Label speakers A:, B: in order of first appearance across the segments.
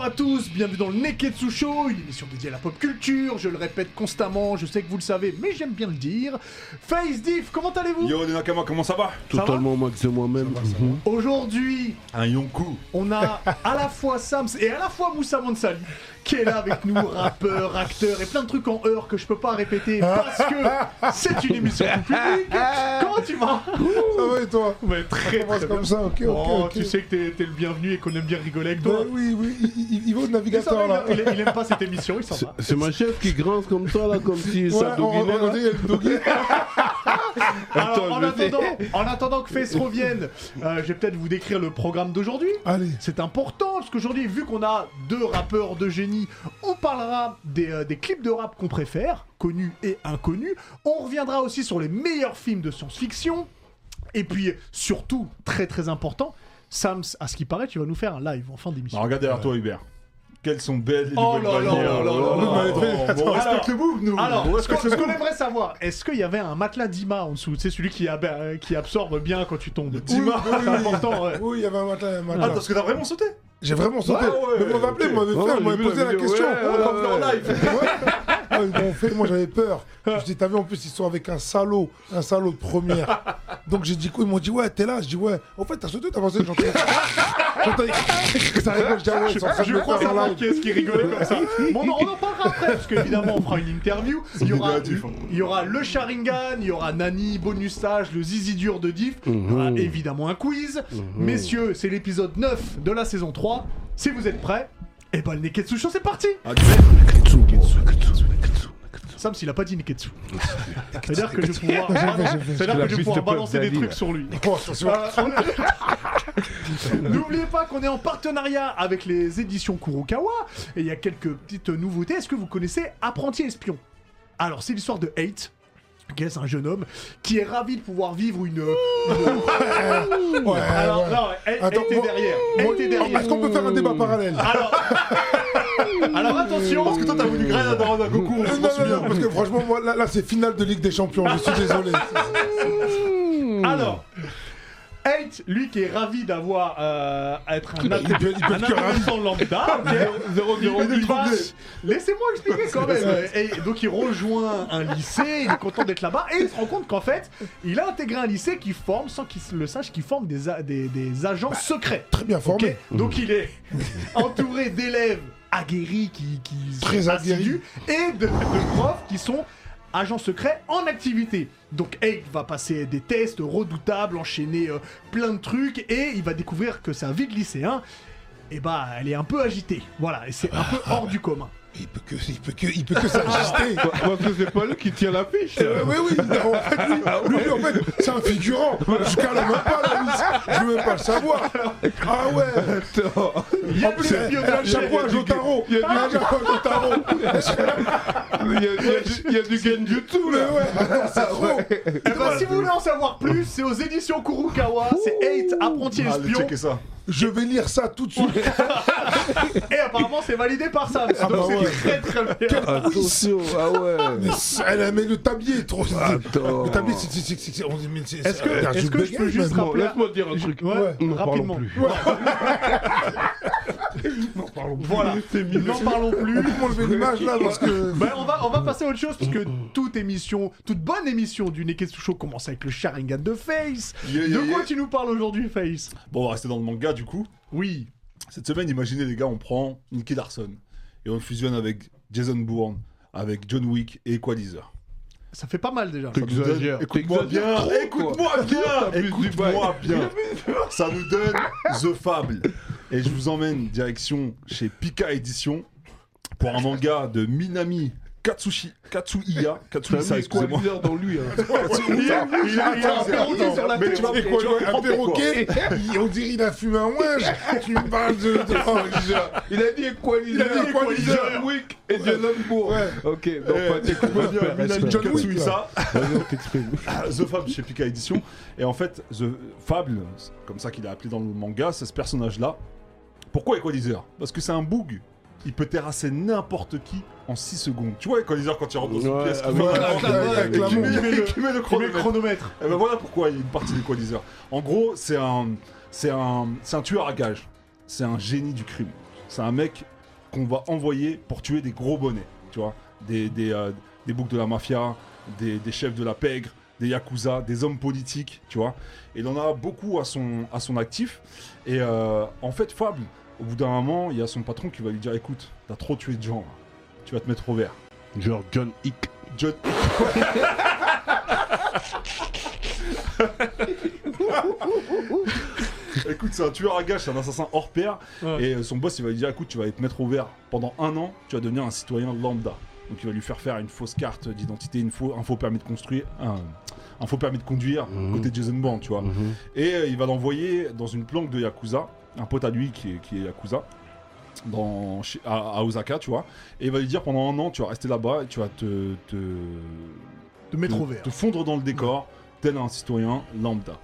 A: à tous, bienvenue dans le Neketsu Show, une émission dédiée à la pop culture, je le répète constamment, je sais que vous le savez, mais j'aime bien le dire. Face Diff, comment allez-vous
B: Yo Nakama, comment ça va
A: Ça va
C: Totalement max de moi-même. Mhm.
A: Aujourd'hui,
B: Un Yonkou.
A: on a à la fois Sams et à la fois Moussa Mansali, qui est là avec nous, rappeur, acteur et plein de trucs en heure que je peux pas répéter parce que c'est une émission tout public. Comment tu vas
D: Ça va et Ah toi
A: Oh, Mais très,
D: On commence
A: très bien.
D: comme ça, ok, ok,
A: Oh,
D: ok.
A: Tu sais que t'es- t'es le bienvenu et qu'on aime bien rigoler avec
D: Bah
A: toi.
D: oui, oui, il- il, il va au
A: Il s'en
D: navigateur
A: va,
D: là.
A: il, il aime pas cette émission, il s'en va.
C: C'est ma chef qui grince comme toi là, comme si ça
D: on, on,
C: devinait.
D: on dit, il y a le doggy.
A: Alors,
C: Attends,
A: Ah, en,
C: je sais.
A: attendant, en attendant que Face revienne, euh, je vais peut-être vous décrire le programme d'aujourd'hui.
D: Allez,
A: C'est important parce qu'aujourd'hui, vu qu'on a deux rappeurs de génie, on parlera des, euh, des clips de rap qu'on préfère, connus et inconnus. On reviendra aussi sur les meilleurs films de science-fiction. Et puis, surtout, très très important, Sams, à ce qui paraît, tu vas nous faire un live en fin d'émission.
B: regarde derrière toi Hubert. Quelles sont belles les
A: Oh
B: nouvelles
A: là là
B: bannières.
A: là là là
B: Oh, bon,
D: là.
B: bon,
D: Attends,
B: bon,
A: on respecte
B: alors,
A: Alors,
B: on
A: ce qu'on
B: respecte
A: ce
B: le
A: qu'on
B: goût.
A: aimerait savoir, est-ce qu'il y avait un matelas Dima en dessous C'est celui qui, ab- euh, qui absorbe bien quand tu tombes.
D: Dima.
A: c'est important. ouais.
D: oui, il y avait un matelas, il y avait un
B: Attends,
D: matelas.
B: parce que t'as vraiment sauté
D: J'ai vraiment sauté.
B: Ouais, ouais,
D: mais on m'avait appelé, on m'avait
C: Ouais,
D: fait,
C: j'ai
D: on m'avait
C: vu la
D: posé la
C: vidéo,
D: question.
C: ouais, ouais,
B: On l'a en live
D: Ouais. Ah, ils m'ont fait, moi j'avais peur. Je me suis dit, t'as vu, en plus ils sont avec un salaud, un salaud de première. Donc j'ai dit quoi Ils m'ont dit, ouais, t'es là. Je dis, ouais, en fait, t'as sauté, t'as pensé que j'entendais. J'entendais que ça rigole. Je dis, ah ouais, ils sont en train de
A: Je
D: me
A: crois
D: faire
A: qu'on
D: en
A: a
D: live.
A: qui qui rigolait comme ça. Bon, on en- on en parlera après, parce qu'évidemment, on fera une interview. Il y, aura,
B: des gars
D: hein.
B: du fond.
A: il y aura le Sharingan, il y aura Nani, Bonus Sage, le Zizi Dur de Diff. Il y aura
C: Mhm.
A: évidemment un quiz.
D: Mhm.
A: Messieurs, c'est l'épisode 9 de la saison 3. Si vous êtes prêts, et ben le Neketsu Show, c'est parti Sam, s'il a pas dit Neketsu. C'est-à-dire que je vais pouvoir, C'est-à-dire que je vais pouvoir balancer des trucs sur lui.
D: Oh, attention.
A: Euh, on est- N'oubliez pas qu'on est en partenariat avec les éditions Kurokawa et il y a quelques petites nouveautés. Est-ce que vous connaissez Apprenti espion Alors, c'est l'histoire de Hate. qui est un jeune homme qui est ravi de pouvoir vivre une. euh,
D: Ouais,
A: Alors,
D: ouais.
A: non, Hate
D: Attends,
A: était
D: moi-
A: derrière.
D: Moi,
A: Hate est derrière.
D: Est-ce qu'on peut faire un débat parallèle
A: Alors... Alors, attention Parce que toi, t'as voulu grailler la daronne à Goku.
D: Non, non, non, parce que franchement, moi, là, là, c'est finale de Ligue des Champions, je suis désolé.
A: Alors, Hate, lui qui est ravi d'avoir euh, à être un,
D: Il peut- il peut
A: un
D: que ravi.
A: adolescent lambda, ok Il
B: il est
A: passe-
B: troublé.
A: Laissez-moi expliquer quand même. Et donc il rejoint un lycée, il est content d'être là-bas et il se rend compte qu'en fait, il a intégré un lycée qui forme, sans qu'il le sache, qui forme des, a- des, des agents secrets.
D: Bah, Très bien
A: Ok,
D: formé.
A: Donc il est entouré d'élèves aguerris qui, qui sont
D: Très aguerris.
A: assidus et de, de profs qui sont agents secrets en activité. Donc Abe va passer des tests redoutables, enchaîner euh, plein de trucs et il va découvrir que sa vie de lycéen, et bah elle est un peu agitée. Voilà, et c'est un
D: Ah,
A: peu hors du commun.
D: Il peut que, il peut que, il peut que s'agister.
C: Parce que c'est pas lui qui tient l'affiche.
D: Euh, oui, oui, non, en fait,
A: Ah
D: lui, lui, lui, en fait, c'est un figurant. Je calme même pas la mise. Je veux même pas le savoir. Ah ouais.
A: Il y a
D: En plus,
A: des pionniers.
D: j'apprends à Jotaro.
C: Il y a
D: Ah, J'apprends à Jotaro.
C: Il y a- il y a du- il y a du Genjutsu
D: Mais
C: là.
D: ouais, attends, c'est trop.
A: Eh ben, si vous voulez en savoir plus, c'est aux éditions Kurukawa, c'est 8 apprenti
D: Ah,
B: Allez,
A: espion
B: checker ça.
D: Je vais lire ça tout de suite.
A: et apparemment c'est validé par Sam.
D: Ah bah
A: Donc
D: ouais.
A: c'est très très bien.
C: Attention, ah ouais.
D: Mais c'est- Elle a mis le tablier trop.
C: Attends.
D: Le tablier, c'est. c'est- c'est- c'est- on dit, mais c'est-
A: Est-ce que,
D: Regarde,
A: est-ce que je
D: bégaye
A: peux juste
D: maintenant.
C: Bon,
A: rappeler
C: laisse-moi te dire un truc.
A: Ouais,
C: N'en parlons
A: rapidement.
C: plus.
A: Voilà, n'en parlons plus.
D: Comment lever l'image là parce que.
A: Ben, on, va, on va passer à autre chose, parce que toute émission, toute bonne émission du Neketsu Show commence avec le Sharingan de Face.
B: Yeah, yeah,
A: de quoi
B: yeah.
A: tu nous parles aujourd'hui, Face
B: Bon, on va rester dans le manga du coup.
A: Oui.
B: Cette semaine, imaginez les gars, on prend Nicky Larson et on fusionne avec Jason Bourne, avec John Wick et Equalizer.
A: Ça fait pas mal déjà.
B: nous donne-
C: T'exagères.
B: Écoute-moi
C: T'exagères
B: bien,
C: trop,
B: écoute-moi bien,
C: Abuse du
B: écoute-moi bien. Ça nous donne The Fable. Et je vous emmène direction chez Pika Édition pour un manga de Minami Katsushi, Katsuiya.
C: T'as mis
B: Katsuisa, excusez-moi.
C: Equalizer dans lui. hein.
A: Il a, il a- il a un perroquet sur la
B: Mais
A: tête.
B: tu vas-
D: Et quoi, ouais, un perroquet, il- on dirait qu'il a fumé un ouinge. Tu me parles de. de- oh, je-
C: Il a dit Equalizer.
D: Il a dit Equalizer.
C: John Wick et Jason Bourne.
D: Ouais.
C: Ok, donc
B: Eh,
C: pas
B: écoute-moi bien, Minami
D: John Wick,
B: Katsuisa.
C: Vas-y, on t'exprime.
B: Ah, The Fable chez Pika Édition. Et en fait, The Fable, c'est comme ça qu'il a appelé dans le manga, c'est ce personnage-là. Pourquoi Equalizer Parce que c'est un boug. Il peut terrasser n'importe qui en 6 secondes. Tu vois Equalizer quand il rentre dans une
C: Ouais,
E: ah
B: pièce, qui
C: avec
B: met
C: la-
B: la-
C: avec
D: la-
B: qui met-
D: avec la-
B: qui met le- qui met le
A: Il met le
B: chronomètre.
A: chronomètre.
B: Et ben voilà pourquoi il y a une partie d'Equalizer. En gros, c'est un, c'est un, c'est un tueur à gages. C'est un génie du crime. c'est un mec qu'on va envoyer pour tuer des gros bonnets, tu vois, des, des, euh, des boucs de la mafia, des, des chefs de la pègre, des yakuza, des hommes politiques, tu vois. Et il en a beaucoup à son, à son actif. Et euh, en fait, Fable, au bout d'un moment, il y a son patron qui va lui dire écoute, t'as trop tué de gens, là. tu vas te mettre au vert.
E: Genre John Hick.
B: John. écoute, c'est un tueur à gages, c'est un assassin hors pair.
A: Ouais.
B: Et euh, son boss, il va lui dire écoute, tu vas te mettre au vert pendant un an, tu vas devenir un citoyen lambda. Donc il va lui faire faire une fausse carte d'identité, une faux, un faux permis de construire, un, un faux permis de conduire,
E: Mhm.
B: côté Jason Bourne, tu vois. Et euh, il va l'envoyer dans une planque de Yakuza, un pote à lui qui est, qui est Yakuza, dans, chez- à, à Osaka, tu vois. Et il va lui dire pendant un an, tu vas rester là-bas et tu vas te, te,
A: De mettre
B: te-
A: au vert.
B: te fondre dans le décor, tel un citoyen lambda.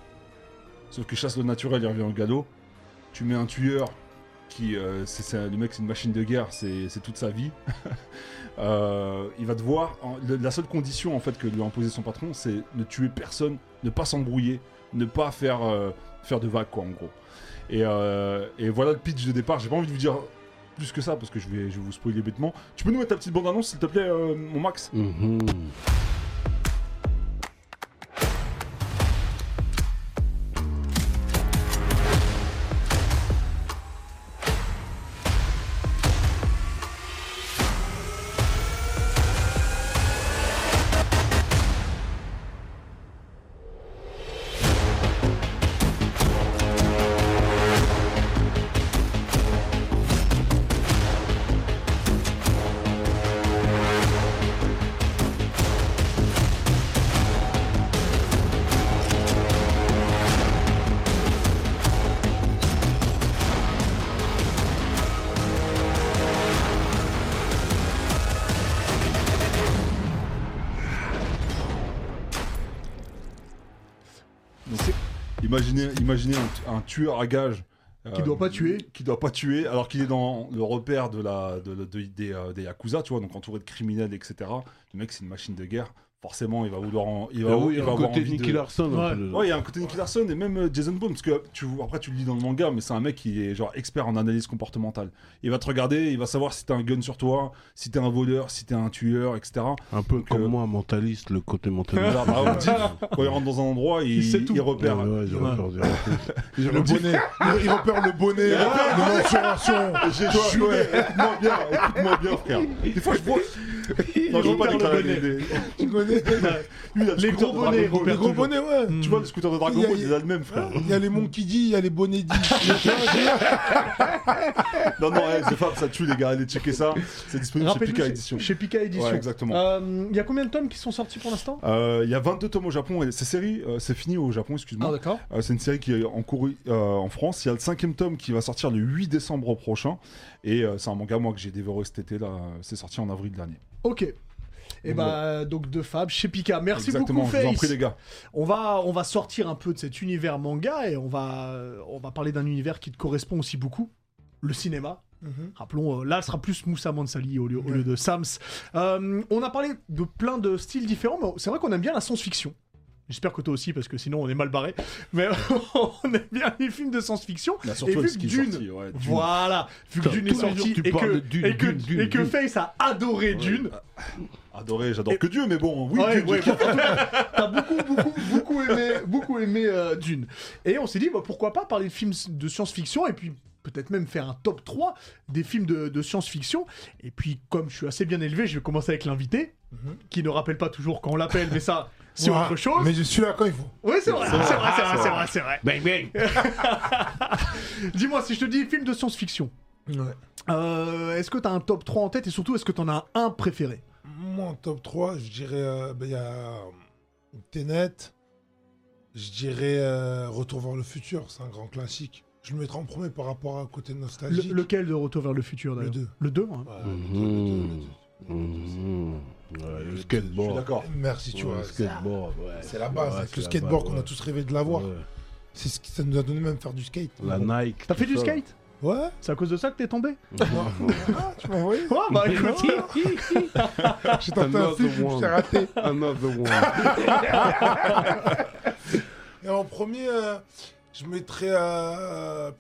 B: Sauf que chasse le naturel, il revient au galop. Tu mets un tueur qui, euh, c'est, c'est un- le mec, c'est une machine de guerre, c'est, c'est toute sa vie. Euh, il va devoir, en- le- la seule condition en fait que lui a imposé son patron, c'est ne tuer personne, ne pas s'embrouiller, ne pas faire, euh, faire de vagues, quoi, en gros. Et, euh, et voilà le pitch de départ. J'ai pas envie de vous dire plus que ça parce que je vais, je vais vous spoiler bêtement. Tu peux nous mettre ta petite bande-annonce, s'il te plaît, euh, mon Max
C: Ah
B: Donc, imaginez, imaginez un, tu- un tueur à gage.
A: Qui doit pas tuer.
B: Qui doit pas tuer, alors qu'il est dans le repère de la, de, la- de- des, euh, des Yakuza, tu vois, donc entouré de criminels, etc. Le mec, c'est une machine de guerre. Forcément, il va vouloir. en- il va,
E: Ah
B: il
E: oui, il y
B: va
E: a un
B: avoir
E: côté
B: envie de-
E: Nicky Larson. un
A: Ouais.
E: peu dedans.
B: Ouais, il y a un côté Nicky Larson et même euh, Jason Bourne, parce que tu, après tu le lis dans le manga, mais c'est un mec qui est genre expert en analyse comportementale. Il va te regarder, il va savoir si t'as un gun sur toi, si t'es un voleur, si t'es un tueur, etc.
E: Un peu
B: Donc,
E: comme
B: euh,
E: moi, mentaliste, le côté mentaliste.
B: Voilà, bah, on dit, quand il rentre dans un endroit, il,
A: Il sait tout.
B: il repère.
E: Ouais, ouais, j'aurais peur de dire autre chose.
D: Le bonnet. Il- Il repère le bonnet,
A: Ah,
D: de mensuration.
B: J'ai joué, écoute-moi bien, écoute-moi bien, frère. Des fois, je vois. Non, je veux pas
A: repère le
B: déclarer
A: bonnet.
B: les- les-
D: Tu connais
B: Lui, il a le
A: Les
B: scooter
A: gros
B: de
A: bonnets,
B: Dragon Ball.
D: Le gros bonnet, ouais.
B: Tu vois, le scooter de Dragon
D: Il y a-
B: Ball, il a le même, frère.
D: Il y a les Monkey D, il y a les bonnets D.
B: Non, non, hey, The Fab, ça tue, les gars, allez checker ça. C'est disponible chez
A: Rappelez-nous,
B: Pika
A: chez-
B: Edition.
A: Chez Pika Edition.
B: Ouais, exactement.
A: Euh, Il y a combien de tomes qui sont sortis pour l'instant
B: Euh, Il y a 22 tomes au Japon et ces séries, euh, c'est fini au Japon, excuse-moi.
A: d'accord.
B: Euh, c'est une série qui est en cours euh, en France. Il y a le cinquième tome qui va sortir le 8 décembre prochain. Et euh, c'est un manga, moi, que j'ai dévoré cet été, là. C'est sorti en avril dernier.
A: Ok. Et
B: Donc,
A: bah donc de Fab chez Pika. Merci
B: Exactement,
A: beaucoup
B: je vous en
A: Face.
B: prie, les gars.
A: On va on va sortir un peu de cet univers manga et on va on va parler d'un univers qui te correspond aussi beaucoup, le cinéma.
E: Mhm.
A: Rappelons, euh, là, ce sera plus Moussa Mansali au lieu, au lieu de Sams. Euh, on a parlé de plein de styles différents, mais c'est vrai qu'on aime bien la science-fiction. J'espère que toi aussi, parce que sinon on est mal barré. Mais on aime bien les films de science-fiction.
B: Là,
A: Et
B: surtout
A: vu
B: avec ce
A: que
B: qui est
A: Dune-
B: sorti, ouais, Dune.
A: Voilà, vu que
E: Putain,
A: Dune est
E: tous les
A: sorti
E: jours, tu
A: et
E: parles
A: que,
E: de Dune,
A: et que,
E: Dune, Dune,
A: et que
E: Dune.
A: Face a adoré Dune.
B: Adoré, j'adore
A: Et-
B: que Dieu, mais bon, oui,
A: Ah ouais,
B: Dune,
A: ouais,
B: Dune.
A: bon, en tout cas, t'as beaucoup, beaucoup, beaucoup aimé, beaucoup aimé euh, Dune. Et on s'est dit, bah, pourquoi pas parler de films de science-fiction et puis peut-être même faire un top 3 des films de, de science-fiction. Et puis, comme je suis assez bien élevé, je vais commencer avec l'invité, qui ne rappelle pas toujours quand on l'appelle, mais ça, c'est
D: Ouais,
A: autre chose.
D: Mais je suis là quand il faut.
A: Oui, c'est vrai, c'est vrai, c'est vrai, c'est vrai, c'est vrai.
E: Bang bang
A: Dis-moi, si je te dis film de science-fiction,
D: Ouais.
A: euh, est-ce que t'as un top 3 en tête et surtout, est-ce que t'en as un préféré
D: Moi, en top 3, je dirais. euh, ben, Il y a Tenet. Je dirais euh, Retour vers le futur. C'est un grand classique. Je le mettrai en premier par rapport à côté
A: Le-
D: nostalgique.
A: Lequel de Retour vers le futur,
D: Le
A: d'ailleurs
D: 2.
A: Le 2, hein.
C: Mhm.
E: Le
B: Je suis
E: skateboard.
B: d'accord.
D: Merci, tu
E: Ouais,
D: vois.
E: le skateboard, ouais.
D: C'est la base.
E: Ouais,
D: avec
E: c'est
D: le
E: la
D: skateboard
E: base,
D: qu'on a
E: ouais.
D: tous rêvé de l'avoir.
E: Ouais.
D: C'est ce qui ça nous a donné même faire du skate.
E: La
D: Bon.
E: Nike.
A: T'as fait
E: tout
A: du
E: ça.
A: skate
D: Ouais.
A: C'est à cause de ça que t'es tombé
D: Ah, tu m'as envoyé
A: Oh bah écoute
D: J'ai tenté un
E: Another
D: film, je
E: one.
D: t'ai raté. Ah.
E: Another one.
D: Et en premier, euh, je mettrais. euh,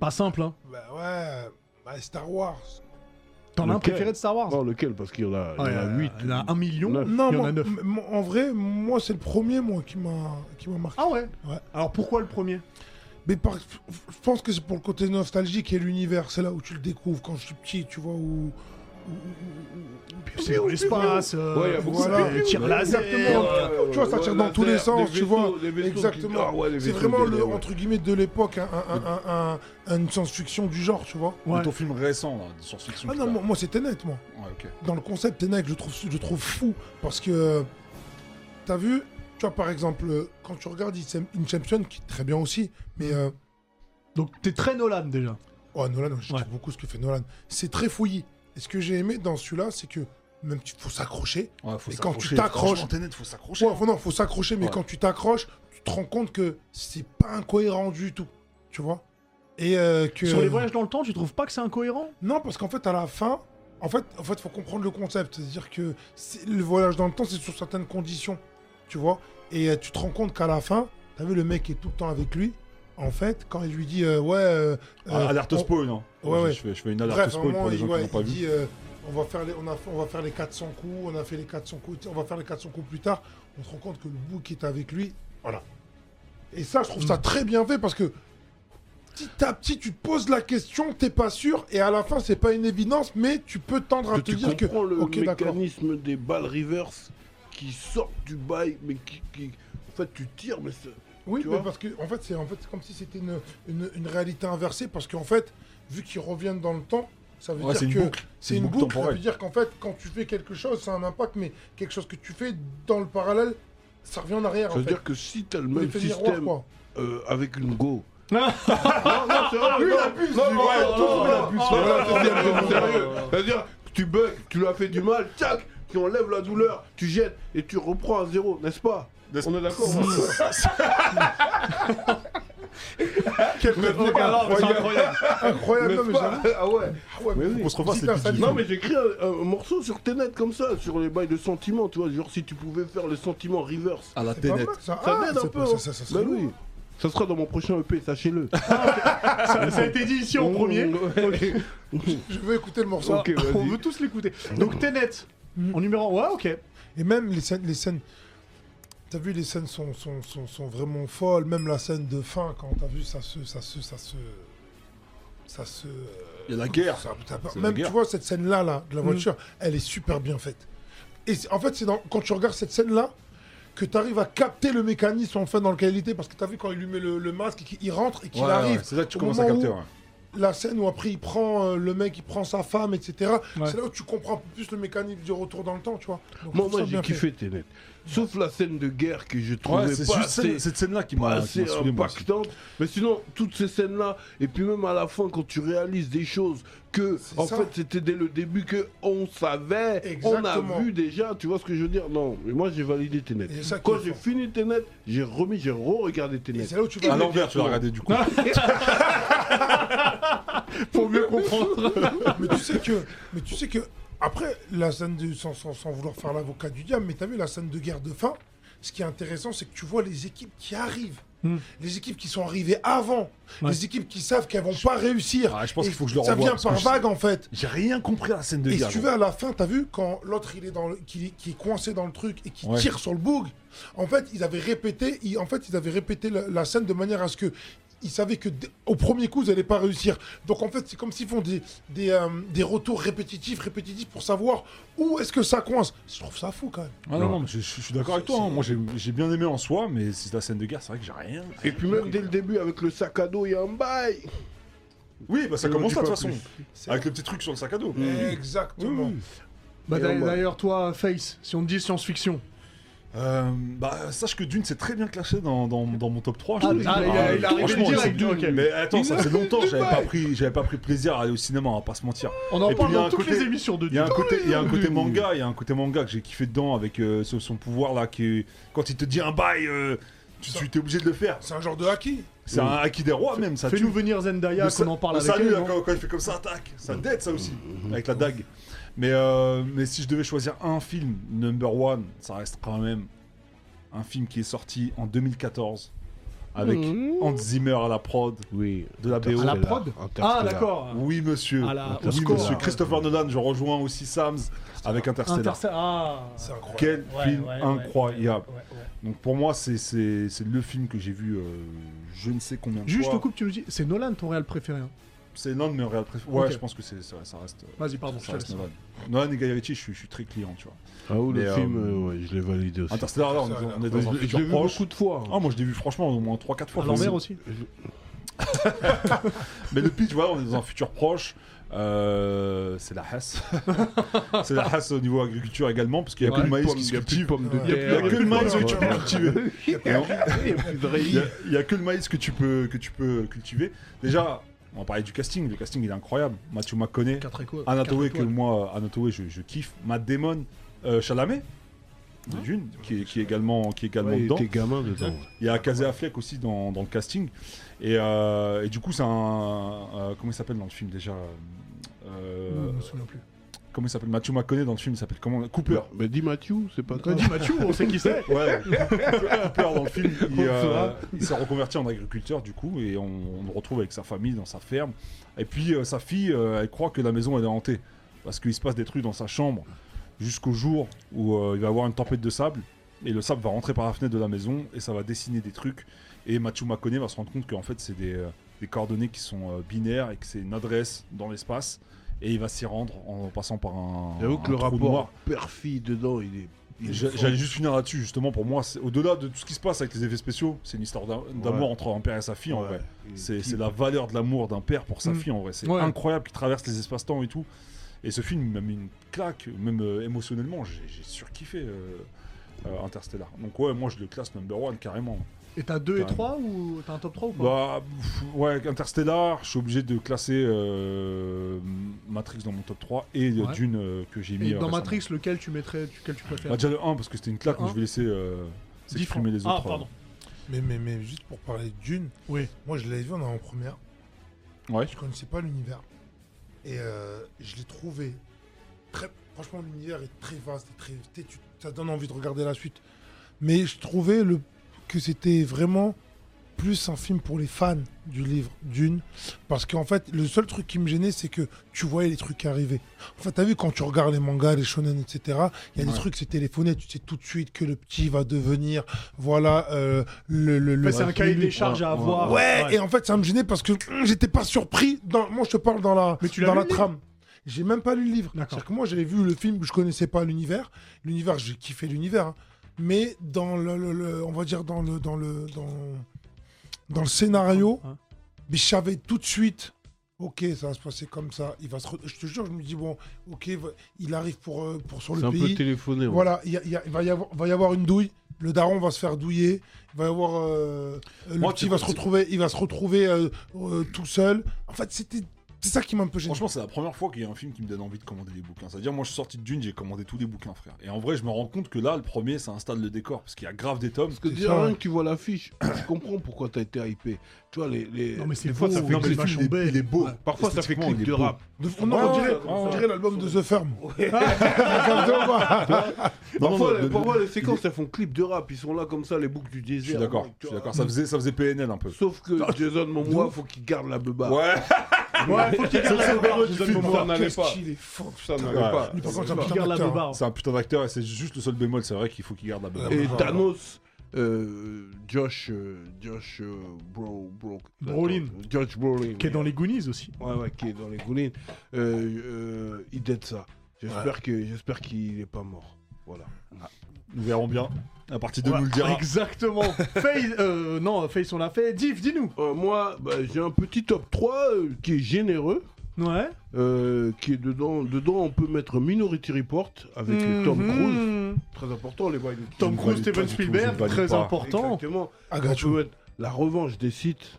A: Pas simple, hein.
D: Bah ouais, bah, Star Wars.
A: T'en as un
E: Lequel
A: préféré de Star Wars
E: Non, lequel Parce qu'il y en a, il y en a
A: Ouais,
D: euh,
E: 8.
A: Il y en a un million.
E: Oh, Neuf.
A: Non, il y en
D: moi,
A: a neuf.
D: m- m- en vrai, moi, c'est le premier, moi, qui m'a qui m'a marqué.
A: Ah ouais.
D: Ouais.
A: Alors pourquoi le premier
D: Mais par- f- je pense que c'est pour le côté nostalgique et l'univers. C'est là où tu le découvres quand je suis petit, tu vois, où...
A: C'est dans l'espace. euh,
E: Ouais, il y a beaucoup de
A: voilà,
E: trucs.
A: les tirs
E: Ouais,
A: laser.
D: exactement. Tu vois, ça tire dans tous les sens, tu vois. Exactement.
E: Ah
D: c'est vraiment, le,
E: entre
D: entre guillemets, de l'époque, hein, un- un- un- un- un- une science-fiction du genre, tu vois.
A: Ouais.
B: Ou ton film récent, là, de science-fiction.
D: Ah non, moi, moi, c'était net, moi.
B: Ouais, ok.
D: dans le concept Tenek, je trouve, je trouve fou parce que euh, t'as vu, tu vois par exemple euh, quand tu regardes Incep- Inception qui est très bien aussi, mais euh,
A: Donc t'es très Nolan déjà.
D: oh Nolan, je
A: Ouais.
D: trouve beaucoup ce que fait Nolan, c'est très fouillis. Et ce que j'ai aimé dans celui-là, c'est que même tu faut s'accrocher.
B: Ouais, faut
D: Et quand
B: s'accrocher.
D: tu t'accroches-
B: Franchement, Tenet, faut s'accrocher.
D: Ouais, enfin, non, faut s'accrocher, mais
B: Ouais.
D: quand tu t'accroches, tu te rends compte que c'est pas incohérent du tout, tu vois. Et euh, que
A: Sur les voyages dans le temps, tu trouves pas que c'est incohérent
D: Non, parce qu'en fait, à la fin, en fait, en fait, faut comprendre le concept. C'est-à-dire que c'est- le voyage dans le temps, c'est sur certaines conditions, tu vois. Et euh, tu te rends compte qu'à la fin, t'as vu le mec qui est tout le temps avec lui. En fait, quand il lui dit euh, ouais, euh,
B: Ah,
D: euh,
B: alerte
D: on-
B: au spoil, non
D: Ouais,
B: Je-
D: ouais.
B: Je fais, je fais une alerte au
D: bref, à un
B: spoil
D: moment,
B: pour les
D: il,
B: gens
D: ouais,
B: qui n'ont pas
D: il dit
B: vu.
D: euh, on va faire les, on, a fait- on va faire les 400 coups, on a fait les 400 coups, on va faire les 400 coups plus tard. On se rend compte que le bout qui est avec lui, voilà. Et ça, je trouve
B: Mm.
D: ça très bien fait parce que petit à petit, tu te poses la question, t'es pas sûr, et à la fin, c'est pas une évidence, mais tu peux tendre à
E: Que
D: te
E: tu
D: dire que.
E: comprends le
D: ok, d'accord.
E: mécanisme des balles reverse qui sortent du bail, mais qui, qui- En fait, tu tires, mais c'est-
D: Oui,
E: tu
D: mais
E: vois.
D: parce que en fait, c'est en fait, c'est comme si c'était une, une, une réalité inversée, parce qu'en fait, vu qu'ils reviennent dans le temps, ça veut
B: Ouais, c'est une
D: dire que.
B: boucle.
D: C'est une, boucle, ça veut
B: temporelle.
D: dire qu'en fait, quand tu fais quelque chose, ça a un impact, mais quelque chose que tu fais dans le parallèle, ça revient en arrière.
E: Ça
D: en
E: veut
D: fait.
E: dire que si t'as le
D: L'effet
E: même
D: miroir,
E: système
D: quoi.
E: euh, avec une go.
A: Ah.
E: non, non, c'est
D: Ah
E: vrai, non, non, non, non, non, non,
D: Oh
E: non, non, sérieux. C'est-à-dire que tu bugs, tu lui as fait du mal, tac, tu enlèves la douleur, tu jettes et tu reprends à zéro, n'est-ce pas
B: N'est-ce-
E: On est d'accord
D: Quel mec, les gars, incroyable,
A: incroyable.
D: incroyable, non,
E: N'est-ce
D: mais
E: pas
D: j'avoue.
E: Ah ouais
D: Ah ouais,
B: Mais
D: mais
B: oui, on se refasse
D: si
B: les
D: t'as
B: petits
D: ça,
B: vidéos.
E: Non mais j'écris un, un morceau sur Tenet comme ça, sur les bails de sentiments, tu vois, genre si tu pouvais faire le sentiment reverse.
B: À la
D: c'est pas
B: Tenet.
D: mal, Ça
E: Ça
D: Ah,
E: m'aide un
D: c'est
E: peu.
D: pas-
E: hein.
D: ça- ça- ça serait
E: Bah oui.
D: lourd.
E: Ça sera dans mon prochain EP, sachez-le.
A: ça, ça a été dit ici en premier.
E: Ouais.
D: Je veux écouter le morceau.
E: Ok, vas-y.
A: On veut tous l'écouter. Donc Tenet,
D: Mm.
A: en numéro 1. Ouais, ok.
D: Et même les scènes, les scènes. T'as vu, les scènes sont, sont, sont, sont vraiment folles. Même la scène de fin, quand t'as vu, ça se. Ça se. Ça se. Ça se. euh,
B: Il y a la guerre.
D: ça- ça-
B: C'est la
D: même,
B: guerre.
D: tu vois, cette scène-là, là, de la voiture, elle est super bien faite. Et c'est- en fait, c'est dans- quand tu regardes cette scène-là que tu arrives à capter le mécanisme enfin dans lequel il était. Parce que t'as vu, quand il lui met le, le masque et qu'il il rentre et qu'il
B: Ouais,
D: arrive.
B: ouais, C'est là que tu
D: au
B: commences à
D: moment
B: capter.
D: où-
B: ouais.
D: la scène où après il prend euh, le mec, il prend sa femme, etc.
A: Ouais.
D: C'est là où tu comprends un peu plus le mécanisme du retour dans le temps, tu vois.
E: Moi,
D: Donc, je trouve
E: moi
D: ça
E: j'ai
D: bien fait.
E: kiffé Tenet. Sauf la scène de guerre que je trouvais
B: Ouais, c'est
E: pas
B: juste
E: assez-
B: scène- cette scène-là qui
E: pas
D: Ah,
B: m'a qui
E: assez
B: m'a saoulé, moi aussi.
E: impactante. Ah, Mais sinon, toutes ces scènes-là, et puis même à la fin, quand tu réalises des choses que,
D: C'est
E: en
D: ça.
E: fait, c'était dès le début que on savait, on
D: Exactement.
E: a vu déjà, tu vois ce que je veux dire Non, mais moi j'ai validé Tenet.
D: Et c'est ça qui
E: Quand
D: est
E: j'ai
D: fort.
E: fini Tenet, j'ai remis, j'ai re-regardé
D: Et
E: Tenet.
D: c'est là où tu
B: À
D: vas.
B: l'envers, tu l'as regardé du coup.
A: Pour mieux comprendre.
D: mais tu sais que, mais tu sais que après la scène de sans, sans, sans vouloir faire l'avocat du diable, mais t'as vu la scène de guerre de fin. Ce qui est intéressant, c'est que tu vois les équipes qui arrivent,
A: Hmm.
D: les équipes qui sont arrivées avant,
A: Ouais.
D: les équipes qui savent qu'elles vont pas réussir.
B: Ah, je pense
D: Et
B: qu'il faut que je le
D: Ça
B: revoie,
D: vient
B: parce que
D: par
B: je-
D: vague en fait.
B: J'ai rien compris à la scène de
D: Et si
B: guerre.
D: tu veux, à la fin, t'as vu, quand l'autre, il est dans le- qui, qui est coincé dans le truc et qui
B: Ouais.
D: tire sur le boug, en fait, ils avaient répété, ils- en fait, ils avaient répété la, la scène de manière à ce que ils savaient que dès- au premier coup, ils n'allaient pas réussir. Donc, en fait, c'est comme s'ils font des, des, euh, des retours répétitifs, répétitifs pour savoir où est-ce que ça coince. Je trouve ça fou, quand même.
B: Ah non, non, mais je, je- je suis d'accord avec toi. hein. Moi, j'ai j'ai bien aimé en soi, mais c'est la scène de guerre, c'est vrai que j'ai rien.
E: Et puis même dès le début, avec le sac à dos, il y a un bail.
B: Oui, bah ça
E: Je
B: commence
E: dis
B: là de
E: pas
B: toute façon. Avec le petit truc sur le sac à dos.
D: Exactement.
A: Bah,
E: Et on va-
A: d'ailleurs, toi, Face, si on te dit science-fiction.
B: Euh, bah, sache que Dune, c'est très bien clashé dans, dans, dans mon top 3. je
A: Ah,
B: te le dis.
A: ah, il a- il a arrivé
B: franchement,
A: direct,
B: Dune,
A: ok.
B: Mais attends, ça fait longtemps,
E: du
B: j'avais
E: bail.
B: pas, pris- j'avais pas pris plaisir à aller au cinéma, on va pas se mentir.
A: On en
B: Et puis,
A: parle
B: il y a
A: dans
B: un
A: toutes
B: côté-
A: les émissions de
B: Il y a un
A: Dune.
B: côté, il y a un côté
E: Dune.
B: manga, il y a un côté manga que j'ai kiffé dedans avec euh, ce- son pouvoir là qui est- quand il te dit un bail, euh, tu, tu es obligé de le faire.
D: C'est un genre de haki.
B: C'est un acquis des rois même, ça tue.
A: Fais-nous venir Zendaya,
B: Le
A: qu'on en parle
B: le
A: avec
B: salut,
A: elle,
B: là,
A: non
B: hein, quand, quand il fait comme ça, attaque. Ça dette, ça aussi, avec la dague. Mais, euh, mais si je devais choisir un film, number one, ça reste quand même un film qui est sorti en 2014. avec
A: Mm.
B: Hans Zimmer à la prod,
E: Oui.
B: de la BO.
A: À la prod Ah, d'accord.
B: Oui, monsieur.
A: À la- au
B: Oui,
A: score.
B: monsieur. Christopher Nolan, je rejoins aussi Sams avec Interstellar.
A: Interstellar. Ah.
D: C'est incroyable.
B: Quel
A: Ouais,
B: film
A: ouais, ouais,
B: incroyable.
A: ouais, ouais.
B: Donc pour moi, c'est c'est- c'est le film que j'ai vu euh, je ne sais combien de
A: Juste
B: fois.
A: au couple, tu me dis, c'est Nolan ton réal préféré. hein.
B: C'est l'un de mes réels préférés. Ouais,
A: Ok.
B: je pense que c'est ça, ça reste. euh,
A: Vas-y, pardon, je
B: ça
A: te
B: reste
A: laisse.
B: Nolan. Nolan et Guy Ritchie, je suis, je suis très client, tu vois.
E: Ah, ou
B: Mais,
E: le
B: euh,
E: film, euh, ouais, je l'ai validé aussi.
B: Interstellar, là, on, est- on est dans un
E: Je l'ai- je
B: futur
E: l'ai vu
B: proche.
E: beaucoup de fois.
B: Ah, moi, je l'ai vu franchement au moins 3-4 fois.
A: À l'envers
B: facile.
A: aussi.
B: Mais le pitch, voilà, on est dans un futur proche. Euh, c'est la hasse. c'est la hasse au niveau agriculture également, parce qu'il n'y a
E: Ouais.
B: plus de maïs
E: Pomme-
B: qui se
E: il y a plus de
B: cultive.
E: pommes de
A: Il y a
B: Il n'y a
E: terre.
B: que le maïs que
E: Ouais,
B: tu peux
E: ouais.
B: cultiver. Et en-
E: Ah
B: Il y a- Il n'y a que le maïs que tu peux, que tu peux cultiver. Déjà, on va parler du casting. Le casting, il est incroyable. Mathieu McConaughey,
A: 4 échos.
B: Anatoway,
A: quatre
B: que
A: étoiles.
B: moi, Anatoway, je, je kiffe. Matt Damon, euh, Chalamet, de Dune, qui, est- qui est également, qui est également
E: Ouais, il
B: dedans.
E: était gamin dedans.
B: Il y a Casey Affleck aussi dans, dans le casting. Et, euh, et du coup, c'est un. euh, comment il s'appelle dans le film déjà
A: Non,
B: Euh,
A: Je me souviens plus.
B: Comment il s'appelle Mathieu McConaughey dans le film, il s'appelle comment Cooper.
E: Mais dis Mathieu, c'est pas
A: Quand
E: toi.
A: dit Mathieu, on sait qui c'est.
B: Ouais, Cooper dans le film, il, euh, il s'est reconverti en agriculteur du coup, et on, on le retrouve avec sa famille dans sa ferme. Et puis euh, sa fille, euh, elle croit que la maison elle est hantée, parce qu'il se passe des trucs dans sa chambre, jusqu'au jour où euh, il va y avoir une tempête de sable, et le sable va rentrer par la fenêtre de la maison, et ça va dessiner des trucs, et Mathieu McConaughey va se rendre compte qu'en fait c'est des, euh, des coordonnées qui sont euh, binaires, et que c'est une adresse dans l'espace, et il va s'y rendre en passant par un...
E: J'avoue que
B: un
E: le
B: trou
E: rapport
B: noir.
E: père-fille dedans, il est. il est
B: J'a-
E: fort.
B: J'allais juste finir là-dessus, justement, pour moi, c'est- au-delà de tout ce qui se passe avec les effets spéciaux, c'est une histoire d'am- d'amour
E: Ouais.
B: entre un père et sa fille, en
E: Ouais,
B: vrai.
E: il est
B: C'est
E: petit.
B: c'est la valeur de l'amour d'un père pour sa
A: Mm.
B: fille, en vrai. C'est
A: Ouais.
B: incroyable qu'il traverse les espaces-temps et tout. Et ce film m'a mis une claque, même euh, émotionnellement, j'ai j'ai surkiffé euh, euh, Interstellar. Donc ouais, moi je le classe number one, carrément.
A: Et t'as 2 et
B: Carrément.
A: 3 ou t'as un top 3 ou pas
B: Bah, pff, ouais, Interstellar, je suis obligé de classer euh, Matrix dans mon top 3 et euh,
A: Ouais.
B: Dune euh, que j'ai mis.
A: Et
B: euh,
A: dans
B: récemment.
A: Matrix, lequel tu mettrais, lequel tu préfères
B: Bah, déjà le 1, parce que c'était une claque,
A: Le
B: mais je vais laisser... euh, s'exprimer les autres. euh,
A: Ah, pardon.
D: Mais, mais, mais juste pour parler de Dune,
A: Oui.
D: moi je l'avais vu en première
B: Ouais.
D: je connaissais pas l'univers. Et euh, je l'ai trouvé très. Franchement, l'univers est très vaste, et très têtu. Ça donne envie de regarder la suite. Mais je trouvais le... que c'était vraiment plus un film pour les fans du livre Dune. Parce qu'en fait, le seul truc qui me gênait, c'est que tu voyais les trucs arriver. En fait, t'as vu, quand tu regardes les mangas, les shonen, etc., il y a
B: Ouais.
D: des trucs, c'est téléphoné. Tu sais tout de suite que le petit va devenir. Voilà. euh, le, le, le-
A: Après, c'est un cahier des charges à
E: ouais,
A: avoir.
D: Ouais, et en fait, ça me gênait parce que hum, j'étais pas surpris. Dans... Moi, je te parle dans la,
A: Mais tu l'as
D: dans
A: lu,
D: la
A: le livre
D: trame. J'ai même pas lu le livre.
A: D'accord.
D: C'est-à-dire que moi, j'avais vu le film, je connaissais pas l'univers. L'univers, j'ai kiffé l'univers. hein. Mais dans le, le- le- on va dire dans le, dans le, dans, dans le scénario,
A: Hein.
D: mais je savais tout de suite. Ok, ça va se passer comme ça. Il va se, re- je te jure, je me dis bon, ok, va- il arrive pour, euh, pour sur
E: C'est
D: le
E: un peu
D: pays.
E: téléphoné. ouais.
D: Voilà, il y a- il y a- il va, y avoir, va y avoir une douille. Le daron va se faire douiller. Il va y avoir. euh, le
B: Moi,
D: petit
B: tu-
D: va se retrouver, il va se retrouver euh, euh, tout seul. En fait, c'était. C'est ça qui m'a un peu gêné.
B: Franchement, c'est la première fois qu'il y a un film qui me donne envie de commander des bouquins. C'est-à-dire, moi, je suis sorti de Dune, j'ai commandé tous les bouquins, frère. Et en vrai, je me rends compte que là, le premier, ça installe le décor, parce qu'il y a grave des tomes.
E: Parce que
D: C'est
E: déjà,
D: ça,
E: rien
D: ouais.
E: que tu vois l'affiche, tu comprends pourquoi t'as été hypé. Tu vois, les. les...
A: Non, mais c'est
E: des fois,
A: beau,
E: ça fait
A: non, mais
E: clip,
A: c'est vachement
E: il est- il est beau.
A: Ouais.
E: Parfois, ça fait
B: Esthétiquement,
E: clip
B: il est
E: de
B: beau.
E: rap.
D: De- on, on
B: Ouais,
D: dirait,
B: ouais,
D: on
B: ouais.
D: dirait l'album de The Firm.
B: Non, non,
E: Parfois,
B: non,
E: les-
B: le-
E: parfois, les
B: il est-
E: séquences, elles font clip de rap. Ils sont là comme ça, les boucles du
B: Je
E: désert.
B: suis d'accord,
E: mec,
B: je
E: tu
B: suis
E: vois.
B: d'accord. Ça faisait, ça faisait PNL un peu.
E: Sauf que Jason Momoa, faut qu'il garde la beuba.
B: Ouais,
A: Ouais, faut qu'il garde la barre.
E: Jason Momoa n'allait
D: Qu'est-ce
E: pas. Ah,
D: qu'il est fort.
E: Ça n'allait
B: Ouais.
E: pas.
D: Lui, par contre, c'est un
A: Faut qu'il
D: putain
A: garde la
D: d'acteur, hein.
A: barre.
B: c'est un putain d'acteur et c'est juste le seul bémol, c'est vrai qu'il faut qu'il garde la bonne.
D: Ouais.
E: Et
D: Ouais.
E: Thanos, euh, Josh, euh, Josh euh, Bro, Bro,
A: Brolin.
E: Josh Brolin,
A: Qui est dans les Goonies aussi.
E: ouais, ouais, qui est dans les Goulins, euh, euh, il dead ça. J'espère que j'espère qu'il est pas mort. Voilà.
B: Nous verrons bien. La partie 2
A: Ouais,
B: nous le dira.
A: Exactement. Faith, euh, non, Faith, on l'a fait. Div, dis-nous.
E: Euh, moi, bah, j'ai un petit top 3 euh, qui est généreux.
A: Ouais.
E: euh, qui est dedans, dedans, on peut mettre Minority Report avec euh, Tom Cruise,
A: Mhm.
E: très important les Wild
A: Tom
B: ne
A: Cruise,
B: valide pas
A: Steven
B: du tout, je ne
A: Spielberg,
B: valide
A: très
B: pas.
A: important.
E: Exactement.
D: Agachu.
E: On peut mettre La revanche des sites.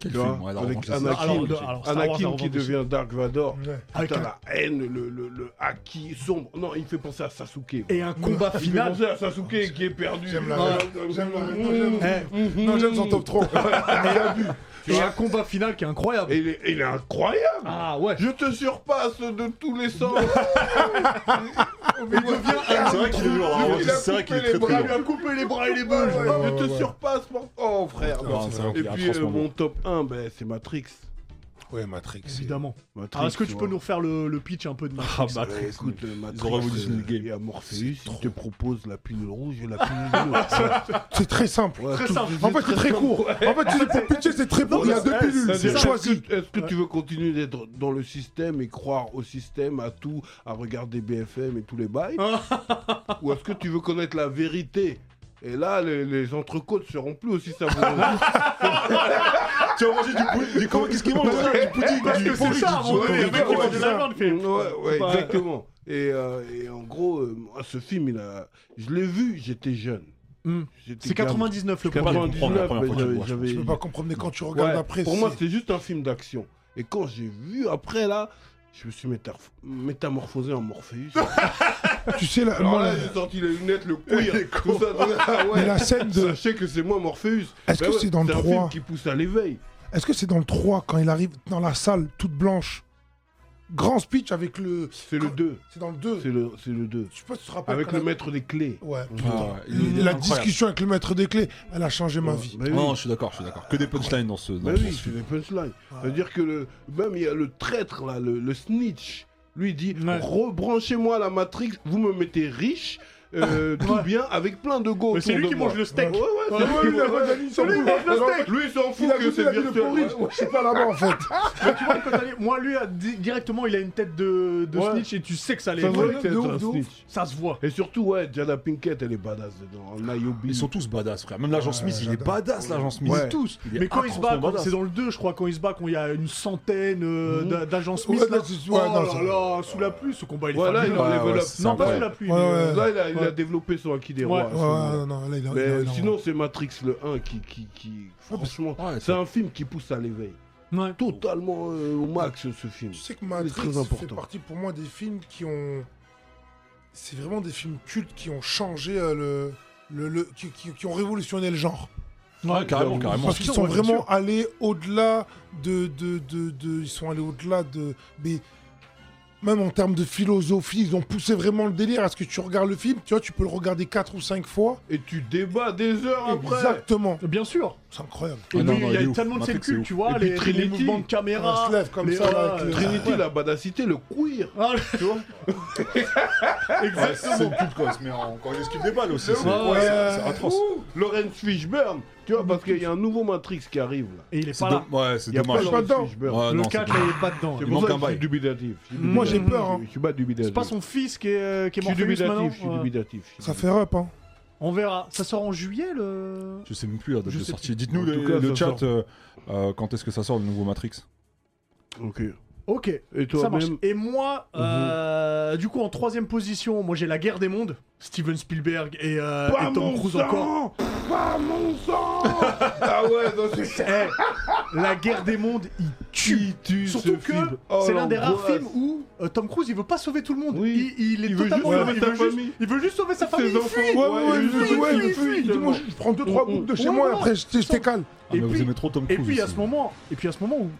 B: Quel
E: Tu vois,
B: film, ouais, la revanche
E: avec
B: des
E: Anakin,
A: Alors, de- alors, Star Wars,
E: Anakin
A: la revanche
E: qui
A: des
E: devient Dark Vador.
D: Ouais.
A: Avec
E: Putain,
A: un-
E: la haine, le, le, le haki sombre. Non, il me fait penser à Sasuke. moi.
A: Et un combat
E: Il me fait
A: final.
E: penser à Sasuke qui est perdu.
D: J'aime la- Mm-hmm.
E: Ah.
D: j'aime la-
E: Mmh.
D: j'aime- Non, j'aime son top 3.
E: Tu
A: Eh, Et
E: vois
A: un combat final qui est incroyable.
E: Et il est, il est incroyable.
A: Ah ouais.
E: Je te surpasse de tous les sens.
A: Il devient un
B: C'est vrai qu'il est lourd. hein,
E: Il a
B: C'est vrai qu'il est
E: coupé
B: très très
E: les bras,
A: Il
B: lourd.
A: lui a coupé les bras et les
D: Ouais,
A: bouges.
D: ouais, ouais,
E: Je te
D: ouais.
E: surpasse, mon- Oh frère.
D: Putain,
B: Ah, Non, c'est vrai
E: Et
B: qu'il est
E: puis
B: atroce,
E: euh,
B: mon
E: mon
B: gros.
E: top 1, ben, c'est Matrix.
D: Ouais, Matrix.
A: Évidemment.
E: Matrix,
A: Alors, est-ce que tu peux
E: vois.
A: nous refaire le, le pitch un peu de
B: Ah,
A: Matrix
E: Ouais,
B: Matrix.
E: écoute, le
B: ont
E: Matrix,
B: révolutionné le
E: euh,
B: game.
E: Il y a Morpheus, il te propose la pilule rouge et la pilule bleue.
D: C'est très simple.
E: Ouais,
A: Très
E: tout-
A: simple.
D: En fait, c'est très court. En fait, tu dis pour pitcher, c'est très bon. Il y a
B: mais
D: deux
B: c'est-
D: pilules.
B: c'est-
D: C'est
E: Eh, Est-ce
D: choisi.
E: que, est-ce que tu veux continuer d'être dans le système et croire au système, à tout, à regarder BFM et tous les bails Ou est-ce que tu veux connaître la vérité Et là, les, les entrecôtes seront plus aussi savoureuses.
B: Tu vas manger du pouding. Du... Ah, Comment qu'est-ce qu'il mange déjà Du pouding.
A: Parce
B: du
A: que c'est
B: porridge,
A: ça, à un
B: du-
A: moment donné,
B: Ouais,
A: le mec qui
B: ouais,
A: mange de la viande fait.
E: Ouais, ouais,
A: pas-
E: exactement. Et, euh, et en gros, euh, moi, ce film, il a... je l'ai vu, j'étais jeune.
A: Hmm.
E: J'étais
A: C'est
E: gamin.
A: 99 le
B: Je peux pas
A: premier.
B: comprendre la
E: 99,
B: première fois que je le vois,
E: mais
B: je
E: j'avais-
D: Tu peux
E: j'avais-
D: pas comprendre mais quand tu regardes
E: Ouais,
D: après.
E: Pour moi,
D: c'est-
E: c'est juste un film d'action. Et quand j'ai vu après, là, je me suis métarf- métamorphosé en Morpheus.
D: tu sais la,
E: Alors
D: moi,
E: là,
D: la-
E: j'ai sorti les lunettes, le cuir, tout ça. tout ça. Ouais.
D: mais la scène de.
E: Sachez que c'est moi, Morpheus.
D: Est-ce
E: Ben
D: que
E: ouais,
D: c'est dans le
E: un
D: 3
E: film qui pousse à l'éveil.
D: Est-ce que c'est dans le 3 quand il arrive dans la salle toute blanche Grand speech avec le.
E: C'est le 2.
D: C'est dans le 2.
E: C'est le, c'est le 2.
D: Je sais pas si tu te rappelles.
E: Avec
D: quand
E: le
D: la-
E: maître des clés.
D: Ouais.
B: Ah ouais, il est
D: La
B: incroyable.
D: discussion avec le maître des clés, elle a changé ma vie.
E: Ben oui.
B: Non, je suis d'accord, je suis d'accord. Que des punchlines dans ce. dans
E: Bah
B: ce
E: oui,
B: film.
E: c'est des punchlines. C'est-à-dire que le, même il y a le traître là, le, le snitch, lui il dit
A: Ouais.
E: rebranchez-moi la Matrix, vous me mettez riche, euh, tout
A: Ouais.
E: bien, avec plein de go.
A: Mais c'est
E: autour
A: lui
E: de
A: qui
E: moi.
A: mange le steak.
E: Ouais, ouais, c'est
A: Ouais,
E: lui
A: ouais,
E: qui
A: ouais,
E: mange-
A: ouais,
E: c'est lui qui mange le
D: Alors,
E: steak. Lui il s'en fout
D: Il a
E: que
D: goûté
E: c'est
D: la ville de
E: virtuel.
D: Porridge.
E: Ouais, ouais.
D: Je suis pas là-bas en fait.
A: Tu vois, quand t'as- Moi, lui, a di- directement, il a une tête de, de
E: Ouais.
A: snitch et tu sais que ça allait.
E: Ça se voit
A: Ouais.
E: que c'est
D: de ouf,
E: un
D: de ouf.
E: snitch.
A: Ça se voit.
E: Et surtout, ouais, Jada Pinkett, elle est badass dedans. En Niobe.
B: Ils sont tous badass, frère. Même l'agent Smith, il est
D: j'adore.
B: badass, l'agent Smith.
E: Ouais.
A: Tous.
B: Il est
A: Mais quand ils se battent,
B: atrocement badass.
A: c'est dans le 2, je crois, quand ils se battent, quand il y a une centaine euh,
E: Mhm.
A: d'a- d'agents
D: Ouais,
A: Smith. là.
D: non, c'est-
A: Oh
D: ouais, non, c'est-
A: là là, sous la pluie, ce combat, il est
E: Voilà, il
A: fabuleux.
E: en
B: Ouais,
E: level
B: ouais,
E: up.
B: c'est
A: Non, pas sous
B: incroyable.
A: la pluie.
D: Ouais,
A: mais,
D: ouais.
A: euh,
E: Là, il a, il a
A: Ouais.
E: développé son acquis des
A: Ouais,
E: rois. à
D: Ouais,
E: ce moment-là.
D: ouais, non, là, il a-
E: Mais
D: il a- il a-
E: sinon, c'est Matrix le 1 qui, qui, qui franchement,
B: Ouais,
E: c'est un film qui pousse à l'éveil.
A: ouais.
E: Totalement euh, au max ce film.
D: Tu sais que
E: C'est très
D: Matrix fait
E: important.
D: partie pour moi des films qui ont. C'est vraiment des films cultes qui ont changé euh, le. le, le- qui, qui- qui ont révolutionné le genre.
B: Ouais, carrément,
E: Parce
B: carrément.
D: Parce qu'ils
A: sûr,
D: sont
A: ouais, bien
D: vraiment allés au-delà de, de, de, de- Ils sont allés au-delà de. des- même en termes de philosophie, ils ont poussé vraiment le délire à ce que tu regardes le film. Tu vois, tu peux le regarder 4 ou 5 fois.
E: Et tu débats des heures après.
D: Exactement.
A: Bien sûr.
D: C'est incroyable.
A: Et
B: Ah non,
A: puis,
B: non,
A: il y
B: il est
A: a
B: ouf.
A: tellement de scènes
B: Matrix, c'est
A: cultes,
B: ouf.
A: tu vois,
E: Et puis
A: les, les
E: Trinity.
A: mouvements de caméra.
D: On se lève comme
A: les-
D: ça, là, avec euh, le-
E: Trinity,
A: Ouais.
E: la badacité, le queer.
A: Ah,
E: Tu vois
B: Ouais, C'est une pute, quoi. il se met en- Quand il esquive des balles aussi. c'est-
A: Ouais.
B: ouais, C'est c'est atroce.
E: Ouh, Lawrence Fishburne. Tu vois, parce qu'il y a un nouveau Matrix qui arrive là.
A: Et il est
B: C'est
A: pas là.
B: dom- Ouais, c'est
E: Il y a
B: dommage.
E: pas
D: dedans.
E: Lawrence Fishburne.
B: Ouais,
A: le
B: non, c'est
A: 4, là, il est pas dedans.
E: C'est
B: Il
E: pour
B: manque
E: ça
B: un
E: que je suis
B: bail.
E: dubitatif. Je suis
D: Moi, j'ai
E: dubitatif.
D: peur, hein.
E: Je suis pas dubitatif.
A: C'est pas son fils qui est, euh, qui est
E: Je suis
A: Morpheus maintenant
E: dubitatif, je suis
A: Ouais.
E: dubitatif. je suis
D: Ça fait rep, hein.
A: On verra. Ça sort en juillet le.
B: Je sais même plus la date
A: Je
B: de
A: sais
B: sortie. Dites-nous
E: En
B: le,
E: tout cas,
B: le
E: ça
B: chat
E: sort.
B: euh, euh, quand est-ce que ça sort le nouveau Matrix. Ah,
E: Ok.
A: Ok.
E: Et
A: Ça marche.
E: toi-même
A: Et moi, euh, du coup, en troisième position, moi j'ai La Guerre des Mondes, Steven Spielberg et, euh,
E: Pas
A: et Tom
E: mon
A: Cruise
E: sang
A: encore.
E: Pas mon sang Ah ouais, non, c'est ça.
A: Eh, la Guerre des Mondes, il tue. Surtout que c'est l'un des
E: Oh,
A: rares films où euh, Tom Cruise il veut pas sauver tout le monde.
E: Oui.
A: Il, il est
E: Il veut
A: totalement
E: juste
A: heureux.
E: sauver
A: il,
E: sa
A: veut juste,
E: famille.
A: il veut juste sauver sa
E: Ses
A: famille. Il
E: enfants.
A: fuit.
E: Ouais, ouais,
A: Il
E: il
A: fuit,
E: fuit,
A: il
E: il
A: fuit,
E: fuit,
A: il fuit.
E: tellement.
D: Moi, je prends 2-3
A: on-
D: gouttes de chez
A: ouais,
D: moi et
A: ouais.
D: après, je je t'écale.
B: Ah,
A: Et
B: mais vous
A: puis-
B: aimez trop Tom
A: Et
B: Cruise.
A: puis à
B: aussi.
A: ce moment, et puis à ce moment où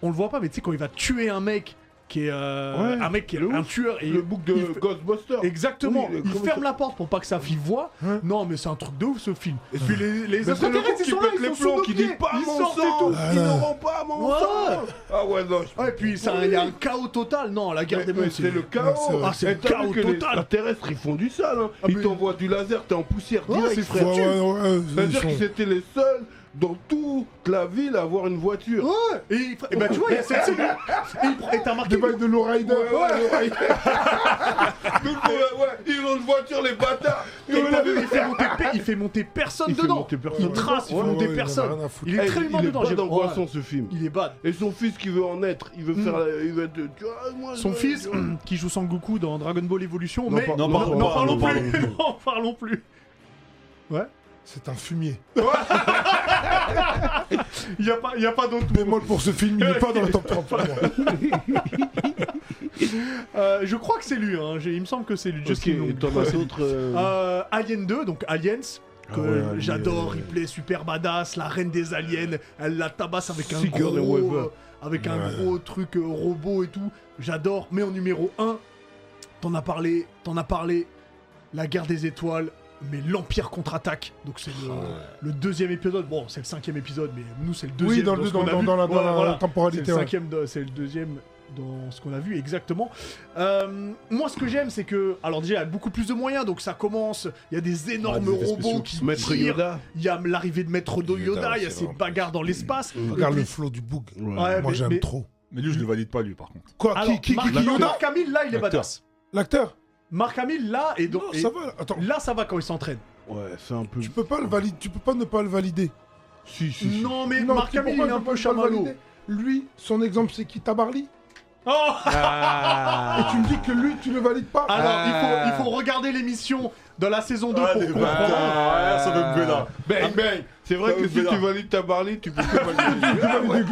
A: on le voit pas, mais tu sais quand il va tuer un mec qui est euh,
E: Ouais.
A: un mec qui est
E: Le
A: un
E: ouf.
A: tueur et
E: Le book
A: il
E: de
A: fait-
E: Ghostbusters.
A: Exactement,
E: Oui, le-
A: il
E: comment
A: ferme
E: ça-
A: la porte pour pas que sa fille voit.
D: Hein
A: non, mais c'est un truc de ouf ce film.
E: Et puis les, les
A: Mais c'est le coup
E: extraterrestres,
A: qui
E: ils sont là,
A: pète
E: ils
A: les
E: sont
A: plombs,
E: sous
A: qui
E: nos
A: dit
E: pieds.
A: pas
E: ils
A: mon
E: sortent et
A: sang.
E: tout.
D: Ah
E: Ils
D: là.
E: n'auront pas mon
A: Ouais.
E: sang. Ah ouais, non, je...
A: Ouais, et puis ça- il y a un chaos total. Non, la guerre
E: Mais-
A: des
E: mais
A: mondes,
E: c'est le chaos.
D: Ouais, c'est vrai.
A: Ah, c'est
E: Et
A: le
E: t'as vu
A: chaos
E: que Les
A: total.
E: extraterrestres, ils font du sale. Hein.
A: Ah,
E: ils
A: mais-
E: t'envoient du laser, t'es en poussière direct,
A: c'est
D: Ouais,
E: frère.
D: ouais, ouais, ils
E: C'est-à-dire
D: sont-
E: qu'ils étaient les seuls dans toute la ville à avoir une voiture.
A: Ouais, et, il fra- et bah tu vois, il y a cette scène où- Et il- et t'as remarqué.
D: Des bails de Lowrider.
E: Ouais, ouais, ouais. Nous, ouais, ouais, ils ont une voiture, les bâtards.
A: et t'as vu, il fait monter pe- il fait monter personne
E: Il fait
A: dedans.
E: monter personne.
A: Il trace, il fait
D: Ouais,
A: monter
D: ouais, il en a
A: personne.
D: rien à foutre.
A: Il est
E: Eh,
A: très humain
E: il
A: dedans.
E: Pas
A: j'ai-
E: d'angoissant,
A: Ouais.
E: ce film.
A: Il est bad.
E: Et son fils qui veut en être, il veut
A: Mm.
E: faire, il veut être, tu vois, moi, je
A: Son
E: veux-
A: fils qui joue Sangoku dans Dragon Ball Evolution,
E: Non,
A: mais
E: pas-
B: Non,
A: n'en
B: pardon,
A: n'en parlons
B: pardon, pardon.
A: plus. N'en parlons plus.
D: C'est un fumier.
A: Il y a pas, il y a pas d'autre.
D: Bémol pour ce film, il n'est pas dans le top 3 pour moi.
A: Euh, je crois que c'est lui. Hein. j'ai- Il me semble que c'est lui.
E: Ok,
D: euh,
A: Justin Long.
B: Ah.
E: et t'en as d'autres. euh,
A: Euh, Alien 2, donc Aliens,
D: Ah
A: que j'adore, il plaît super badass, la reine des aliens, elle la tabasse avec un
E: Sigourney
A: gros,
E: Weaver.
A: euh, avec un gros truc euh, robot et tout. J'adore. Mais en numéro 1, t'en as parlé, t'en as parlé, la guerre des étoiles, mais l'Empire contre-attaque. Donc c'est
D: Ah
A: le, le deuxième épisode. Bon, c'est le cinquième épisode, mais nous c'est le deuxième.
D: Oui, dans, le,
A: ce qu'on
D: dans,
A: a
D: dans,
A: vu.
D: dans la,
A: Ouais,
D: dans la
A: voilà. C'est
D: temporalité.
A: le
D: ouais.
A: cinquième, de- c'est le deuxième dans ce qu'on a vu, exactement. Euh, moi, ce que j'aime, c'est que, alors déjà, il y a beaucoup plus de moyens, donc ça commence. Il y a des énormes
B: des effets
A: robots
B: spéciaux.
A: qui
E: Maître
A: tirent.
E: Yoda.
A: Il y a l'arrivée de Maître Do
F: Yoda
A: Yoda. Il y a
F: aussi,
A: ces
F: vraiment.
A: bagarres dans l'espace. Et
D: Regarde
A: puis-
D: le flow du bug.
A: Ouais,
D: Moi,
A: mais-
D: j'aime
A: mais-
D: trop.
B: Mais lui, je le valide pas, lui, par contre.
D: Quoi
A: Alors,
D: Qui, qui, qui,
A: Marc,
D: qui Yoda
A: Marc Hamill, là, il est
B: L'acteur.
A: badass.
D: L'acteur
A: Marc Hamill, là, et donc.
D: Non,
A: et
D: ça va. Attends,
A: Là, ça va quand il s'entraîne.
E: Ouais, c'est un peu.
D: tu peux pas le valider. Tu peux pas ne pas le valider.
E: Si, si, si.
A: Non, mais
D: Non,
A: Marc
D: tu-
A: Hamill, il
D: pourquoi
A: est un
D: tu peux
A: peu
D: pas le
A: chamallow.
D: valider Lui, son exemple, c'est qui Tabarly
A: Oh
B: Ah,
D: Et tu me dis que lui, tu le valides pas
A: Alors, il, faut, il faut regarder l'émission de la saison 2
B: Ah,
A: pour
B: des
A: comprendre.
B: bâtards. Ah, ça veut me vénard.
E: Bang, bang C'est vrai
B: Ah,
E: que si
B: Yoda.
E: tu valides ta barlée, tu peux pas valider.
D: Tabarly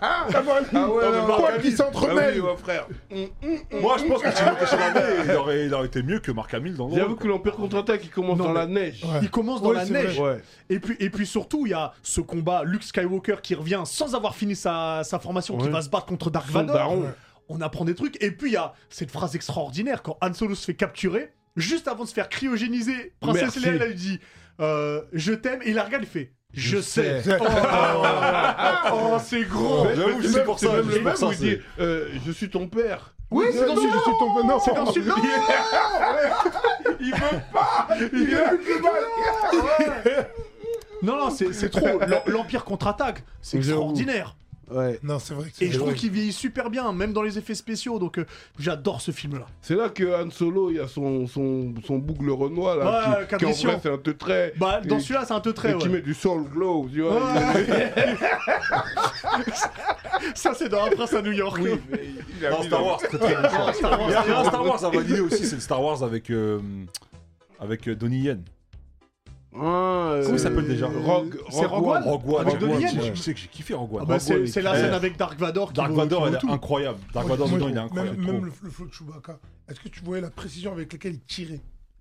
E: Ah ouais,
B: mais
E: non, mm.
B: Marc
E: non,
D: Quoi qui
E: Ah oui,
D: s'entremêle
E: mon frère.
B: Moi, je pense que Timothée Chalamet, il aurait, il aurait été mieux que Marc Hamill dans le
E: J'avoue
B: rôle,
E: que l'Empire contre-attaque, il commence
A: Non,
E: dans
A: mais-
E: la neige.
D: Ouais.
A: Il commence dans
D: Ouais,
A: la
D: c'est vrai.
A: neige.
E: Ouais.
A: Et puis, et puis surtout, il y a ce combat Luke Skywalker qui revient sans avoir fini sa, sa formation, qui
E: Ouais.
A: va se battre contre Dark
E: Son
A: Vador.
E: daron.
A: Ouais. On apprend des trucs. Et puis, il y a cette phrase extraordinaire quand Han Solo se fait capturer, juste avant de se faire cryogéniser, Princesse
E: Merci.
A: Leia elle lui dit euh, Je t'aime. Et il la regarde, il fait Je, sais.
D: sais.
A: Oh, oh, c'est gros.
B: Ouais, j'avoue que c'est pour ça,
E: Même
B: juste
E: le
B: pour
E: même
B: ça,
E: où il
B: c'est-
E: dit euh, Je suis ton père.
A: Oui, c'est dans
D: Non,
A: celui-là.
D: je suis tombé. Non,
A: C'est dans celui-là.
D: Il a vu le bal.
A: Non, non, c'est c'est trop. L'Em- L'Empire contre-attaque, c'est
E: J'avoue.
A: extraordinaire.
E: Ouais.
D: Non, c'est vrai que
A: Et
D: c'est
A: je trouve
D: vrai.
A: qu'il vieillit super bien, même dans les effets spéciaux. Donc, euh, j'adore ce film-là.
E: C'est là que Han Solo, il y a son, son, son bougle renois là.
A: Ouais,
E: qui, qui en
A: capricieux.
E: vrai, c'est un peu très.
A: Bah, dans
E: Et-
A: celui-là, c'est un peu
E: et
A: très.
E: qui
A: ouais.
E: met du soul glow, tu vois. il-
A: Ça, c'est dans Un prince à New York.
E: Oui, mais il a
B: Dans
E: mis
B: Star
E: le-
B: Wars, très très bon choix.
A: Star Wars,
B: Il y a
A: Star
B: un
A: Wars.
B: Star Wars hein. à valider aussi, c'est le Star Wars avec. euh, Avec euh, Donnie Yen.
E: Ah,
B: Comment il
E: euh,
B: s'appelle déjà
E: Rogue,
A: C'est Rogue One.
B: Rogue One.
A: Avec
B: Rogue
A: Donnie
B: One,
A: Yen.
B: je- Je sais que j'ai kiffé Rogue
A: Ah
B: One.
A: bah,
E: Rogue One,
A: c'est
E: il
A: c'est
E: est
A: la
B: clair.
A: scène avec Dark Vador. qui
B: Dark
A: vaut-
B: Vador,
A: qui vaut
B: elle est
A: tout.
B: incroyable. Dark
D: Moi,
B: Vador,
D: je-
B: dedans, il est
D: même-
B: incroyable.
D: Même
B: trop.
D: le le flow de Chewbacca. Est-ce que tu voyais la précision avec laquelle il tirait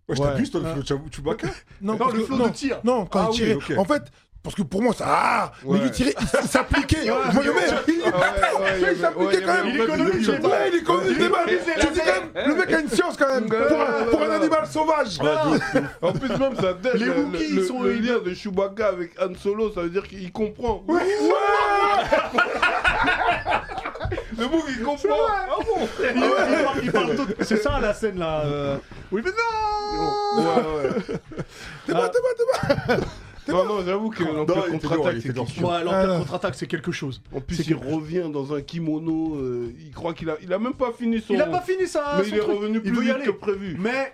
B: Ouais, je t'abuse, toi, le flow de Chewbacca
A: Non,
D: parce
A: le
D: que-
A: flot
D: non.
A: de tir.
D: Non, quand
B: Ah
D: il
B: oui,
D: tirait.
B: ok.
D: En fait, parce que pour moi, ça. Ah Mais lui tirait, il, il s'appliquait. Moi, le mec, il,
E: Ah ouais, ouais, il y
D: il
E: avait- ouais,
D: s'appliquait
E: il y
D: quand
E: avait
D: même.
E: un peu de
A: économique,
E: vision.
A: il est
D: Ouais, il est con, il débat. Tu dis quand même, le mec a une science quand même. Pour un, pour un animal sauvage.
B: Ah,
E: En plus, même ça donne
A: Les
E: le-
A: Wookiees,
E: le,
A: ils sont-
E: le
A: ils-
E: lien de Chewbacca avec Han Solo, ça veut dire qu'il comprend. le bouc, il comprend. Ah bon
A: Il- il parle- il parle tout- C'est ça la scène là. euh. Oui, mais non
E: Ouais, ouais.
D: Débat, débat, débat.
E: Non, non, j'avoue que
B: Non,
E: l'Empire
B: il était lourd, il
E: contre-attaque,
B: était
E: c'est
B: lourd.
E: quelque chose.
A: Ouais, l'Empire
E: Euh.
D: Ah.
A: contre-attaque, c'est quelque chose.
E: En plus,
A: C'est
E: il
A: quelque chose.
E: revient dans un kimono. euh, il croit qu'il a, il a même pas fini son.
A: Il a pas fini ça.
E: Mais il est revenu
A: Il
E: plus
A: veut y
E: vite que
A: aller.
E: prévu.
A: Mais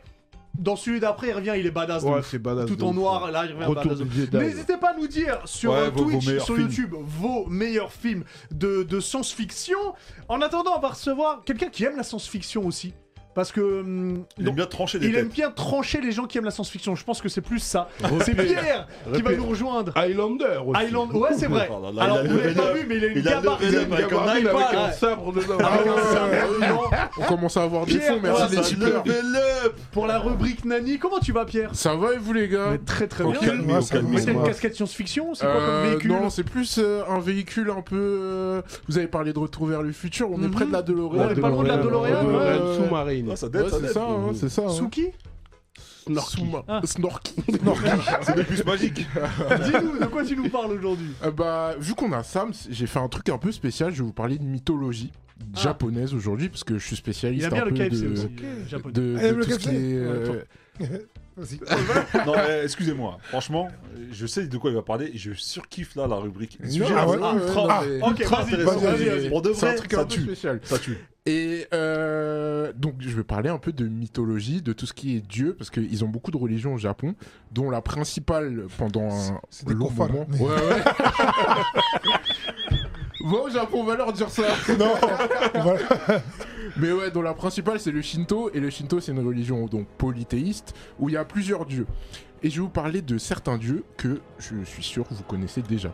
A: dans celui d'après, il revient, il est badass. de
E: Ouais,
A: ouf.
E: c'est badass.
A: Tout
E: de
A: en
E: ouf,
A: noir,
E: ouais.
A: là, il revient
E: Retour
A: badass de
E: du
A: ouf.
E: Jedi.
A: N'hésitez pas à nous dire sur
B: Ouais,
A: euh,
B: vos- vos
A: Twitch,
B: meilleurs
A: sur
B: films.
A: YouTube, vos meilleurs films de, de science-fiction. En attendant, on va recevoir quelqu'un qui aime la science-fiction aussi. Parce que. hum,
B: Il
A: non,
B: aime bien trancher des
A: il aime
B: têtes.
A: bien trancher les gens qui aiment la science-fiction. Je pense que c'est plus ça. C'est Pierre qui va
E: Repère.
A: nous rejoindre.
E: Highlander aussi.
A: Island, ouais, c'est vrai.
B: Ah, Oh là là,
A: Alors,
B: il a
A: vous
B: le
A: l'avez pas
B: vénère.
A: vu, mais il a une
B: Il a
A: gabarre.
B: le
E: Il a
B: vénère.
E: une
B: Avec un
E: gabardine avec
B: iPad,
E: un
A: Ah, ouais.
E: sabre dedans.
A: Avec un cerveau blanc.
F: On commence à avoir des
A: Pierre,
F: fonds,
E: Ah,
F: merci
A: voilà,
F: les
A: ça
F: tipeurs.
B: Level up
A: Pour la rubrique Nani, comment tu vas, Pierre
F: Ça va et vous les gars
A: Très très
B: Au
A: bien.
B: calme,
D: Ouais,
B: au
D: ça va.
B: calme.
A: Mais t'as une
D: moi.
A: casquette science-fiction C'est quoi
F: Euh,
A: comme véhicule
F: Non, c'est plus euh, un véhicule un peu. euh, Vous avez parlé de retour vers le futur, on est près de la
A: On
F: DeLorean.
A: est pas loin de la DeLorean,
F: ouais.
E: DeLorean sous-marine.
B: Ah, ça
F: Ouais,
B: date, ça
F: c'est
B: date.
F: ça, hein, c'est ça. hein.
A: Suki
E: Snorky.
F: Souma-
A: Ah.
F: Snorky.
B: C'est des puces magiques.
A: Dis-nous, de quoi tu nous parles aujourd'hui
F: Euh, bah, vu qu'on a Sam, c- j'ai fait un truc un peu spécial. Je vais vous parler de mythologie
A: Ah.
F: japonaise aujourd'hui, parce que je suis spécialiste.
A: Il a bien
F: un
A: le
F: peu
A: KFC
F: de...
A: aussi, euh,
D: Ok.
F: De,
A: japonais.
F: de
D: Ah, il aime le
F: tout ce qui
D: KFC?
F: est, euh,
D: Ouais, Vas-y.
B: Non, eh, excusez-moi. Franchement, euh, je sais de quoi il va parler. et Je surkiffe là la rubrique. Sujet
D: ah ouais,
F: non,
A: ultra-
F: non, mais-
A: Ok,
B: ultra
A: euh, vas-y,
B: intéressant.
A: vas-y, vas-y.
B: Pour de
F: C'est un
B: vrai,
F: truc
B: ça
F: un peu
B: tue.
F: spécial.
B: Ça tue.
F: Et euh, donc, je vais parler un peu de mythologie, de tout ce qui est Dieu, parce qu'ils ont beaucoup de religions au Japon, dont la principale pendant un
D: c'est des
F: long
D: cofards,
F: moment.
D: mais-
F: Ouais, ouais. Bon, au Japon, on va leur dire ça.
D: Non. Voilà.
F: Mais ouais, dont la principale, c'est le Shinto, et le Shinto, c'est une religion donc polythéiste, où il y a plusieurs dieux. Et je vais vous parler de certains dieux que je suis sûr que vous connaissez déjà.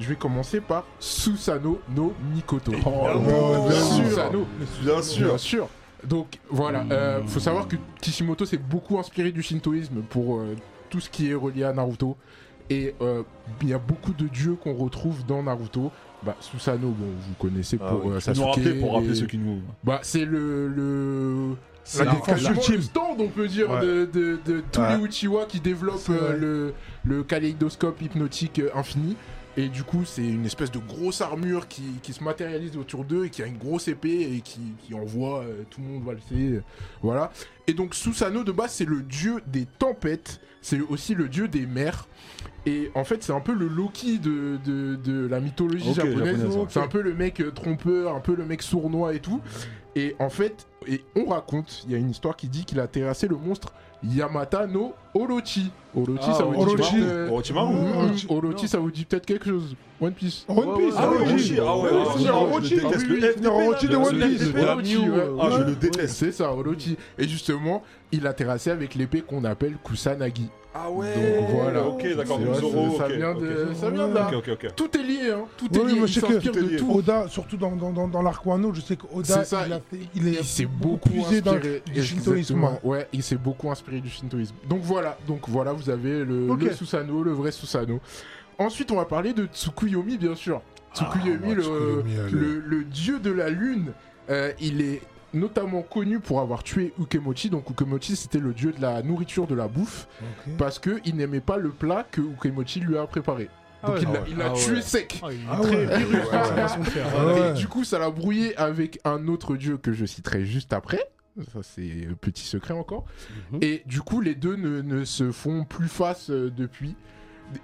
F: Je vais commencer par Susanoo no Mikoto.
B: Oh,
D: ouais, bien sûr.
F: Susanoo.
B: Bien sûr. Hmm.
F: Bien sûr. Donc voilà, euh, faut savoir que Kishimoto s'est beaucoup inspiré du shintoïsme pour euh, tout ce qui est relié à Naruto. Et euh, il y a beaucoup de dieux qu'on retrouve dans Naruto. Bah, Susanoo, bon, vous connaissez pour
E: Ah oui,
F: euh,
B: Ça nous
F: Sasuke
B: rappeler pour rappeler
F: et-
B: ceux qui nous.
F: Bah, c'est le. le...
D: C'est la
F: le-
D: défense
F: quasiment
D: ultime.
F: le stand, on peut dire,
D: Ouais.
F: de, de- de tous
D: Ouais.
F: les Uchiwa qui développent
D: C'est vrai.
F: euh, le, le kaléidoscope hypnotique euh, infini. Et du coup, c'est une espèce de grosse armure qui, qui se matérialise autour d'eux et qui a une grosse épée et qui, qui envoie euh, tout le monde valser. euh, voilà. Et donc, Susanoo, de base, c'est le dieu des tempêtes. C'est aussi le dieu des mers. Et en fait, c'est un peu le Loki de, de, de la mythologie
B: Ok,
F: japonaise.
B: japonaise, ouais.
F: C'est un peu le mec euh, trompeur, un peu le mec sournois et tout. Et en fait, et on raconte, il y a une histoire qui dit qu'il a terrassé le monstre Yamata no Orochi. Orochi,
B: Ah, Oh,
F: ça vous dit
D: Orochi.
F: peut-être, euh,
B: Orochimaru.
F: Mm,
D: Orochi.
F: Orochi, ça vous dit peut-être quelque chose. One Piece.
D: One Piece,
B: Ah oui,
D: Orochi.
B: Orochi. Ah ouais,
D: Ouais,
B: Orochi.
D: c'est
B: Je
D: Orochi.
B: déteste
F: Ah oui,
B: le
F: oui,
B: FDP,
D: Orochi
B: là.
D: de One
B: Le
D: Piece.
B: FDP,
F: Voilà.
B: là.
F: New, euh,
B: Ah, je le déteste.
F: C'est ça, Orochi. Et justement, il a terrassé avec l'épée qu'on appelle Kusanagi.
B: Ah
F: ouais. Donc, voilà.
B: Ok, d'accord.
F: C'est
B: donc
F: vrai,
B: Zoro,
F: ça
B: ok,
F: vient de-
B: ok.
F: ça vient de là.
B: Ok, ok, ok.
F: Tout est lié, hein. Tout est
D: Oui, oui,
F: lié.
D: mais
F: il
D: je sais que-
F: s'inspire
B: tout est
F: de
B: lié.
F: tout.
D: Oda, surtout dans, dans, dans, dans l'arc Wano, je sais qu'Oda,
F: C'est ça,
D: il, a fait- il est
F: il s'est
D: beaucoup
F: beaucoup,
D: puisé dans
F: inspiré
D: le shintoïsme.
F: exactement. Ouais, il s'est beaucoup inspiré du shintoïsme. Donc voilà, donc voilà, vous avez le,
A: Ok.
F: le Susanoo, le vrai Susanoo. Ensuite, on va parler de Tsukuyomi, bien sûr. Tsukuyomi,
D: ouais,
F: le,
D: Tsukuyomi, elle est-
F: le- le dieu de la lune, euh, il est notamment connu pour avoir tué Ukemochi. Donc Ukemochi, c'était le dieu de la nourriture, de la bouffe,
D: Ok.
F: parce que il n'aimait pas le plat que Ukemochi lui a préparé.
A: Ah
F: Donc
A: ouais.
F: il l'a
A: Ah ouais.
F: il l'a
A: Ah
F: tué
A: ouais.
F: sec.
A: Ah, il est
D: Ah
A: très
D: ouais.
A: virus
F: Ouais,
A: dans sa
F: ouais.
A: façon de faire.
D: Ah ouais.
F: Et du coup, ça l'a brouillé avec un autre dieu que je citerai juste après. Ça, c'est un petit secret encore.
D: Mhm.
F: Et du coup, les deux ne, ne se font plus face euh, depuis.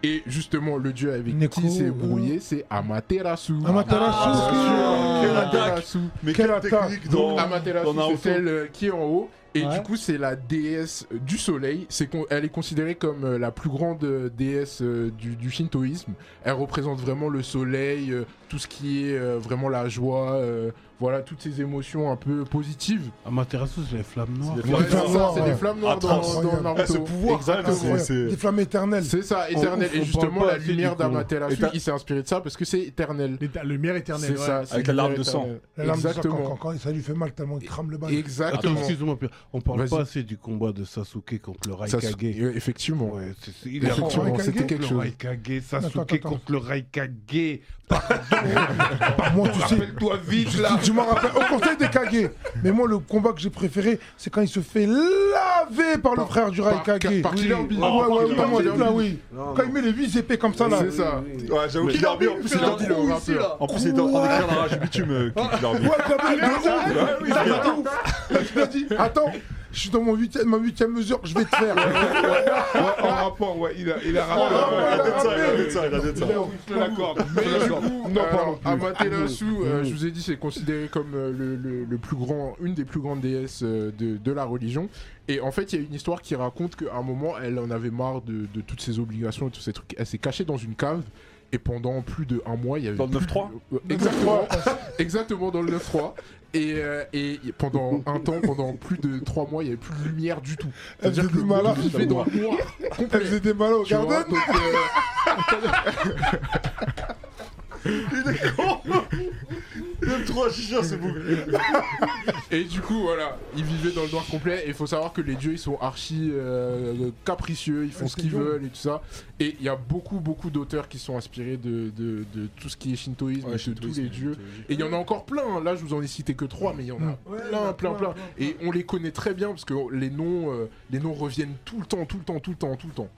F: Et justement, le dieu avec
D: Neko,
F: qui s'est
D: euh,
F: brouillé, c'est Amaterasu.
D: Amaterasu,
A: Ah,
D: ok.
B: sûr. Quelle attaque.
F: Amaterasu.
B: Mais
D: Quelle
B: quelle
D: attaque.
B: technique
F: Donc
B: dans
F: Amaterasu,
B: dans Naruto.
F: c'est celle euh, qui est en haut. Et
A: Ouais.
F: du coup, c'est la déesse euh, du soleil. C'est qu'on- elle est considérée comme euh, la plus grande euh, déesse euh, du, du shintoïsme. Elle représente vraiment le soleil, euh, tout ce qui est euh, vraiment la joie, euh, voilà, toutes ces émotions un peu positives.
E: Amaterasu, c'est les flammes noires.
B: C'est les
F: Ouais,
B: flammes
F: c'est
B: noires.
F: ça, c'est
D: ouais.
F: des flammes noires dans,
B: Atroce.
F: dans
D: Eh,
F: Naruto.
B: Ce pouvoir, quand même,
F: Exactement.
B: c'est- c'est-
D: Des flammes éternelles.
F: C'est ça, éternel.
E: on
F: et justement,
E: parle pas
F: la
E: assez du
F: lumière
E: coup.
F: d'Amaterasu,
B: Et t'as-
F: il s'est inspiré de ça parce que c'est éternel.
A: L'éta- Le mien éternel.
F: C'est
A: ouais.
F: ça. c'est
B: Avec la
F: lumière
B: larme de sang.
F: éternelle.
D: La lame de sang, quand-
F: Exactement.
D: quand- quand ça lui fait mal tellement il crame le bal.
E: Attends,
F: Exactement.
E: excuse-moi, Pierre. on parle
F: Vas-y.
E: pas assez du combat de Sasuke contre le
F: Ça se-
E: Raikage.
F: Euh, Effectivement.
E: Ouais, c'est- c'est- il est
D: Effectivement,
F: Effectivement,
D: Raikage
F: c'était quelque
E: le
F: chose.
E: Raikage,
D: Attends,
E: Sasuke
D: attends.
E: contre le Raikage.
D: Par moi, tu sais,
E: Rappelle-toi vite là.
D: je m'en rappelle. Au conseil des Kage. Mais moi, le combat que j'ai préféré, c'est quand il se fait laver par le
F: Par-
D: frère du
F: par-
D: Raikage.
F: par Killer Bee.
D: Ah ouais,
F: Par
D: ouais,
F: Killer
D: ouais, par moi,
F: Bee.
D: là, oui. Quand il met les vis épées comme ça, là.
F: C'est ça.
B: Ouais, j'avoue qu'il a En plus, il est en
F: Killer Bee, le
B: train-
F: rappeur.
A: Ah,
B: en plus, il est en train d'écrire la rage du bitume, euh, Killer Bee.
D: Ouais, t'as vu, de ouf.
B: Ouais, oui,
D: T'as
B: c'est
D: vu,
B: vrai.
D: de ouf. Je me dis, attends, je suis dans mon huitième, ma huitième mesure que je vais te faire.
E: en rapport, Ah, ouais, il a, il a
B: Ouais,
E: rapport.
B: ouais, Il a dit ça, il a dit ça, il a dit ça.
E: D'accord.
F: Mais du coup,
E: Non, pardon,
F: alors,
E: plus.
F: Amaterasu, euh,
D: Mm.
F: je vous ai dit, c'est considéré comme euh, le, le- le plus grand, une des plus grandes déesses euh, de, de la religion. Et en fait, il y a une histoire qui raconte qu'à un moment, elle en avait marre de, de toutes ses obligations et tous ces trucs. Elle s'est cachée dans une cave. Et pendant plus de un mois, il y avait.
B: Dans le
F: plus
B: 9-3?
F: de- euh, Exactement. exactement dans le 9-3. Et, euh, et pendant un temps, pendant plus de 3 mois, il n'y avait plus de lumière du tout.
D: Elle
F: C'est-à-dire
D: faisait
F: que
D: du
F: le
D: mal à-
F: monde vivait dans le noir
D: Elle
F: complet.
D: faisait des malades au
F: Tu vois,
D: garden.
F: donc, euh,
B: Il est trop chicha, ce bouc.
F: Et du coup, voilà, ils vivaient dans le noir complet. Et il faut savoir que les dieux, ils sont archi euh, capricieux, ils font
D: Ouais,
F: ce
D: c'est
F: qu'ils
D: dur.
F: veulent et tout ça. Et il y a beaucoup, beaucoup d'auteurs qui sont inspirés de, de- de tout ce qui est shintoïsme, et de tous les dieux. Et il y en a encore plein, hein. là je vous en ai cité que trois, mais il y en a
D: Ouais,
F: plein,
D: ouais,
F: plein,
D: plein,
F: plein.
D: plein,
F: Et on les connaît très bien parce que les noms, euh, les noms reviennent tout le temps, tout le temps, tout le temps, tout le temps.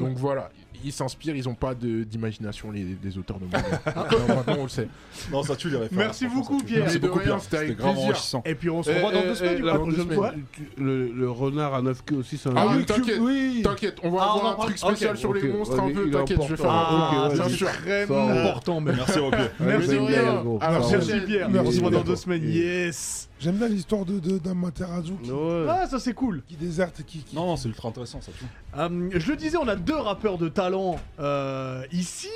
F: Donc voilà, ils s'inspirent, ils n'ont pas de- d'imagination, les, les auteurs de monde. Maintenant on le sait.
B: Non, ça tue les références.
A: Merci
B: franchement,
A: beaucoup,
B: ça tue.
A: Pierre.
B: Merci
F: Mais de
B: beaucoup,
F: rien,
B: Pierre.
F: c'était avec
B: C'était grave
F: plaisir.
B: enrichissant.
A: Et puis on se
E: Eh,
A: revoit dans deux
E: eh,
A: semaines.
E: eh,
A: du
E: la
A: coup.
E: prochaine
F: semaine.
E: fois, tu- le, le renard à 9 queues aussi, ça
F: Ah
E: va.
F: oui, t'inquiète.
E: oui.
F: T'inquiète, on va
A: Ah, on en
F: avoir un
A: parle.
F: truc spécial
A: Ok.
F: sur les
E: Ok,
F: monstres
E: vas-y,
F: un peu,
E: il est
F: t'inquiète, je vais faire
A: important.
F: un
A: Ah,
F: truc, euh,
A: ça,
F: bien sûr.
A: Vraiment
E: Ça va.
A: important, même.
B: Merci, Roger.
F: Merci
E: Allez,
F: Aurélien.
E: allez, gros.
F: Alors,
E: Ça va.
F: merci,
A: Merci Pierre. On se
D: Merci,
A: revoit dans
E: Pierre.
A: deux semaines. Yes.
D: J'aime bien l'histoire de, de, d'Amaterasu qui,
E: Ouais.
A: Ah, ça c'est cool.
D: qui déserte et qui. qui-
B: Non, non, c'est ultra intéressant, ça tue.
A: Hum, je le disais, on a deux rappeurs de talent euh, ici.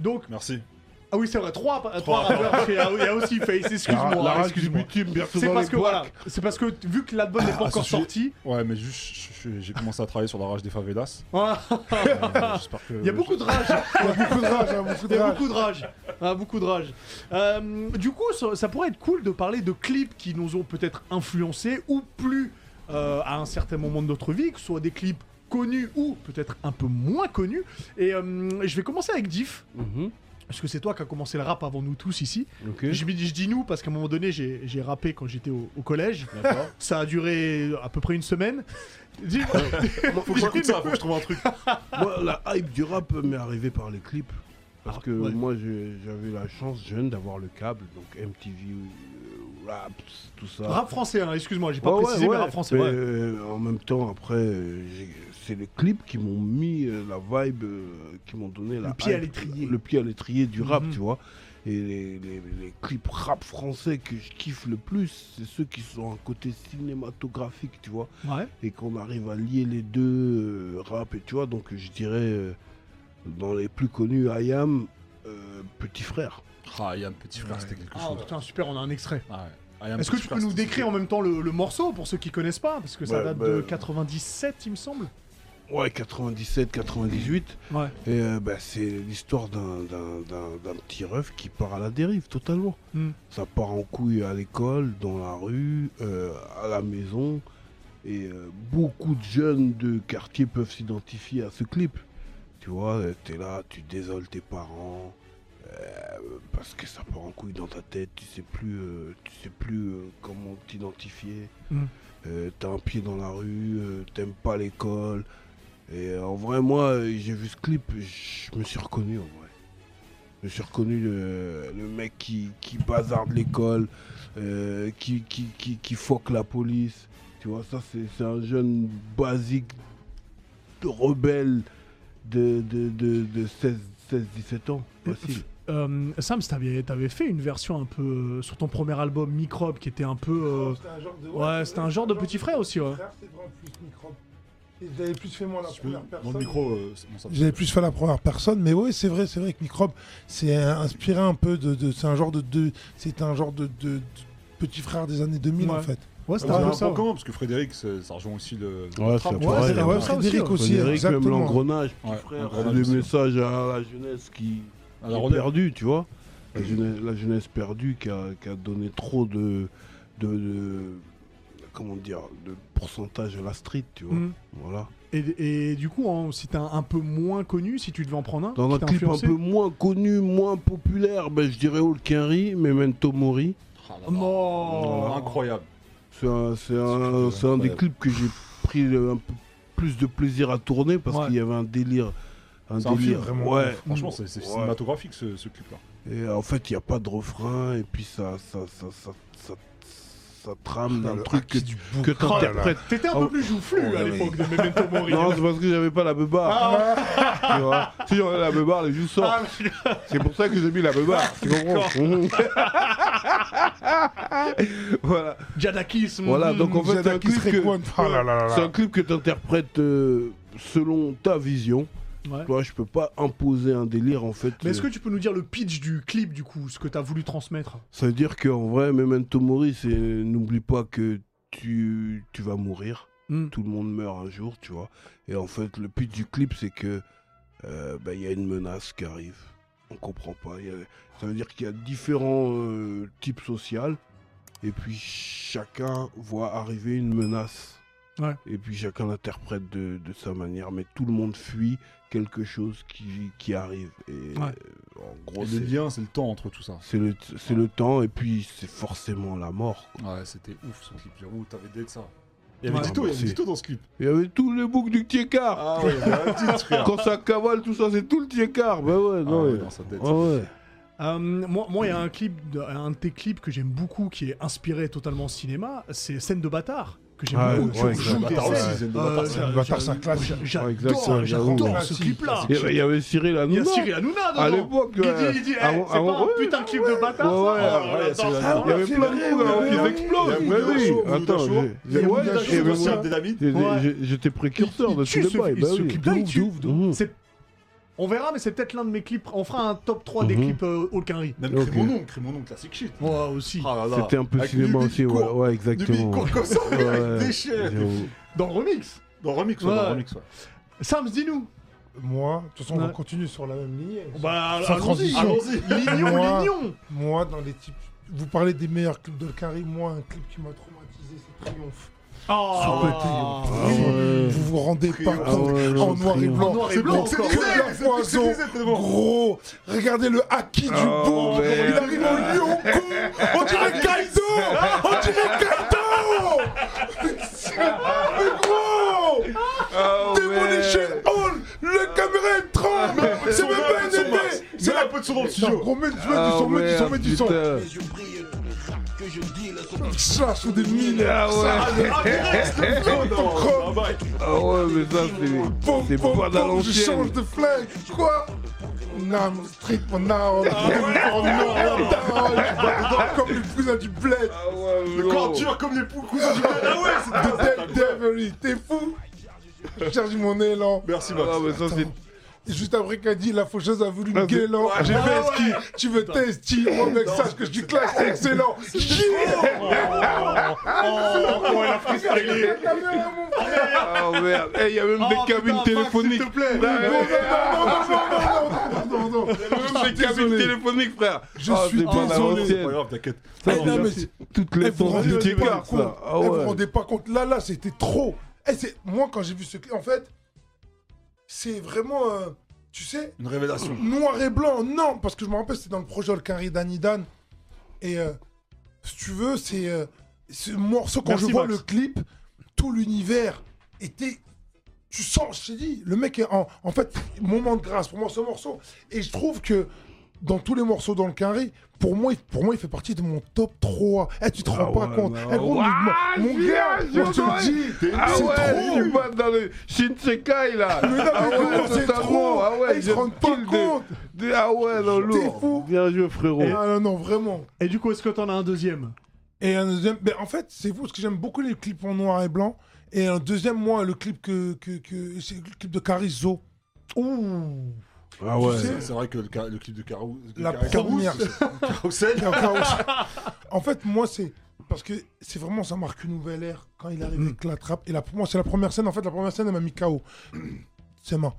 A: Donc,
B: Merci.
A: ah oui, c'est vrai, trois, trois,
B: Trois
A: rappeurs. parce qu'il y a- Il y a aussi Face, excuse-moi.
E: La rage du
A: excuse-moi.
E: bitume, bientôt
A: C'est
E: dans les
A: parce que
E: boîtes. Ah,
A: voilà, c'est parce que vu que l'album n'est pas
B: à ce
A: encore
B: sujet.
A: sorti,
B: Ouais, mais juste, je- je- j'ai commencé à travailler sur la rage des favelas.
A: voilà,
B: Euh, J'espère que.
A: hein, il y a beaucoup de rage.
D: Il y a beaucoup de rage, hein, beaucoup
A: Il
D: de
A: y a
D: rage.
A: beaucoup de rage. Ah, beaucoup de rage. Euh, du coup, ça, ça pourrait être cool de parler de clips qui nous ont peut-être influencés ou plus euh, à un certain moment de notre vie, que ce soit des clips connu ou peut-être un peu moins connu. Et euh, je vais commencer avec Diff. Parce que c'est toi qui as commencé le rap avant nous tous ici. Je, me dis- je dis nous parce qu'à un moment donné, j'ai j'ai rappé quand j'étais au, au collège. Ça a duré à peu près une semaine. Diff-
B: Faut que j'écoute ça, faut que je trouve un truc.
E: Moi, la hype du rap m'est arrivée par les clips. Parce
A: Ah,
E: que
A: ouais.
E: moi, j'ai- j'avais la chance jeune d'avoir le câble, donc MTV, euh, Raps, tout ça.
A: Rap français, hein, excuse-moi, j'ai pas
E: Ah. Ouais,
A: précisé,
E: ouais,
A: mais
E: ouais.
A: rap français.
E: Mais,
A: ouais.
E: euh, en même temps, après, euh, j'ai- c'est les clips qui m'ont mis euh, la vibe, euh, qui m'ont donné la
A: Le pied à
E: hype,
A: l'étrier.
E: Le pied à l'étrier du rap,
A: Mhm.
E: tu vois. Et les, les- les clips rap français que je kiffe le plus, c'est ceux qui sont un côté cinématographique, tu vois.
A: Ouais.
E: Et qu'on arrive à lier les deux euh, rap, et tu vois. Donc, je dirais, euh, dans les plus connus, I Am, euh, Petit Frère.
B: Ah, Yann, petit frère, c'était quelque
A: Ah
B: chose.
A: putain, super, on a un extrait.
B: Ah ouais. Ah, Yann,
A: Est-ce que
B: petit
A: tu
B: frère,
A: peux nous
B: c'était-
A: décrire en même temps le, le morceau pour ceux qui connaissent pas Parce que ça
E: Ouais,
A: date
E: bah,
A: de 97, il me semble.
E: Ouais, 97, 98.
A: Ouais.
E: Et euh, bah, c'est l'histoire d'un, d'un- d'un- d'un petit ref qui part à la dérive totalement.
A: Mm.
E: Ça part en couille à l'école, dans la rue, euh, à la maison. Et euh, beaucoup de jeunes de quartier peuvent s'identifier à ce clip. Tu vois, euh, t'es là, tu désoles tes parents. euh, parce que ça part en couille dans ta tête, tu sais plus, euh, tu sais plus euh, comment t'identifier.
A: Mm.
E: Euh, t'as un pied dans la rue, euh, t'aimes pas l'école. Et euh, en vrai, moi, euh, j'ai vu ce clip, je me suis reconnu en vrai. Je me suis reconnu le, le mec qui, qui bazarde l'école, euh, qui, qui, qui, qui foque la police. Tu vois, ça, c'est c'est un jeune basique, de rebelle de, de, de, de 16-17 ans. Facile.
A: Euh, Sam, t'avais avais fait une version un peu euh, sur ton premier album Microbe qui était un peu. euh,
D: C'était un genre de-
A: ouais, c'était un genre de petit frère aussi, ouais.
D: Frère, c'est vraiment plus microbe. Et j'avais plus fait moi la
B: Si tu veux,
D: première
B: Dans le
D: personne.
B: micro, euh, c'est- bon, ça-
D: J'avais plus fait la première personne, mais oui, c'est vrai, c'est vrai que Microbe, c'est un- inspiré un peu de, de- c'est un genre de, de- c'est un genre de, de- de petit frère des années 2000
A: Ouais.
D: en fait.
A: Ouais,
B: Ah,
A: c'était
B: mais C'est
A: un
B: un
A: peu ça.
B: peu
A: ouais.
B: comment Parce que Frédéric, c'est- ça rejoint aussi le. le
E: Ouais,
B: trap,
E: c'est
B: tu
E: vrai.
B: vois.
E: Ouais,
D: c'est
E: ouais,
D: ouais, Frédéric
A: ouais.
D: aussi,
E: Frédéric, même
D: exactement.
E: l'engrenage, petit
B: Ouais,
E: frère,
B: l'engrenage
E: le
B: aussi.
E: message à la jeunesse qui,
B: À la
E: qui est
B: Rodel.
E: perdue, tu vois. La jeunesse, la jeunesse perdue qui a, qui a donné trop de, de, de- Comment dire De pourcentage à la street, tu vois.
A: Mhm.
E: Voilà.
A: Et, et du coup, hein, si t'es un, un peu moins connu, si tu devais en prendre un,
E: Dans
A: qui
E: un
A: t'a
E: clip un
A: influencé
E: peu moins connu, moins populaire, ben, je dirais Old Kenry, Memento Mori.
A: Oh,
B: Ah, là, là.
A: Non.
B: Incroyable.
E: C'est un, c'est un- c'est un des clips que j'ai pris le- un peu plus de plaisir à tourner parce
A: Ouais.
E: qu'il y avait un délire. Un
B: C'est un film
E: délire,
D: vraiment
E: ouais.
B: Franchement, c'est c'est
E: Ouais.
B: cinématographique ce, ce clip-là.
E: Et euh, en fait, il n'y a pas de refrain, et puis ça, ça, ça, ça, ça, ça trame
A: Ah,
E: d'un truc que tu que t'interprètes.
A: T'étais un
E: Oh.
A: peu plus joufflu à
E: Oh,
A: l'époque de Memento Mori. Ah,
E: Non, c'est parce que j'avais pas la beubar. Tu vois Si j'avais la beubar, les joues sortent. c'est pour ça que j'ai mis la beubar.
A: Ah,
E: Tu comprends Voilà.
A: Jadakisme.
E: Voilà, donc en fait, c'est un
D: Jada qui
E: clip
D: serait
E: que-
D: quoi Ah là là là là.
E: c'est un clip que t'interprètes euh, selon ta vision.
A: Ouais.
E: Tu vois, je peux pas imposer un délire en fait. euh,
A: Mais est-ce que tu peux nous dire le pitch du clip, du coup, ce que t'as voulu transmettre
E: Ça veut dire qu'en vrai, Memento Mori, c'est n'oublie pas que tu, tu vas mourir.
A: Mm.
E: Tout le monde meurt un jour, tu vois. Et en fait, le but du clip, c'est que euh, bah, il y a une menace qui arrive. On comprend pas. Il y a- ça veut dire qu'il y a différents euh, types sociaux. Et puis chacun voit arriver une menace.
A: Ouais.
E: Et puis chacun l'interprète de, de sa manière. Mais tout le monde fuit quelque chose qui, qui arrive. Et
A: Ouais.
E: euh, en gros,
B: Le
E: c'est-
B: lien, c'est le temps entre tout ça.
E: c'est le, c'est le temps et puis c'est forcément la mort. quoi.
B: Ouais, c'était ouf ce clip. J'avoue, t'avais dès que ça. Il y avait
A: Ouais.
B: Dito, il y avait
E: Merci.
B: Dito dans ce clip.
E: Il y avait tous les boucs du Tiekar.
B: Ah ouais, il y avait un titre, frère.
E: Quand ça cavale, tout ça, c'est tout le Tiekar. Ben ouais,
B: Ah
E: non.
B: ouais,
E: il-
B: non, ça date.
E: Ah ouais.
A: Euh, moi, moi, il y a un clip, de, un de tes clips que j'aime beaucoup, qui est inspiré totalement au cinéma, c'est Scène de bâtard que j'aime
E: Ah,
A: beaucoup.
E: ouais,
A: Tu
E: ouais,
A: joues
E: Scène de
A: des
B: bâtard,
A: scènes.
B: ouais. Scène de
A: Euh,
B: bâtard,
A: j'a-
D: Scène de bâtard, c'est un classique.
A: j'a-
E: Ouais, exact, c'est
A: J'adore,
E: un
A: j'adore
E: classique.
A: ce clip-là.
E: Il y avait- il y avait Cyril
A: Il y
E: Hanouna.
A: a Cyril Hanouna
E: À
A: dedans.
E: l'époque,
A: Il dit,
E: ouais.
A: il dit, eh,
E: Ah, ouais,
A: c'est pas
E: ah,
A: un
E: ouais,
A: putain de clip de bâtard.
E: ouais, ouais,
A: ça.
B: ouais,
A: j'adore
B: c'est
A: ça. Ah,
B: la-
E: Il y avait
D: c'est
E: plein de
D: vrai,
E: boucs, hein,
D: ouais,
E: ils
D: ouais.
E: explosent.
B: Il y a
E: Ouais,
B: Bouddha
E: oui,
B: Show, Bouddha
E: attends,
B: Show.
E: j'ai-
D: Il y a
E: j'ai-
D: Bouddha
E: ouais,
D: Show,
E: j'ai-
B: Sur
D: Bouddha
E: j'ai-
B: Cyril Delamide.
E: j'ai-
A: Ouais.
E: j'ai- J'étais précurseur
A: Il-
E: de
A: il
E: ce
A: tue ce-
E: débat.
A: il
E: bah
A: se
E: oui.
A: clip-là, il
E: Ouf,
A: tue.
E: ouf, ouf.
A: C'est- On verra, mais c'est peut-être l'un de mes clips. On fera un top 3 des
E: Mhm.
A: clips euh, aucun riz.
B: Même
E: Ok.
B: Crée mon nom, Crée mon nom, classique shit.
A: Moi aussi.
B: Ah là là.
E: C'était un peu
B: Avec
E: cinéma
B: Nubi
E: aussi,
B: qui
E: ouais,
B: court.
E: ouais,
B: Nubi, il
E: exactement.
B: court comme ça,
E: Ouais.
B: avec des chiens.
E: J'avoue.
A: Dans le remix.
B: Dans Remix, ouais,
A: Ouais.
B: dans Remix, ouais.
A: Sam, dis-nous.
D: Moi, de toute façon, on
A: Ouais.
D: continue sur la même ligne.
A: Bah,
D: Sans
A: allons-y.
D: transition.
A: Allons-y. Lignon,
D: Moi-
A: lignon.
D: Moi, dans les types, vous parlez des meilleurs clips de Carré. Moi, un clip qui m'a traumatisé, c'est Triomphe.
A: Oh,
D: Ah Vous vous rendez pas
B: Ah
D: compte
E: ouais, non,
D: en noir et
E: Crayon.
A: En
D: blanc.
A: noir et blanc,
D: C'est
A: encore.
D: comme un poison. Gros, regardez le haki du
A: Ah
E: Oh,
D: bon.
E: merde.
D: Il arrive en lion con. On dirait Kaido. On dirait Kaido. Mais gros.
A: Ah
D: Démolition Hall. Le caméra est tremble.
A: Ah
D: C'est même pas un épée. C'est la
B: peu de son dans le
D: Non, gros, mets du
E: Ah
A: Ah
D: son, mets du son, mets du son. Ça, sont des mineurs. ça. Ton crâne.
E: Ah ouais, mais ça,
D: Boum,
E: c'est. C'est
D: boum,
E: pas
D: boum,
E: dans
D: Je change de flag. Quoi Non, mais strict pour now. Oh, non, non, non. Bah, Comme les cousins du bled.
E: Ah ouais, mais
B: Le corps
E: non.
B: dur comme les poules cousins du bled. Ah ouais, c'est
D: De Dead Devil. T'es fou Je cherche mon élan.
B: Merci, Max.
E: Ah, mais ça, c'est.
D: Et Juste après qu'a dit, la faucheuse a voulu me guélan. J'ai fait ce qui Tu veux tester Moi, mec, sache que je suis classe, c'est excellent. Yeah
A: oh, elle a freestylé.
D: Ta mère, mon frère.
E: Ah merde. Eh, il y a même
A: Oh,
E: des cabines
A: putain, Max,
E: téléphoniques.
A: S'il te plaît.
D: Non, non, non, non, non, non, non, non, non.
E: Il y a même des cabines téléphoniques, frère.
D: Ah, Je
E: Ah,
D: suis
E: c'est pas la
D: désolé.
B: C'est pas grave, t'inquiète.
E: Ça,
D: Eh, non,
E: c'est-
D: mais
E: c'est
D: c'est-
E: toutes
D: Eh,
E: les
D: vous vous
E: forces
D: rendez
E: du
D: pas
E: quart,
D: compte.
E: ça. Ah
D: Eh, vous vous
E: ouais.
D: rendez pas compte. Là, là, c'était trop. Eh, c'est- Moi, quand j'ai vu ce clip, en fait, c'est vraiment, euh, tu sais,
B: Une révélation.
D: noir et blanc. Non, parce que je me rappelle, c'était dans le projet Olkari d'Anidan. Et euh, si tu veux, c'est euh, ce morceau, quand
A: Merci,
D: je vois
A: Max.
D: le clip, tout l'univers était. Tu sens, je t'ai dit, le mec est en, en fait moment de grâce pour moi ce morceau. Et je trouve que dans tous les morceaux dans le carré, pour moi, il- pour moi, il fait partie de mon top 3. Eh, tu te rends pas
E: ouais,
D: compte.
E: bah
D: Eh, gros,
E: ouais.
D: mon- mon
E: J'ai
D: gars,
E: un
D: on te
E: jour,
D: le dit,
E: Ah
D: c'est
E: ouais,
D: trop.
E: il va dans le Shinsekai là.
D: Mais non, mais
E: ah
D: gros,
E: ouais,
D: c'est trop.
E: Ah ouais,
D: Ils se rendent pas
E: kill des-
D: compte.
E: des- Ah ouais, non, lourd.
D: fou.
E: Bien joué, frérot.
D: Ah non, non, vraiment.
A: Et du coup, est-ce que t'en as un deuxième
D: Et un deuxième, ben, en fait, c'est fou parce que j'aime beaucoup les clips en noir et blanc. Et un deuxième, moi, le clip que, que, que- c'est le clip de Carizo. Ouh,
E: Ah
D: ouais.
B: C'est c'est vrai que le, ca- le clip de Carou. de
D: la
B: Carou-
D: première.
B: Carousel.
D: en fait, moi, c'est parce que c'est vraiment ça marque une nouvelle ère quand il
E: Mm.
D: arrive avec la trappe. Et là, pour moi, c'est la première scène. En fait, la première scène, elle m'a mis KO. C'est ma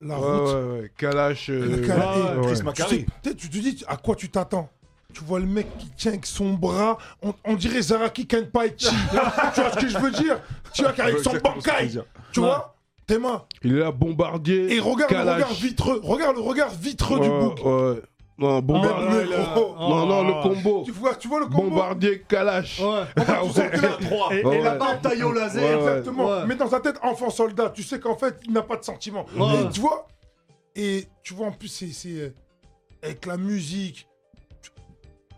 D: la
E: Ouais,
D: route.
E: ouais, ouais. Kalash. euh,
D: Le Kalash,
E: ouais,
D: et-
E: ouais.
B: Chris
D: Tu
B: Macari.
D: sais, peut-être tu te dis à quoi tu t'attends. Tu vois le mec qui tient avec son bras, on, on dirait Zaraki Kenpaichi. tu vois ce que je veux dire Tu vois qu'avec
B: Exactement ce que
D: son
B: je veux
D: bankai,
B: dire.
D: tu vois Tes mains.
E: Il est là, bombardier.
D: Et regarde
E: Kalash.
D: le regard vitreux, regarde le regard vitreux du
E: Ouais,
D: bouc.
E: ouais.
A: Oh,
E: Non, bombardier.
D: Mais gros,
E: Non, non, le combo.
D: Tu vois, tu vois le combo
E: Bombardier, Kalash.
A: Ouais.
E: Ah ouais.
A: Et, et
E: Ouais,
A: la
E: ouais.
A: barbe taille au laser.
E: Ouais, ouais.
D: Exactement.
A: Ouais.
D: Mais dans sa tête, enfant soldat, tu sais qu'en fait, il n'a pas de sentiment.
A: Ouais.
D: Et tu vois Et tu vois, en plus, c'est- c'est. euh, Avec la musique. tu-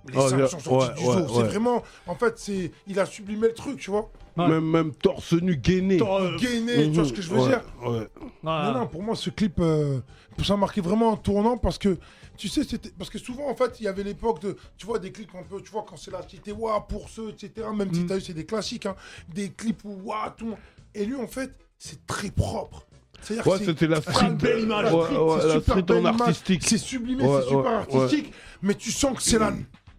D: Les
E: Oh,
D: seins
E: bien.
D: sont sortis
E: Ouais,
D: du
E: ouais,
D: zoo. C'est
E: ouais.
D: vraiment. En fait, c'est. Il a sublimé le truc, tu vois.
A: Ouais.
E: Même, même torse nu, gainé.
A: Attends, euh,
D: Gainé, tu vois ce que je veux
E: Mhm. Ouais,
D: dire
E: ouais.
A: voilà.
D: Non, non, pour moi, ce clip, euh, ça a marqué vraiment un tournant parce que, tu sais, c'était. Parce que souvent, en fait, il y avait l'époque de. Tu vois, des clips un peu. Tu vois, quand c'est la cité, waouh, pour ceux, etc. Même si
A: Mm.
D: t'as eu, c'est des classiques, hein. Des clips où, waouh, tout le monde. Et lui, en fait, c'est très propre. C'est-à-dire
E: Ouais,
D: que c'est-
E: c'était la
D: c'est
E: street.
D: une belle image.
E: Ouais,
D: street,
E: ouais,
D: c'est
E: la
D: super
E: street
D: belle
E: en
D: image,
E: artistique.
D: C'est sublimé,
E: Ouais,
D: c'est super
E: ouais,
D: artistique. Mais tu sens que c'est la,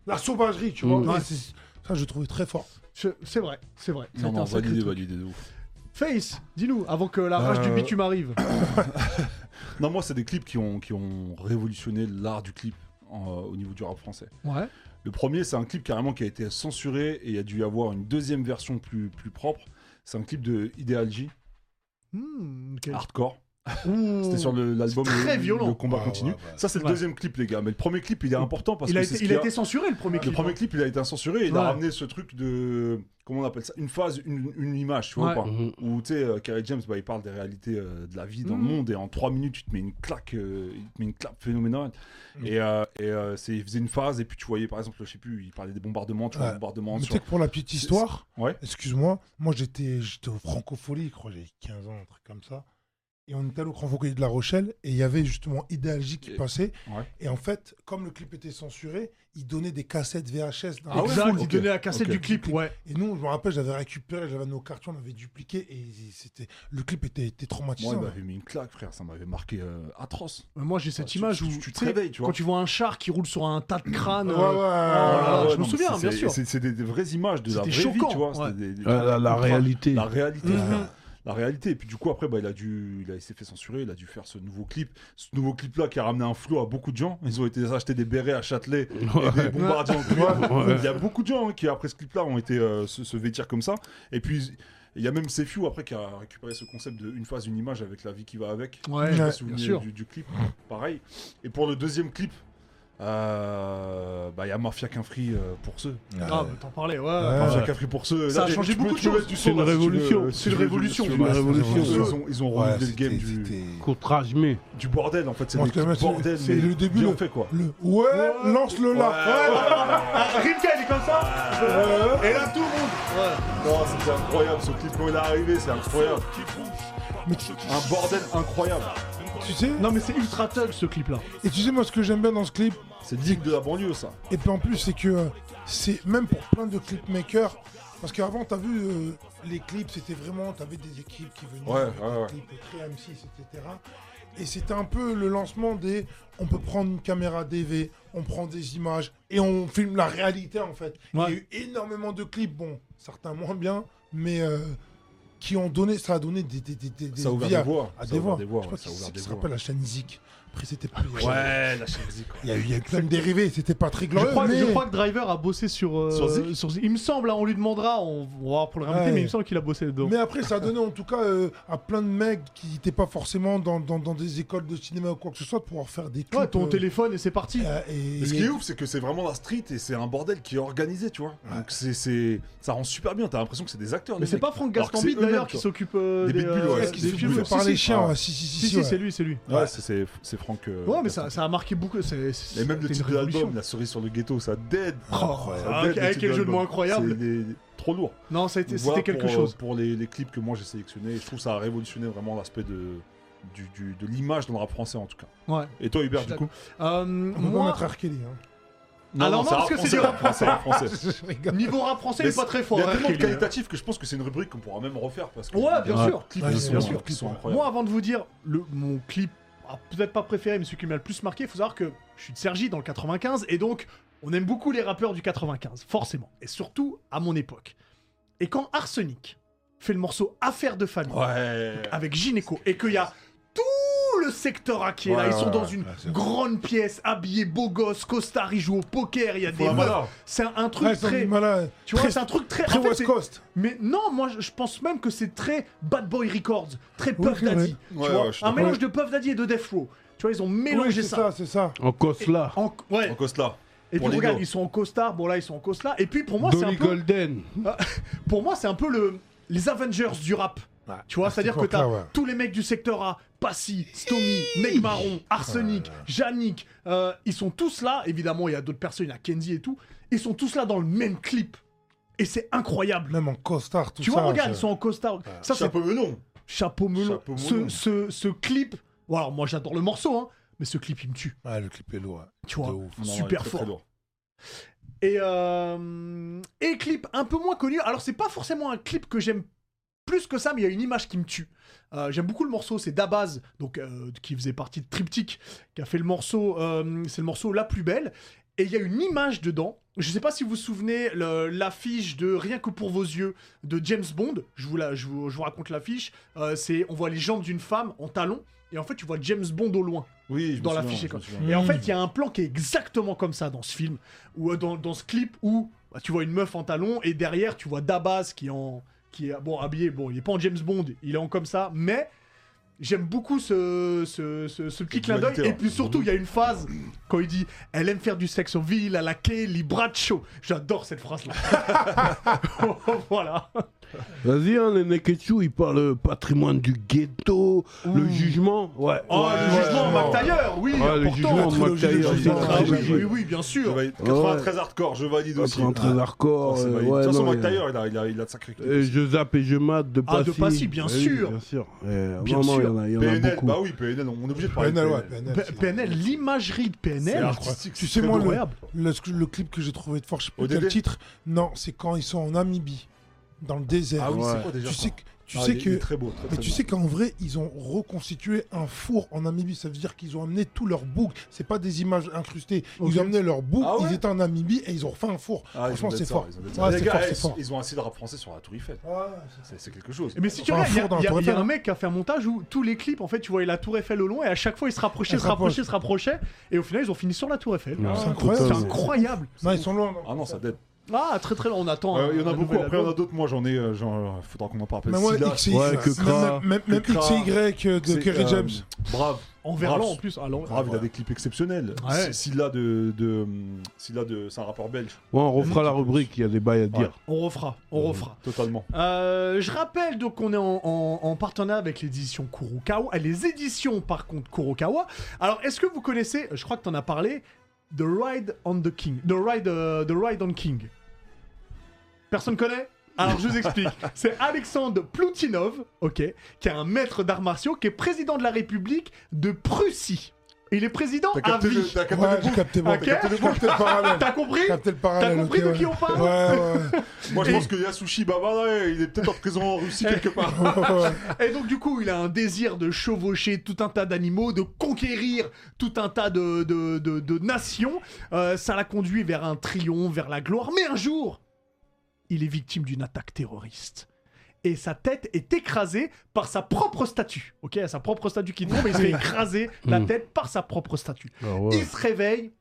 D: la sauvagerie, tu vois.
E: Mm.
D: Et c'est- ça, je trouvais très fort.
A: Je- C'est vrai, c'est vrai. Ça a
B: Non,
A: été
B: non,
A: un sacré
B: validé,
A: truc.
B: validé de ouf.
A: Face, dis-nous, avant que la rage
B: Euh,
A: du bitume arrive.
B: Non, moi, c'est des clips qui ont, qui ont révolutionné l'art du clip en- euh, au niveau du rap français.
A: Ouais.
B: Le premier, c'est un clip carrément qui a été censuré et il y a dû y avoir une deuxième version plus, plus propre. C'est un clip de Ideal J,
A: Hmm, ok.
B: Hardcore.
A: Ouh.
B: Ah, C'était sur le- l'album
A: C'est très
B: le,
A: violent.
B: le combat
D: Ouais,
B: continue.
D: Ah, ouais, ouais.
B: Ça, c'est le
A: Ouais.
B: deuxième clip, les gars. Mais le premier clip, il est important parce
A: Il
B: que
A: a,
B: c'est
A: été,
B: ce
A: il
B: qui
A: a
B: a-
A: été censuré Ah, le premier
B: Le
A: clip. hein.
B: premier clip, il a été censuré et il a
A: Ouais.
B: ramené ce truc de. Comment on appelle ça Une phase, une, une image, tu vois
A: Ouais.
B: ou pas
D: Mhm.
B: Où tu sais, euh, Kerry James, bah, il parle des réalités euh, de la vie dans
A: Mhm.
B: le monde et en trois minutes, il te met une claque, euh, il te met une claque phénoménale.
A: Mhm.
B: Et, euh, et, euh, c'est- il faisait une phase et puis tu voyais, par exemple, je sais plus, il parlait des bombardements, tu vois,
D: Ouais.
B: bombardements
D: Mais tu
B: sur.
D: sais que pour la petite
B: C'est-
D: histoire,
B: Ouais.
D: excuse-moi, moi j'étais j'étais au Francofolie, je crois, j'avais 15 ans, un truc comme ça. Et on était allé au Francofolie de La Rochelle, et il y avait justement Idéal J qui
B: Et-
D: passait.
B: ouais.
D: Et en fait, comme le clip était censuré, il donnait des cassettes VHS. Dans la
A: Ah
D: foule.
A: exact, il
B: Ok.
A: donnait la cassette
B: Ok.
A: du clip, ouais.
D: Et nous, je me rappelle, j'avais récupéré, j'avais nos cartons, on avait dupliqué, et c'était le clip était, était
B: Moi, il
D: traumatisant.
B: m'avait mis une claque, frère, ça m'avait marqué euh, atroce. Bah,
A: Euh, Moi j'ai cette
B: Tu-
A: image
B: tu-
A: où
B: tu, te
A: sais,
B: réveilles, tu vois.
A: quand tu vois un char qui roule sur un tas de crânes.
B: bah.
D: Ouais,
A: euh,
D: ouais,
A: voilà,
B: Ouais,
A: je me
B: non, mais
A: souviens,
B: c'est-
A: bien
B: c'est-
A: sûr.
B: C'est c'est des, des vraies images de la vraie
A: C'était
B: vie,
A: choquant,
B: tu vois.
A: ouais.
B: c'était des- des-
E: Ah, la, la
B: Ultra-
E: réalité.
B: La réalité.
A: Mhm.
B: frère. La réalité. Et puis du coup, après, bah, il a dû, il, a, il s'est fait censurer, il a dû faire ce nouveau clip. Ce nouveau clip-là qui a ramené un flot à beaucoup de gens. Ils ont été acheter des bérets à Châtelet et des bombardiers en cuir. Il y a beaucoup de gens hein, qui, après ce clip-là, ont été euh, se, se vêtir comme ça. Et puis... Et il y a même Sefiu après qui a récupéré ce concept de une phase, une image avec la vie qui va avec.
A: euh, Ouais,
B: Je sais pas
D: Ouais,
B: si vous vous
A: bien
B: souvenez
A: sûr.
B: Du, du clip, pareil. Et pour le deuxième clip, euh, bah, il y a Mafia Quinfree euh, pour ceux.
A: Ah, mais t'en parlais, ouais.
D: Ouais.
B: Mafia Quinfree pour ceux.
A: Ça a changé beaucoup de choses.
B: C'est une révolution. C'est une révolution.
D: une révolution.
B: Ils ont, ils ont
D: Ouais,
B: renouvelé le game
D: c'était-
B: du,
D: c'était-
E: Contre mais
B: du bordel en fait. C'est
D: Moi,
B: des
D: quand même,
B: clips
D: c'est-
B: bordel.
D: c'est
B: mais
D: le début,
B: Bien
D: le-
B: fait quoi.
D: Le- Ouais, lance-le là. Ouais,
A: Ah, Rimka, il est comme ça
B: Et là tout le monde Non c'était incroyable ce clip quand il est arrivé c'est incroyable Un bordel incroyable
D: Tu sais
A: Non, mais c'est ultra thug ce clip-là.
D: Et tu sais, moi, ce que j'aime bien dans ce clip,
B: C'est digne de la banlieue ça
D: et puis en plus, c'est que euh, c'est même pour plein de clipmakers, parce qu'avant, t'as vu euh, les clips, c'était vraiment, t'avais des équipes qui venaient,
B: Ouais,
D: avec
B: ouais,
D: des
B: ouais.
D: clips très M6, etc. Et c'était un peu le lancement des, on peut prendre une caméra DV, on prend des images et on filme la réalité en fait.
A: Ouais.
D: Il y a eu énormément de clips, bon, certains moins bien, mais euh, qui ont donné, ça a donné des, des, des, des,
B: Ça a ouvert
D: vies à-
B: des voies
D: à
B: Ça a
D: des
B: ouvert
D: voix.
B: des voies,
D: Je
B: ouais,
D: crois
B: ça a
D: que
B: ouvert
D: c'est-
B: des
D: ça se
B: voies.
D: rappelle la chaîne Zik. Après, c'était plus.
B: Ouais la chaîne musique
D: Il y a eu, il y a eu plein de dérivés, c'était pas très
A: Je
D: glorieux.
A: crois,
D: mais...
A: je crois que Driver a bossé sur. euh,
B: Sur Zik
A: sur Zik. Il me semble, hein, on lui demandera, on, on va voir pour le réinviter,
D: Ouais.
A: mais il me semble qu'il a bossé dedans.
D: mais après, ça a donné en tout cas euh, à plein de mecs qui n'étaient pas forcément dans, dans- dans des écoles de cinéma ou quoi que ce soit de pouvoir faire des clips.
A: Ouais, ton
D: euh,
A: téléphone et c'est parti.
D: euh, et...
B: mais ce qui est ouf, c'est que c'est vraiment la street et c'est un bordel qui est organisé, tu vois. Donc c'est, c'est- ça rend super bien. T'as l'impression que c'est des acteurs.
A: mais
B: les
A: c'est
B: mecs.
A: pas Franck
B: Alors que c'est
A: Gastambide
B: eux-mêmes,
A: d'ailleurs
B: tu
A: qui
B: vois.
A: s'occupe euh,
B: Des
A: des,
B: bulles, ouais.
A: euh,
D: Est-ce qu'ils
A: des
D: se
A: films,
D: faisaient
A: ouais.
D: par
A: Si,
D: les
A: si.
D: chiens
B: Ah.
D: ouais, hein. Si, si, si,
A: Si,
D: si,
A: si,
D: ouais.
A: c'est lui, c'est lui.
B: Ouais, c'est, c'est, c'est Franck. euh,
A: Ouais, mais
B: Gastambide.
A: ça, ça a marqué beaucoup. c'est- c'est-
B: Et même le
A: c'était une
B: titre de l'album,
A: révolution.
B: La cerise sur le ghetto, ça dead.
D: Incroyable.
B: Ça
A: Ah,
B: dead, le
A: avec
B: titre
A: quel jeu de
B: l'album.
A: mots incroyable.
B: C'est des- Trop lourd.
A: Non, ça a été-
B: Donc
A: c'était
B: voilà
A: quelque
B: pour, euh,
A: chose.
B: Pour les, les clips que moi j'ai sélectionnés, et je trouve que ça a révolutionné vraiment l'aspect de, du- du- de l'image dans le rap français en tout cas.
A: Ouais.
B: Et toi Hubert
A: Je suis
B: du coup
A: Euh,
D: On peut pas
A: moi,
D: mettre R. Kelly, hein.
A: Alors non,
B: un
A: parce que c'est du rap
B: français. c'est un rap français.
D: Je rigole.
A: niveau rap français, il
B: Mais
A: est pas très fort.
B: Il y a
A: hein,
B: tellement de
A: Kelly, hein.
B: qualitatif que je pense que c'est une rubrique qu'on pourra même refaire parce que
A: Ouais, bien sûr.
B: clips
D: Ouais,
B: qui
D: bien
B: sont-
D: sûr.
B: qui sont incroyables.
A: Moi, avant de vous dire le, mon clip, ah, peut-être pas préféré, mais celui qui m'a le plus marqué, il faut savoir que je suis de Sergi dans le 95, et donc on aime beaucoup les rappeurs du 95, forcément, et surtout à mon époque. Et quand Arsenic fait le morceau Affaire de famille
B: Ouais.
A: avec Gineco, et qu'il y a tout le secteur A qui est là,
B: Ouais,
A: ils sont
B: ouais,
A: dans
B: ouais,
A: une
D: c'est vrai.
A: grande pièce, habillés beau gosse, costard, ils jouent au poker, il y a des
B: Ah,
A: meufs.
B: voilà.
A: C'est un, un truc
D: Ouais, c'est un
A: très.
D: animal, là,
A: Tu vois,
D: très-
A: c'est un truc très.
D: Très
A: en fait,
D: West
A: c'est-
D: Coast.
A: mais non, moi je je pense même que c'est très Bad Boy Records, très
D: Oui,
A: Puff
D: c'est vrai.
A: Daddy. tu
B: Ouais,
A: vois.
B: ouais, je suis
A: un
B: d'accord.
A: mélange de Puff Daddy et de Death Row. Tu vois, ils ont
D: Oui,
A: mélangé
D: c'est
A: ça.
D: ça, c'est ça.
E: En Cosla.
A: En... Ouais.
B: En Costa.
A: Et
B: pour
A: puis
B: les
A: regarde,
B: dos.
A: ils sont en costard. Bon là, ils sont en costard. Et puis pour moi, c'est un
E: Dolly
A: peu,
E: Golden.
A: pour moi, c'est un peu le les Avengers du rap. Tu vois,
D: à cette
A: c'est-à-dire que t'as
D: époque-là, ouais.
A: tous les mecs du secteur A, Passy, Stomy, Meg Marron, Arsenic, Yannick, euh, ils sont tous là. Évidemment, il y a d'autres personnes, il y a Kenzie et tout. Ils sont tous là dans le même clip. Et c'est incroyable.
D: Même en costard, tout
A: tu
D: ça.
A: vois, regarde, ils
D: c'est-
A: sont en costard. Ça, c'est
B: Chapeau melon.
A: Chapeau melon.
B: Chapeau
A: Ce,
B: melon.
A: ce, ce clip. Bon, alors, moi, j'adore le morceau, hein, mais ce clip, il me tue.
D: Ouais, Ah, le clip est lourd. ouais.
A: Tu vois.
D: De ouf.
B: Non, non,
A: Super
B: très, très
A: fort.
B: lourd.
A: Et, euh, et clip un peu moins connu. Alors, c'est pas forcément un clip que j'aime plus que ça, mais il y a une image qui me tue. Euh, j'aime beaucoup le morceau, c'est Dabaz, donc, euh, qui faisait partie de Triptych, qui a fait le morceau, euh, c'est le morceau La Plus Belle. Et il y a une image dedans. Je sais pas si vous vous souvenez le- l'affiche de Rien que pour vos yeux de James Bond. Je vous, la, je vous, je vous raconte l'affiche. Euh, c'est on voit les jambes d'une femme en talons. Et en fait, tu vois James Bond au loin.
B: Oui, je me
A: Dans
B: souviens,
A: l'affiche,
B: je me
A: quoi.
B: souviens.
A: Et en fait, il y a un plan qui est exactement comme ça dans ce film, ou euh, dans, dans ce clip où bah, tu vois une meuf en talon et derrière tu vois Dabaz qui est en qui est bon habillé, bon il est pas en James Bond, il est en comme ça, mais j'aime beaucoup ce, ce, ce- ce petit
B: Cette
A: clin d'œil.
B: dualité,
A: Et
B: ouais.
A: puis surtout, il y a une phase quand il dit elle aime faire du sexe en ville à la Kelly Bradshaw. J'adore cette phrase là. voilà.
E: Vas-y, hein, les Neketsu, ils parlent euh, patrimoine du ghetto, le jugement. Ouais.
A: Oh le
B: ouais,
A: jugement
B: ouais.
A: McTayer, oui.
E: Ah, le
A: important.
E: jugement de
A: Ah,
E: McTayer,
A: oui,
E: c'est
A: oui,
E: très
A: oui, oui,
E: jugé.
A: oui, bien
B: Je
A: sûr.
B: valide. 93 hardcore, je valide aussi.
E: Après, un très
B: Ah,
E: hardcore.
B: c'est
E: euh,
B: valide.
E: ouais,
B: De toute façon,
E: non,
B: Mike Tyler, il a, il a, il a de sacrés
E: et-
B: clips.
E: et je zappe et je mate de
A: Ah,
E: Passy.
A: de Passy, bien
E: Eh oui,
A: sûr.
E: Bien sûr. Eh,
A: Bien
E: non, non,
A: sûr.
E: il y en a, il y en a
B: PNL,
E: beaucoup.
B: bah oui, PNL, on est obligé de parler
D: PNL,
B: de
D: ouais,
B: PNL.
D: PNL.
A: P- PNL, l'imagerie de
B: C'est
A: PNL,
B: artistique,
D: Tu
B: c'est
D: sais, moi,
A: incroyable.
D: le, le, ce que- le clip que j'ai trouvé de fort, je sais plus
B: ODD?
D: quel titre. Non, c'est quand ils sont en Namibie, dans le désert.
B: Ah oui,
E: Ouais.
B: c'est quoi déjà
D: tu
B: ça
D: sais que. Tu
B: Ah,
D: sais
B: il est-
D: que
B: il est très beau, très,
D: Mais
B: très
D: tu
B: beau.
D: sais qu'en vrai, ils ont reconstitué un four en Namibie. Ça veut dire qu'ils ont amené tout leur bouc. C'est pas des images incrustées. Ils ont amené leur bouc,
B: Ah ouais
D: ils étaient en Namibie et ils ont refait un four.
B: Ah, ils ont
D: Franchement,
B: d'être
D: c'est
B: ça,
D: fort.
B: ils ont d'être ça.
D: Ouais,
B: Les
D: c'est
B: gars,
D: fort,
B: eh,
D: c'est fort.
B: ils- Ils ont assez de rap français sur la Tour Eiffel. C'est c'est quelque chose.
A: Mais si tu
D: Enfin,
A: regardes, il y a-
D: four dans
A: il y, a-
D: la tour
A: il y a
D: Eiffel,
A: un
D: hein.
A: mec qui a fait un montage où tous les clips, en fait, tu voyais la Tour Eiffel au long et à chaque fois, ils se rapprochaient,
D: Elle
A: se rapprochaient, se rapprochaient. Et au final, ils ont fini sur la Tour Eiffel.
E: Ouais,
D: C'est
E: totalement.
D: incroyable.
A: C'est incroyable.
D: Non, ils sont loin.
B: Ah non, ça date.
A: Ah, très très long, on attend. euh,
B: Ouais, Il y en
A: un
B: a beaucoup.
A: nouvel
B: Après, il y en
A: album.
B: a d'autres. Moi, j'en ai. euh, Genre, faudra qu'on en parle.
D: Mais moi,
B: Scylla,
D: XY,
E: ouais, que Kra-
D: même, même, même
B: que Kra-
D: XY euh, de
B: c'est,
D: Kerry
B: euh,
D: James.
B: Brave.
A: En verlan
B: Brave.
A: en plus. Ah, long-
B: Brave, il
A: ouais.
B: a des clips exceptionnels.
A: Ouais.
B: Si- Scylla de. de hum, Scylla de. C'est un rapport belge.
E: Ouais, on refera la rubrique, il y a des bails à dire.
A: On refera, on refera.
B: Totalement.
A: Euh, je rappelle donc qu'on est en, en- en partenariat avec l'édition Kurokawa, ah, les éditions par contre Kurokawa. Alors est-ce que vous connaissez, je crois que t'en as parlé, The Ride on the King, The Ride, euh, the Ride on King. Personne connaît alors je vous explique, c'est Alexandre Ploutinov, ok, qui est un maître d'arts martiaux, qui est président de la République de Prussie. Il est président
B: T'as
A: à
B: capté le-
A: vie.
B: t'as capté
D: Ouais,
B: le
D: j'ai
B: bout
D: capté, bon,
A: Ok.
D: j'ai capté le bon, j'ai capté le parallèle.
A: T'as compris
D: J'ai capté le parallèle.
A: T'as compris
D: ok,
A: de
D: ouais.
A: qui on parle
D: Ouais, ouais.
B: Moi, je pense que Yasushi Baba, là, il est peut-être en prison en Russie
A: Eh,
B: quelque part.
D: ouais,
B: Ah,
D: ouais.
A: Et donc du coup, il a un désir de chevaucher tout un tas d'animaux, de conquérir tout un tas de, de, de- de nations. Euh, ça l'a conduit vers un triomphe, vers la gloire. Mais un jour, il est victime d'une attaque terroriste. Et sa tête est écrasée par sa propre statue. Ok, sa propre statue qui tombe, et il se fait écraser
B: Hmm.
A: la tête par sa propre statue.
E: Ah
A: Il se réveille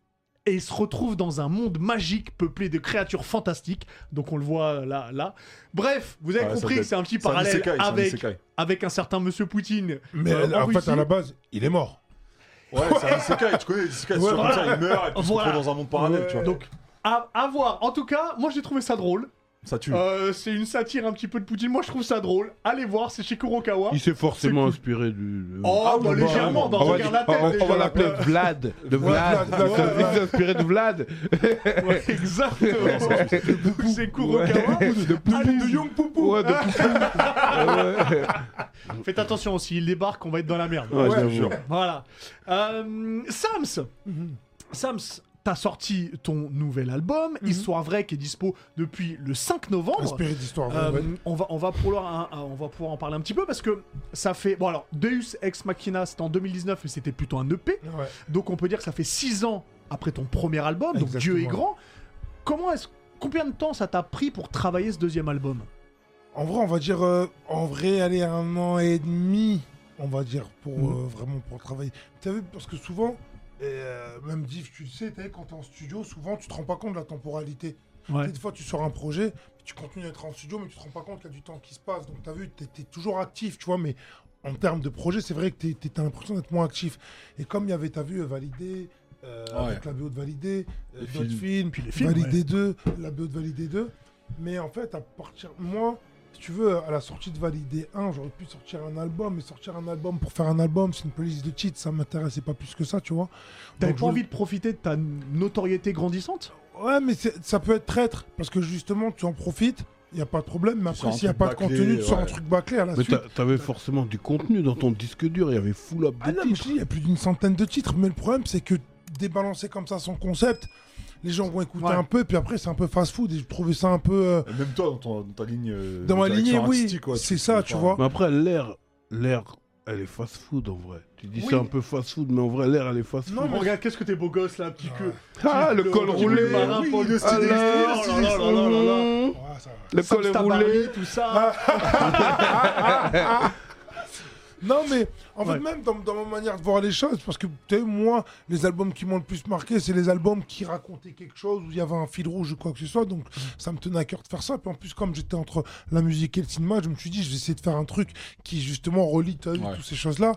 A: et il se retrouve dans un monde magique peuplé de créatures fantastiques. Donc on le voit là, là. Bref, vous avez
B: Ouais, ça
A: compris
B: peut
A: que
B: être-
A: c'est un petit
B: C'est un
A: parallèle
B: isekai, c'est un
A: avec
B: isekai.
A: avec un certain monsieur Poutine.
D: Mais
B: bah,
A: euh,
D: en, fait,
A: Russie.
D: à la base, il est mort.
B: Ouais, c'est un isekai, tu connais les isekai, c'est
A: Ouais,
B: sûr, comme
A: voilà.
B: ça, il meurt et puis il se
A: Voilà.
B: retrouve dans un monde parallèle, tu vois.
A: Donc, à, à voir. En tout cas, moi j'ai trouvé ça drôle.
B: ça
E: Mm.
B: tue.
A: Euh, c'est une satire un petit peu de Poutine. Moi je trouve ça drôle. Allez voir, c'est chez Kurokawa.
E: Il s'est forcément inspiré du.
A: Oh,
B: Ah,
A: bah,
B: bah,
A: légèrement,
B: carrément.
A: bah,
E: on va,
A: regarde la tête.
E: on- on
A: déjà,
E: va
A: là.
E: l'appeler Vlad. De Vlad.
D: Vlad, Vlad,
E: Il
D: Vlad.
E: s'est inspiré de Vlad.
A: Ouais, exactement. c'est Kurokawa. hein,
D: Ah,
A: Allez, de Young Poupou.
E: Ouais, de
A: Faites attention aussi, il débarque, on va être dans la merde.
E: Ouais, j'avoue.
A: Voilà. Euh, Sams, Sams, t'as sorti ton nouvel album,
E: Mhm.
A: Histoire Vraie, qui est dispo depuis le 5 novembre.
D: Inspiré d'histoire.
B: Ah,
A: Euh,
D: vraie, ouais.
A: on, va, on, va pouvoir, un- un- on va pouvoir en parler un petit peu parce que ça fait. Bon, alors, Deus Ex Machina, c'était en 2019 et c'était plutôt un EP.
D: Ouais.
A: Donc, on peut dire que ça fait 6 ans après ton premier album. Donc, Dieu est
D: Exactement.
A: grand. Comment est-ce. Combien de temps ça t'a pris pour travailler ce deuxième album
D: En vrai, on va dire, euh, en vrai, allez, un an et demi, on va dire, pour euh, vraiment pour travailler. Tu savais, parce que souvent, euh, même Div, tu le sais, t'as vu, quand t'es en studio, souvent, tu te rends pas compte de la temporalité. Tu sais, Des fois, tu sors un projet, tu continues à être en studio, mais tu te rends pas compte qu'il y a du temps qui se passe. Donc, t'as vu, t'es t'es toujours actif, tu vois, mais en termes de projet, c'est vrai que t'es- t'es- t'as l'impression d'être moins actif. Et comme il y avait, t'as vu, euh, Validé, euh,
B: Ouais.
D: avec la BO de Validé, euh,
B: Les
D: d'autres
B: films.
D: films,
A: Puis les films,
D: Validé 2, la BO de Validé 2. Mais en fait, à partir. Moi, si tu veux, à la sortie de Validé 1, j'aurais pu sortir un album, mais sortir un album pour faire un album, c'est une playlist de titres, ça m'intéressait pas plus que ça, tu vois.
A: T'avais
D: Donc,
A: pas
D: je-
A: envie de profiter de ta notoriété grandissante
D: Ouais, mais c'est- ça peut être traître, parce que justement, tu en profites, il n'y a pas de problème, mais
B: Tu
D: après,
B: sors un
D: s'il n'y a
B: truc
D: pas de
B: bâclé,
D: contenu, tu sors un
B: ouais.
D: truc bâclé à la
E: Mais
D: suite.
E: t'a- t'avais forcément du contenu dans ton disque dur, il y avait full up
D: Ah
E: de
D: non, mais je
E: titres.
D: dis, il y a plus d'une centaine de titres, mais le problème, c'est que débalancer comme ça son concept, les gens vont écouter
A: Ouais.
D: un peu, puis après, c'est un peu fast-food, et je trouvais ça un peu. euh,
B: Et Même toi, dans, ton- dans ta ligne. euh,
D: Dans
B: de
D: ma
B: direction
D: lignée, oui,
B: artistique, quoi,
D: c'est ça, tu vois.
E: Mais après, l'air, l'air, elle est fast-food en vrai. Tu dis
A: Oui.
E: c'est un peu fast-food, mais en vrai, l'air, elle est fast-food.
A: Non, Oh, mais regarde, qu'est-ce que t'es beau gosse là, petit queue.
E: Ah, le, col
A: petit
E: roulé,
A: bleu marin,
B: oui,
A: Paul
B: le
A: Styliste,
B: styliste,
A: oh là là là là là Ah. là.
E: Mmh.
D: ouais, ça va.
E: le
A: Sam
E: col roulé.
A: Stabarly, tout ça.
D: Non, mais en
A: Ouais.
D: fait, même dans, dans ma manière de voir les choses, parce que tu sais, moi, les albums qui m'ont le plus marqué, c'est les albums qui racontaient quelque chose, où il y avait un fil rouge ou quoi que ce soit, donc ça me tenait à cœur de faire ça. Puis en plus, comme j'étais entre la musique et le cinéma, je me suis dit, je vais essayer de faire un truc qui justement relie t'as vu,
B: Ouais.
D: toutes ces choses-là.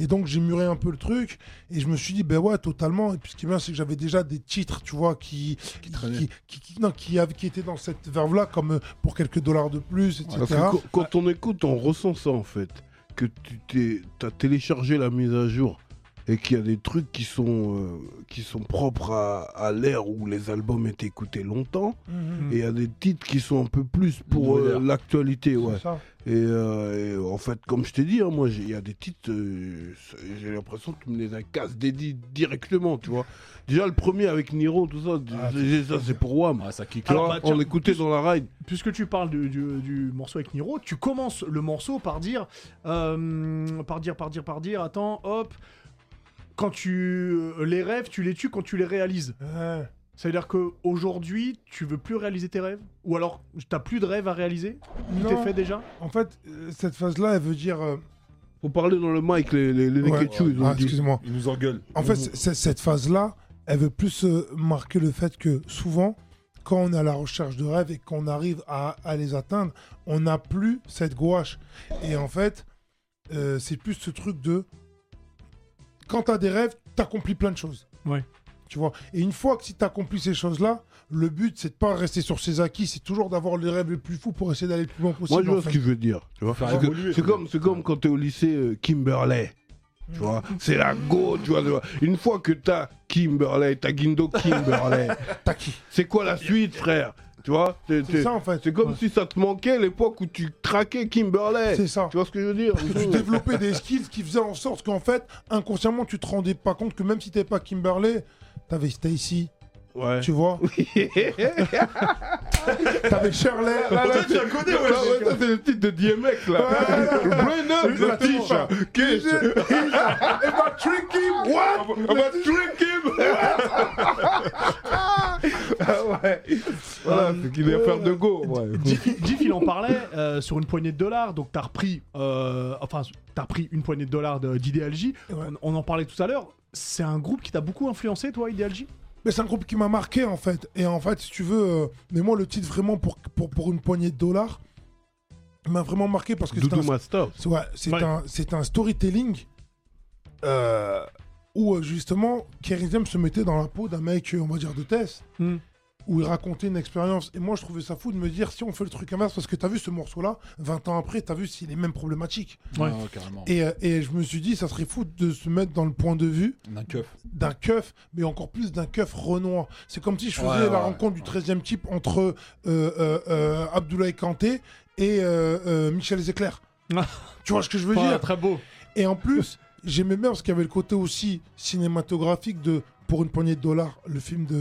D: Et donc, j'ai muré un peu le truc, et je me suis dit, ben ouais, totalement. Et puis ce qui est bien, c'est que j'avais déjà des titres, tu vois, qui, qui,
B: traînaient.
D: qui, qui- non, qui, avaient- qui étaient dans cette verve-là, comme euh, pour quelques dollars de plus, etc.
E: Parce que quand- quand on écoute, on ressent ça en fait. Que tu t'es, t'as téléchargé la mise à jour et qu'il y a des trucs qui sont, euh, qui sont propres à, à l'ère où les albums étaient écoutés longtemps.
A: Mm-hmm.
D: Mhm.
A: Hmm.
E: Et il y a des titres qui sont un peu plus pour
B: Nouvelle
E: euh,
B: ère.
E: l'actualité. Ouais.
D: C'est ça.
E: Et, euh, et en fait, comme je t'ai dit, hein, moi, j'ai- il y a des titres, euh, c'est- j'ai l'impression que tu me les as casse dédiés directement, tu vois. Déjà, le premier avec Niro, tout ça,
D: Ah,
E: j'ai- ça c'est pour WAM.
B: Ah, ça kick.
E: Tu
A: Alors,
E: vois,
A: bah, tiens,
E: on l'écoutait dans la ride.
A: Puisque tu parles du, du- du morceau avec Niro, tu commences le morceau par dire, euh, par dire, par dire, par dire, attends, hop, quand tu euh, les rêves, tu les tues quand tu les réalises.
D: Ouais.
A: Ça veut dire que aujourd'hui, tu veux plus réaliser tes rêves, ou alors t'as plus de rêves à réaliser, tout
D: Non.
A: est fait déjà.
D: En fait, euh, cette phase-là, elle veut dire. euh,
E: Faut parler dans le mic, les, les, les
D: Ouais.
E: Neketsu, ils ont
D: Ah,
E: dit.
D: excuse-moi.
B: Il nous engueule.
D: En fait, c'est- c'est- cette phase-là, elle veut plus euh, marquer le fait que souvent, quand on est à la recherche de rêves et qu'on arrive à, à les atteindre, on n'a plus cette gouache. Et en fait, euh, c'est plus ce truc de quand tu as des rêves, tu accomplis plein de choses.
A: Ouais.
D: Tu vois Et une fois que si tu accomplis ces choses-là, le but, c'est de pas rester sur ses acquis, c'est toujours d'avoir les rêves les plus fous pour essayer d'aller le plus loin
E: Moi,
D: possible.
E: je vois
D: en
E: ce
D: fait.
E: qu'il veut dire. tu vois.
B: Faire
E: C'est que-
B: évoluer,
E: C'est
B: quoi.
E: comme, c'est comme quand t'es au lycée euh, Kimberley. Tu vois,
D: Mm.
E: c'est la go, tu vois, tu vois. Une fois que t'as Kimberley, t'as Guindo Kimberley,
D: T'as qui
E: c'est quoi la suite, frère Tu vois t'es-
D: C'est
E: t'es-
D: ça, en fait.
E: C'est comme si ça te manquait l'époque où tu traquais Kimberley.
D: C'est ça.
E: Tu vois ce que je veux dire
D: que tu développais des skills qui faisaient en sorte qu'en fait, inconsciemment, tu te rendais pas compte que même si t'étais pas Kimberley, t'avais Stacy,
E: Ouais.
D: tu vois, t'avais Shirley,
B: Toi, tu la connais, ouais,
E: Ah ouais, ça, c'est le titre de DMX là.
D: Bruno,
E: Le t-shirt. Qu'est-ce que-
D: What
E: Ah bah, drink him Ah ouais.
D: Ah,
E: Voilà, c'est qu'il est affaire de go. Ouais.
A: Diff, Diff, il en parlait euh, sur une poignée de dollars, donc t'as repris, euh, enfin, t'as repris une poignée de dollars de- d'Idealji.
D: Ouais.
A: On, on en parlait tout à l'heure. C'est un groupe qui t'a beaucoup influencé, toi, Idealji
D: Mais c'est un groupe qui m'a marqué en fait. Et en fait, si tu veux, euh, mais moi le titre vraiment pour, pour, pour une poignée de dollars m'a vraiment marqué parce que c'est un,
E: Doudou Master.
D: c'est- ouais, c'est
A: Ouais.
D: un, c'est un storytelling euh, où euh, justement Kerry James se mettait dans la peau d'un mec, euh, on va dire, de test,
A: Mm.
D: où il racontait une expérience. Et moi je trouvais ça fou de me dire si on fait le truc inverse parce que t'as vu ce morceau-là, 20 ans après, t'as vu s'il est les mêmes problématiques.
A: Ouais.
B: Ah, carrément.
D: Et, euh, et je me suis dit, ça serait fou de se mettre dans le point de vue
B: Un keuf.
D: d'un keuf, mais encore plus d'un keuf renois. C'est comme si je faisais
B: Ouais, ouais,
D: la
B: ouais.
D: rencontre du 13e type entre euh, euh, euh, Abdoulaye Kanté et euh, euh, Michel Zecler. tu vois ce que je veux dire
A: très beau.
D: Et en plus, j'aimais bien parce qu'il y avait le côté aussi cinématographique de Pour une poignée de dollars, le film de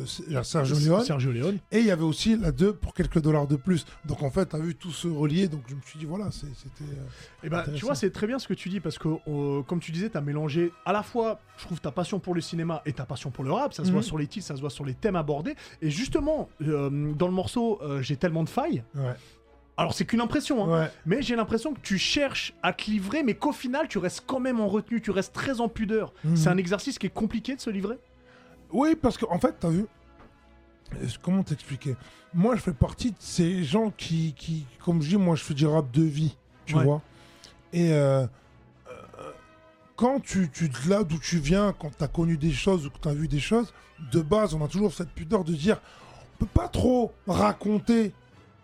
D: euh, Sergio Leone.
A: Sergio Leone.
D: Et il y avait aussi la 2 pour quelques dollars de plus. Donc en fait, t'as vu tout se relier. Donc je me suis dit, voilà, c'est- c'était. euh,
A: Et bah, tu
D: Intéressant.
A: vois, c'est très bien ce que tu dis parce que, euh, comme tu disais, t'as mélangé à la fois, je trouve, ta passion pour le cinéma et ta passion pour le rap. Ça se voit
D: Mhm.
A: sur les titres, ça se voit sur les thèmes abordés. Et justement, euh, dans le morceau, euh, j'ai tellement de failles.
D: Ouais.
A: Alors, c'est qu'une impression, hein.
D: Ouais.
A: Mais j'ai l'impression que tu cherches à te livrer, mais qu'au final, tu restes quand même en retenue, tu restes très en pudeur.
D: Mhm.
A: C'est un exercice qui est compliqué de se livrer.
D: Oui, parce qu'en en fait, t'as vu. euh, Comment t'expliquer Moi, je fais partie de ces gens qui, qui comme je dis, moi, je fais du rap de vie, tu
A: Ouais.
D: vois. Et euh, euh, quand tu, tu te là d'où tu viens, quand t'as connu des choses ou que t'as vu des choses, de base, on a toujours cette pudeur de dire, on peut pas trop raconter,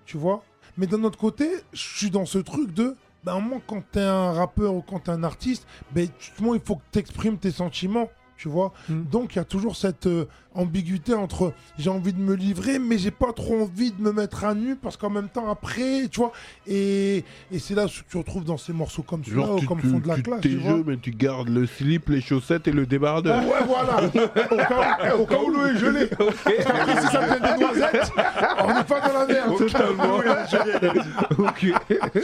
D: tu vois. Mais d'un autre côté, je suis dans ce truc de, ben, à un moment, quand t'es un rappeur ou quand t'es un artiste, ben, justement, il faut que t'exprimes tes sentiments, tu vois.
A: Mm.
D: Donc, il y a toujours cette euh, ambiguïté entre j'ai envie de me livrer, mais j'ai pas trop envie de me mettre à nu parce qu'en même temps, après, tu vois. Et, et c'est là ce que tu retrouves dans ces morceaux comme celui-là
E: Genre,
D: ou
E: tu,
D: comme
E: tu-
D: fond de la
E: tu
D: classe.
E: t'es
D: tu vois.
E: jeu, mais tu gardes le slip, les chaussettes et le débardeur.
D: Ouais, voilà. au cas où, au cas où l'eau est gelée. Parce qu'après, si ça devient des noisettes, on n'est pas dans la merde.
E: Totalement.
D: Ah,
E: ok.
A: Ouais,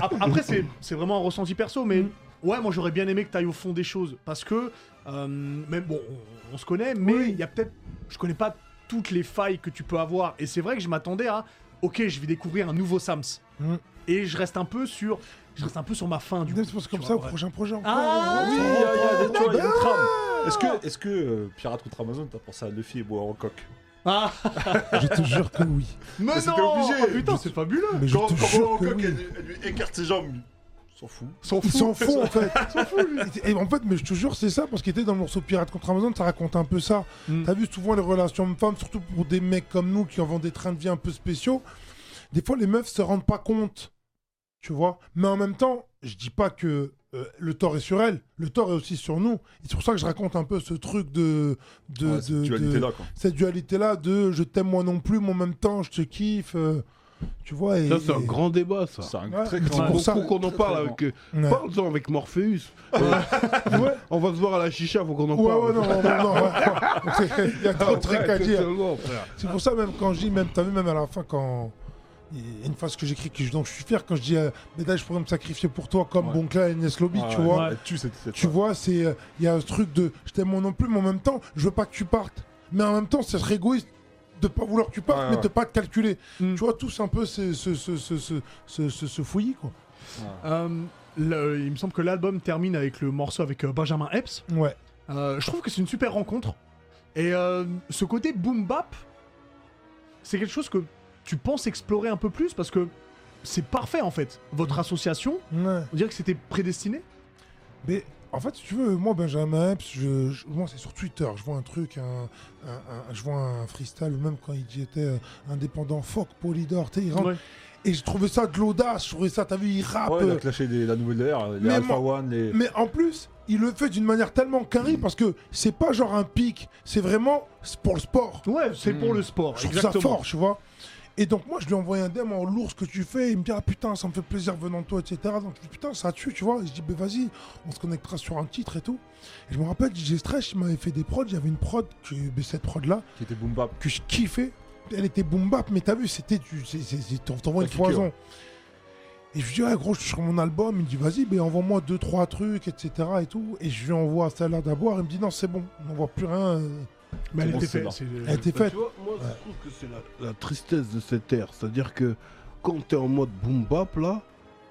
A: ap- après, c'est, c'est vraiment un ressenti perso, mais ouais, moi j'aurais bien aimé que tu ailles au fond des choses parce que, euh, même bon, on, on se connaît, mais il y a peut-être, je connais pas toutes les failles que tu peux avoir. Et c'est vrai que je m'attendais à, ok, je vais découvrir un nouveau Sams.
D: Mm.
A: Et je reste un peu sur, je reste un peu sur ma fin du coup.
D: C'est parce que comme
A: Tu
D: ça, au
A: vois, ouais.
D: prochain projet encore.
A: Ah,
D: on
B: Oui, il
D: va-
B: y
D: on va-
B: a des- tu vois, il y a une trame. oh, Est-ce que, est-ce que euh, Pirate contre Amazon, t'as pensé à Luffy et Bois Hancock
A: Ah,
D: Je te jure que oui.
A: mais
B: Mais c'était
A: non
B: obligé.
A: Oh, Putain, c'est fabuleux
D: Mais je
B: Quand,
D: te
B: quand
D: jure
B: Bois
D: que
B: Hancock
D: oui.
B: elle, lui- elle lui écarte ses jambes, il s'en fout.
A: S'en
D: Il
A: fout.
D: s'en fout en fait. Et en fait, mais je te jure, c'est ça parce qu'il était dans le morceau Pirate contre Amazon, ça raconte un peu ça.
A: Mm.
D: T'as vu souvent les relations hommes-femmes, surtout pour des mecs comme nous qui en vendent des trains de vie un peu spéciaux. Des fois, les meufs se rendent pas compte, tu vois. Mais en même temps, je dis pas que euh, le tort est sur elles, le tort est aussi sur nous. Et c'est pour ça que je raconte un peu ce truc de, de,
B: Ouais,
D: de-
B: cette dualité
D: de-
B: là, quoi.
D: cette dualité là de je t'aime moi non plus, mais en même temps, je te kiffe, euh, tu vois. Et,
E: Ça, c'est un
D: et-
E: grand débat, ça.
B: C'est un
D: Ouais,
B: très
D: mais c'est
B: grand-
D: pour ça-
E: Faut qu'on en
B: très,
E: parle
B: très
E: avec. euh,
D: Ouais.
E: Parle-en avec Morpheus. Euh,
D: Ouais.
E: On va se voir à la chicha, faut qu'on en
D: Ouais,
E: parle. Ah
D: ouais, non, non, non, non, ouais. Il y a trop de trucs à dire.
E: Totalement, frère.
D: C'est pour ça, même quand je dis, même, t'as vu, même à la fin, quand. Il y a une phrase que j'écris, que je- dont je suis fier, quand je dis, euh, médaille, je pourrais me sacrifier pour toi, comme
B: Ouais.
D: Boncla et Ness Lobby,
B: Ah,
D: tu vois.
B: elle tue cette- cette
D: Tu vois, c'est. euh, Il y a ce truc de, je t'aime moi non plus, mais en même temps, je veux pas que tu partes. Mais en même temps, ça serait égoïste de pas vouloir que tu partes,
B: Ouais,
D: mais
B: ouais.
D: de pas te calculer.
A: Mm.
D: Tu vois, tous un peu ce, ce, ce, ce, ce, ce- ce- ce fouillis, quoi.
A: Euh, le- il me semble que l'album termine avec le morceau avec euh, Benjamin Epps.
D: Ouais.
A: Euh, je trouve que c'est une super rencontre. Et euh, ce côté boom bap, c'est quelque chose que tu penses explorer un peu plus parce que c'est parfait en fait. Votre association,
D: Ouais.
A: on dirait que c'était prédestiné.
D: Mais en fait, si tu veux, moi, Benjamin, Epps, je, je- moi, c'est sur Twitter. Je vois un truc, un, un- un- je vois un freestyle, même quand il y était euh, indépendant, Foc, Polydor, tu sais, il rentre.
A: Ouais.
D: Et je trouvais ça de l'audace. Je trouvais ça, t'as vu, il rappe.
B: Ouais, il a
D: euh,
B: clashé les- la nouvelle ère, les
D: Mais
B: Alpha One, les.
D: mais en plus, il le fait d'une manière tellement carrée parce que c'est pas genre un pic, c'est vraiment pour le sport.
A: Ouais, c'est pour le sport.
D: Je trouve
A: exactement.
D: ça fort, tu vois. Et donc, moi, je lui ai envoyé un DM en lourd ce que tu fais. Il me dit, ah putain, ça me fait plaisir venant de toi, etc. Donc, je dis, putain, ça tue, tu vois. Et je dis, bah vas-y, on se connectera sur un titre et tout. Et je me rappelle, DJ Stretch, il m'avait fait des prods. Il y avait une prod, que, mais cette prod-là,
B: qui était boom bap.
D: que je kiffais. Elle était boom bap, mais t'as vu, c'était du. c'est- c'est- c'est- t'en- T'envoies une
B: Ça kickait,
D: foison. Et je lui dis, ouais, gros, je suis sur mon album. Il me dit, vas-y, ben, envoie-moi deux, trois trucs, etc. et tout. Et je lui envoie celle-là d'abord. Il me dit, non, c'est bon, on n'envoie plus rien. euh,
A: Mais elle
B: Bon,
A: était
B: c'est
A: faite.
B: bon.
A: c'est-
D: Elle était
E: Bah,
D: faite.
E: tu vois, moi, je trouve que c'est la, la tristesse de cette ère. C'est-à-dire que quand t'es en mode boom bap, là,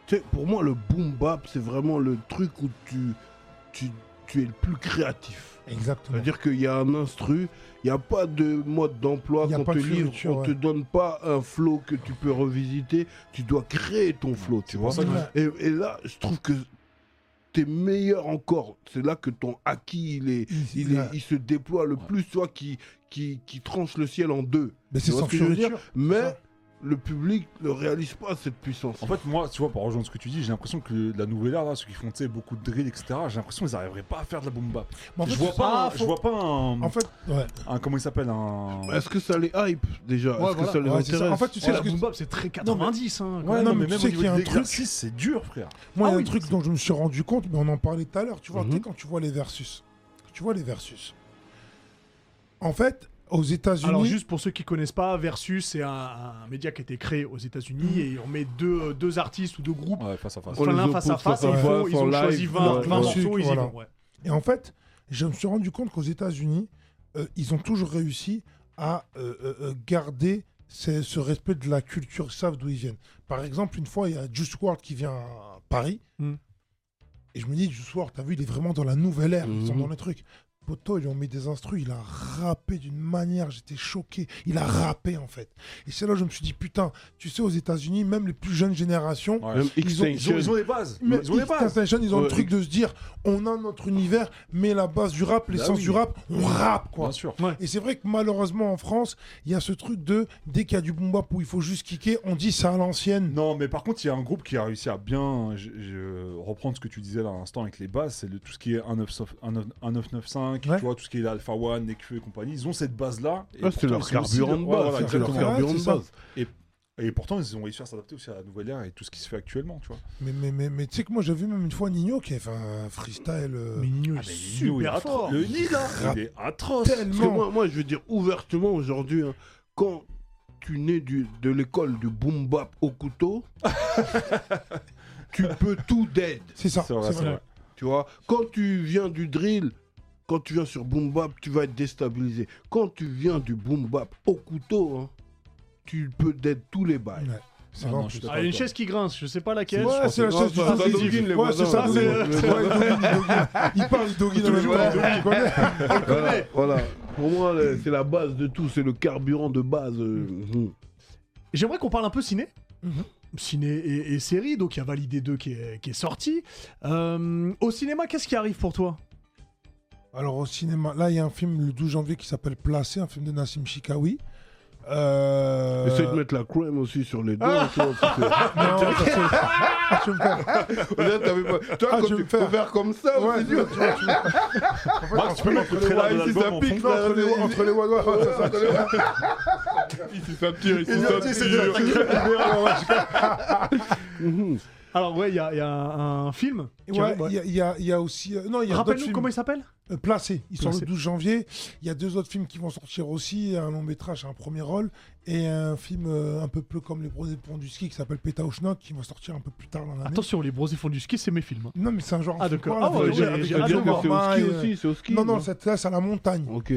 E: tu sais, pour moi, le boom bap, c'est vraiment le truc où tu, tu, tu es le plus créatif.
D: Exactement.
E: C'est-à-dire qu'il y a un instru, il n'y a pas de mode d'emploi
D: Il y a
E: qu'on
D: pas
E: te
D: de
E: livre,
D: fioritures,
E: on
D: ouais.
E: te donne pas un flow que tu peux revisiter, tu dois créer ton flow, tu vois.
B: pour ça que-
D: Ouais.
E: Et, et là, je trouve que t'es meilleur encore. C'est là que ton acquis, il est, il, est-
D: Ouais.
E: il se déploie le plus, tu vois, qui, qui, qui tranche le ciel en deux.
D: Mais c'est
E: vois
D: sans
E: ce que je veux dire
D: fioriture.
E: Mais
D: ça.
E: le public ne réalise pas cette puissance.
B: En fait, moi, tu vois, pour rejoindre ce que tu dis, j'ai l'impression que le- la nouvelle ère, là, ceux qui font tu sais, beaucoup de drill, etc., j'ai l'impression qu'ils n'arriveraient pas à faire de la boom bap.
D: Mais en
B: je,
D: fait,
B: vois
D: c'est-
B: pas,
D: Ah,
B: un- je
D: faut-
B: vois pas un.
D: En fait, ouais.
B: un- comment il s'appelle un...
E: Est-ce que ça les hype déjà Est-ce que
A: voilà.
E: ça les
D: Ouais, c'est ça.
E: intéresse
D: En fait, tu sais
A: Ouais, la
D: ce que-
A: boom bap, c'est très 90. hein, quand
B: Ouais,
A: même.
B: non,
D: non,
B: mais
D: mais tu
B: même
D: sais
B: au niveau
D: qu'il y a
B: de
D: un truc-
B: l'exercice, c'est dur, frère.
D: Moi, il
A: Ah
D: y a
A: oui,
D: un truc
A: c'est-
D: dont je me suis rendu compte, mais on en parlait tout à l'heure. Tu vois,
E: Mhm.
D: tu sais, quand tu vois les versus, tu vois les versus. En fait, aux États-Unis.
A: Alors juste pour ceux qui connaissent pas, Versus c'est un, un média qui a été créé aux États-Unis et on met deux, euh, deux artistes ou deux groupes
B: Ouais, face à face.
E: On
A: enfin,
E: les
A: l'un face à
E: oppose
A: face, et
E: face à
A: ils, font-
E: face,
A: ils
E: en
A: ont
E: live,
A: choisi 20,
E: ouais,
A: 20
E: ouais.
A: morceaux, ils y
D: Voilà.
A: vont. ouais.
D: Et en fait, je me suis rendu compte qu'aux États-Unis, euh, ils ont toujours réussi à euh, euh, euh, garder ce, ce respect de la culture, ils savent d'où ils viennent. Par exemple, une fois, il y a Juice WRLD qui vient à Paris.
A: Mm.
D: Et je me dis, Juice WRLD, t'as vu, il est vraiment dans la nouvelle ère, ils sont
E: Mhm.
D: dans les trucs. Poto, ils lui ont mis des instrus, il a rappé d'une manière, j'étais choqué. Il a rappé, en fait. Et c'est là où je me suis dit, putain, tu sais, aux États-Unis, même les plus jeunes générations,
B: Ouais.
E: Même
D: Ils
B: Ils, ont,
D: ont-
B: ils
E: Extinction,
B: ont les bases.
D: mais
B: ils ont les bases.
D: Extinction, ils ont
E: Ouais.
D: le truc de se dire on a notre univers, mais la base du rap, l'essence
B: oui.
D: du rap, on rappe quoi.
B: Bien sûr.
D: Et c'est vrai que malheureusement en France, il y a ce truc de dès qu'il y a du boom bap où il faut juste kicker, on dit c'est à l'ancienne.
B: Non, mais par contre, il y a un groupe qui a réussi à bien je, je- reprendre ce que tu disais là à l'instant avec les bases, c'est le- tout ce qui est 1995, 1995,
D: Ouais.
B: tu vois, tout ce qui est l'Alpha One, Nekfeu et compagnie. Ils ont cette base-là. et
E: Ah,
B: pourtant,
E: c'est leur
B: ils sont aussi-
E: carburant de
B: Ouais,
E: base.
B: voilà,
E: c'est leur
B: exactement.
E: carburant
D: Ouais,
E: de
D: c'est ça.
E: base.
B: Et pourtant, ils ont réussi à s'adapter aussi à la nouvelle ère et tout ce qui se fait actuellement, tu vois.
D: Mais, mais, mais, mais tu sais que moi j'ai vu même une fois Nino qui avait fait un freestyle euh,
A: Mais Nino est
B: Ah, Mais Nino, il est
A: super
B: atro-
A: fort.
B: Le nid, là,
D: Rap-
B: il est atroce.
E: Parce que
D: tellement.
E: moi, moi, je veux dire ouvertement aujourd'hui, hein, quand tu nais du- de l'école du boom bap au couteau, tu peux tout dead.
D: C'est ça,
B: C'est vrai,
D: c'est
B: c'est
D: vrai.
B: vrai.
E: Tu vois, quand tu viens du drill, quand tu viens sur boom bap, tu vas être déstabilisé. Quand tu viens du boom bap au couteau, hein, tu peux dead tous les bails.
D: Ouais, c'est
B: Ah,
D: vrai.
B: non, je suis
A: Ah, il y a une chaise qui grince, je sais pas laquelle.
D: Ouais, c'est la
E: que-
D: chaise du
E: Ouais, ça,
D: Doggin.
E: Doggin, les
D: Ouais, c'est
E: voisins,
D: ça,
A: là,
D: c'est-
A: c'est-
D: ouais, Doggin, Doggin. Il parle Doggin dans les
E: Ouais.
D: Doggin, tu connais
E: Voilà, voilà. Pour moi, le- c'est la base de tout, c'est le carburant de base. euh, mhm.
A: J'aimerais qu'on parle un peu ciné.
D: Mhm.
A: Ciné et, et série, donc il y a Validé 2 qui est, qui est sorti. Euh, au cinéma, qu'est-ce qui arrive pour toi
D: Alors au cinéma, là il y a un film le 12 janvier qui s'appelle Placé, un film de Nassim Chikawi. Euh...
E: Essaye de mettre la crème aussi sur les dents. tu vois, parce que-
D: Non, parce que- Ah, tu veux me faire.
E: Là, t'avais pas- Toi, quand
D: Ah, je vais
E: tu
D: me faire.
E: peux faire comme ça,
D: Ouais,
E: c'est
D: tu
E: dur.
D: vois, tu vois, tu vois.
B: Max, tu peux mettre le trailer de
E: Ouais, ici,
B: l'album
E: ça
B: en
E: pique,
B: fond.
E: là.
D: Entre les oies, entre les oies, ouais, ouais, ça, ça,
E: Ici, ça tire, ici,
B: Il
E: ça
B: a- tu sais, c'est de la
A: Alors, ouais, il y a, il y a un, un film. qui
D: Ouais,
A: arrive, ouais.
D: il y a- il y, a- il y a aussi. euh, non, il y a d'autres
A: Rappelle-nous
D: films.
A: comment il s'appelle
D: Euh, Placé, il sort
A: Placé.
D: le 12 janvier. Il y a deux autres films qui vont sortir aussi un long métrage, un premier rôle, et un film euh, un peu plus comme Les Bros des Ponts du Ski qui s'appelle Pétaouchnok qui va sortir un peu plus tard dans l'année.
A: Attention, les bros ils font du ski, c'est mes films. hein.
D: Non, mais c'est un genre.
A: Ah,
D: je sais
A: d'accord.
D: pas,
E: Oh,
A: Ah, ouais,
D: euh,
A: j'ai-
D: avec
A: j'ai
D: le
A: hâte de voir.
D: Norma et, euh,
E: c'est au ski.
D: Non, non, cette là, c'est à la montagne.
E: Ok.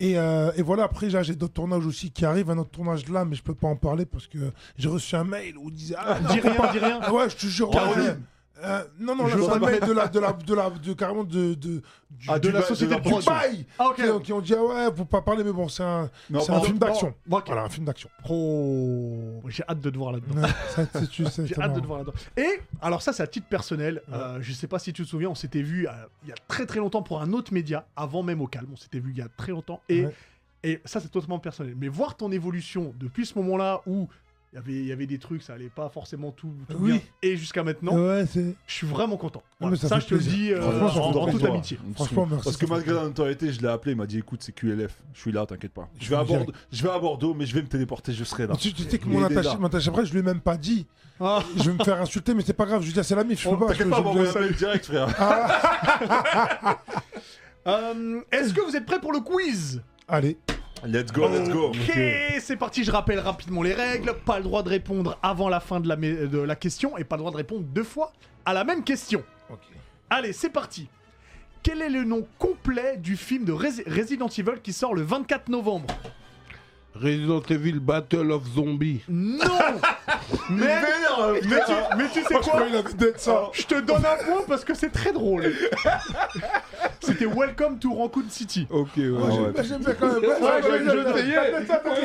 D: Et, euh, et voilà, après, j'ai j'ai d'autres tournages aussi qui arrivent, un autre tournage là, mais je peux pas en parler parce que j'ai reçu un mail où il disait Ah, non,
A: Dis rien, dis rien.
D: ah ouais, je te jure,
A: Caroline.
D: ouais. Euh, non, non, là,
A: Je
D: je
A: vois
D: parlais
A: pas.
D: de la, de la, de la, de, carrément de, de, du,
B: Ah,
A: de
B: du
A: la
B: ba-
A: société
B: de la
A: de
D: du
B: production.
D: bail
A: Ah, ok.
D: qui, ont- qui ont dit, ah ouais, faut pas parler, mais bon, c'est un,
B: Non,
D: c'est un
B: pardon.
D: film d'action.
A: Bon, ok.
D: Voilà, un film d'action.
A: Oh, j'ai hâte de te voir là-dedans.
D: Ouais, ça, c'est- tu sais,
A: J'ai
D: c'est
A: hâte de
D: marrant.
A: te voir là-dedans. Et, alors ça, c'est à titre personnel. euh, je sais pas si tu te souviens, on s'était vu euh, il y a très très longtemps pour un autre média, avant même au calme. On s'était vu il y a très longtemps. Et,
D: Ouais.
A: et ça, c'est totalement personnel. Mais voir ton évolution depuis ce moment-là où il y avait- il y avait des trucs, ça allait pas forcément tout, tout
D: Oui.
A: bien, et jusqu'à maintenant,
D: Ouais, c'est.
A: je suis vraiment content.
D: mais
A: Voilà,
D: ça
A: ça,
D: fait
A: je te le
D: plaisir.
A: dis euh,
D: Franchement, ça
A: en-
D: fait
A: en toute
D: plaisir.
A: amitié.
D: Franchement, merci.
B: Parce que
D: ça fait
B: malgré la notoriété, je l'ai appelé, il m'a dit écoute, c'est QLF, je suis là, t'inquiète pas. Je vais, à
D: Je vais
B: Bordeaux, je vais à Bordeaux, mais je vais me téléporter, je serai là.
D: Tu, tu sais que
B: Il
D: mon
B: est
D: attaché,
B: déjà.
D: mon attaché après, je lui ai même pas dit.
A: Ah.
D: Je vais me faire insulter, mais c'est pas grave. Je lui dis, ah, c'est la mif, je peux pas.
B: Oh, T'inquiète
D: je-
B: pas,
D: je-
B: on va
D: je-
B: envoyer un mail direct, frère.
A: Euh, Est-ce que vous êtes prêts pour le quiz
D: Allez,
B: Let's go, let's go.
A: Ok, c'est parti, je rappelle rapidement les règles. Pas le droit de répondre avant la fin de la, mé- de la question et pas le droit de répondre deux fois à la même question. Allez, c'est parti. Quel est le nom complet du film de Resi- Resident Evil qui sort le 24 novembre
E: Resident Evil Battle of Zombies.
A: Non mais, mais tu, mais tu sais quoi
D: Oh,
A: Ah.
D: il avait d'être ça.
A: Je te donne un point parce que c'est très drôle. C'était Welcome to Raccoon City.
E: Ok, ouais.
D: Ah Ouais, j'aime- J'aime bien quand même. Ouais,
E: Ouais,
D: ouais,
E: je-
D: ouais,
E: je
D: ouais,
E: t'ai-
D: ouais, ouais, ouais, ouais,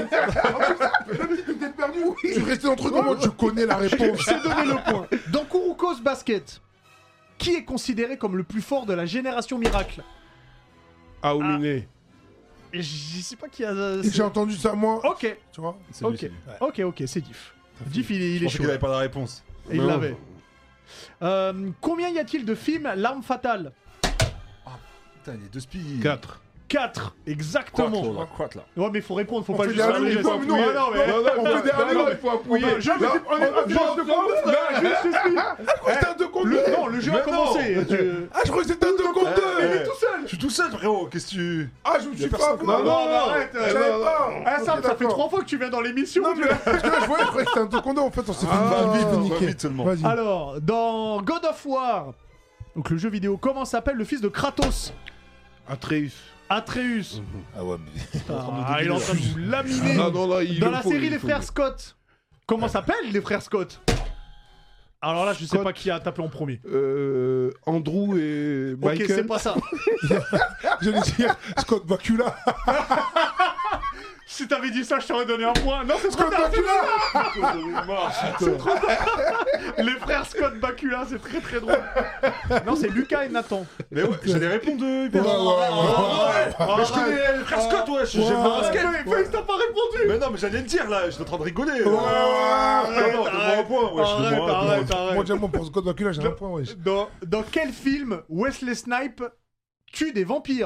D: ouais, ouais, ouais, t'es perdu, oui. Tu restais entre nous, moi, je connais la réponse.
A: Je t'ai donné le point. Dans Kuruko's Basket, qui est considéré comme le plus fort de la génération miracle
E: Aouminé.
A: Je sais pas qui a. euh,
D: J'ai entendu ça, moi.
A: Ok,
D: Tu vois
B: C'est lui,
A: ok,
B: c'est lui.
A: ok, ok, c'est Diff. Diff, il est, il
B: Je
A: est
B: pensais
A: chaud.
B: qu'il avait pas la réponse.
A: Il l'avait. Euh, combien y a-t-il de films L'arme fatale
B: Putain, il est deux spies.
E: 4.
A: 4 exactement.
B: là.
A: Ouais, mais faut répondre, faut
D: On
A: pas
D: fait
A: juste
D: des
A: faire
D: allées-oups,
A: le geste.
D: non, mais non,
A: Ouais, non, mais-
D: on fait des allées-oups.
E: faut appuyer.
A: Je-
D: Non,
A: je-
D: on est pas
A: je-
D: genre de combat.
A: Non, je- je suis-
D: C'était un deux contre
A: Eh, Le-
D: deux.
A: Non, le jeu a
B: Mais non.
A: commencé. tu-
D: Ah, je croyais que c'était un deux contre
B: Eh,
D: deux.
B: eh. Je suis tout seul, frérot. Qu'est-ce que tu.
D: Ah, je me suis
B: a
D: pas
B: personne.
D: avoué.
B: Non, non, non, arrête,
D: arrête. Je savais
E: non,
D: pas.
A: Ah, ça,
D: Ok,
A: ça fait
D: d'accord.
A: trois fois que tu viens dans l'émission.
D: Non,
A: tu-
D: mais parce que là, je voyais, je croyais que c'était un deux contre deux. En fait, on s'est fait
B: Ah,
D: on s'est fait
B: va
D: niquer.
B: vite seulement.
D: Vas-y.
A: Alors, dans God of War, donc le jeu vidéo, comment s'appelle le fils de Kratos
E: Atreus.
A: Atreus.
D: Ah ouais,
A: Ah, il est en train de vous laminer.
E: Ah, non, là, il
A: dans
E: le
A: la
E: faut, il
A: série
E: le
A: Les
E: faut.
A: Frères Scott, comment s'appellent les Frères Scott Alors là, je sais pas qui a tapé en premier.
E: Euh, Andrew et Michael.
A: Ok, c'est pas ça.
D: J'allais dire Scott Bakula.
A: Si t'avais dit ça, je t'aurais donné un point. Non, c'est trop
D: Scott
A: tard.
D: Bakula
A: Les Frères Scott Bakula, c'est très très drôle. Non, c'est Lucas et Nathan.
B: Mais ouais, j'allais répondre. euh,
D: Ouais, ouais,
B: hyper-
D: ouais, ouais.
B: Mais je connais les frères Scott, ouais. je- J'ai pas
A: Parce
B: respect.
A: que Félix t'as pas répondu.
B: Mais non, mais j'allais le dire là. J'étais en train de rigoler.
D: Ouais, ouais,
B: Arrête,
A: ouais.
B: arrête,
A: Arrête,
B: arrête,
A: arrête, arrête.
D: Moi, déjà, moi, pour Scott Bakula, j'ai un point, wesh.
A: Dans, dans quel film Wesley Snipe tue des vampires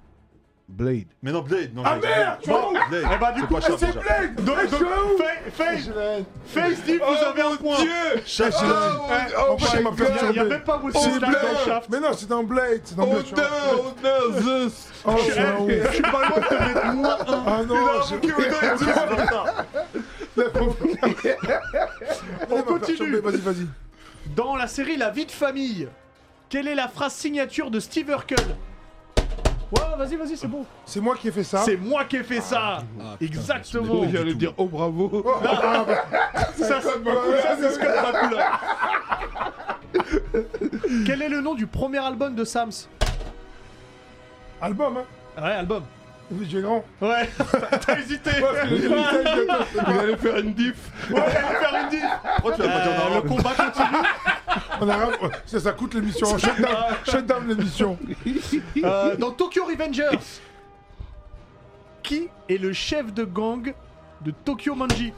E: Blade.
B: Mais non, Blade. Non,
D: Ah,
B: j'ai-
D: merde, tu vois où
B: Blade.
A: Eh bah, du
B: C'est
A: coup,
B: pas
D: Ah,
B: Shaft,
D: c'est
B: déjà.
D: Blade
A: Donc,
D: Ah, je
A: donc,
D: suis là où
A: Fa- Fa- Face Deep, vous avez un Oh, point.
B: Shaft,
D: Ah,
B: j'ai dit.
D: oh,
A: Eh,
D: oh,
A: en fait, il y
D: my
A: a-
D: God.
A: il y a même pas Wesley
D: C'est
A: Snipes
D: Blade.
A: dans Shaft.
D: Mais non, c'est dans Blade. C'est dans
E: Oh
D: Blade. tu vois.
E: non, oh non, Zeus.
D: Oh, je suis un ouf.
A: Je suis pas loin de te mettre moins un.
D: Ah non, je-
A: On
D: Elle m'a perturbé.
A: continue.
D: Vas-y, vas-y.
A: Dans la série La vie de famille, quelle est la phrase signature de Steve Urkel Ouais, vas-y, vas-y, c'est bon.
D: C'est moi qui ai fait ça.
A: C'est moi qui ai
B: Ah,
A: fait ça. Exactement.
E: Oh, J'allais dire, oh bravo.
A: Ça, c'est ça, c'est Scott Bakula. Quel est le nom du premier album de Sams
D: Album, hein.
A: Ouais, album.
D: Oui, j'ai grand.
A: Ouais, t'as hésité.
E: Il allait faire une diff.
A: Ouais, j'allais faire une diff.
B: Pourquoi tu l'as pas dit en
A: Euh,
B: avant
A: le combat continue.
D: On a... ça, ça coûte l'émission. Shutdown, shutdown l'émission.
A: Euh, dans Tokyo Revengers, qui est le chef de gang de Tokyo Manji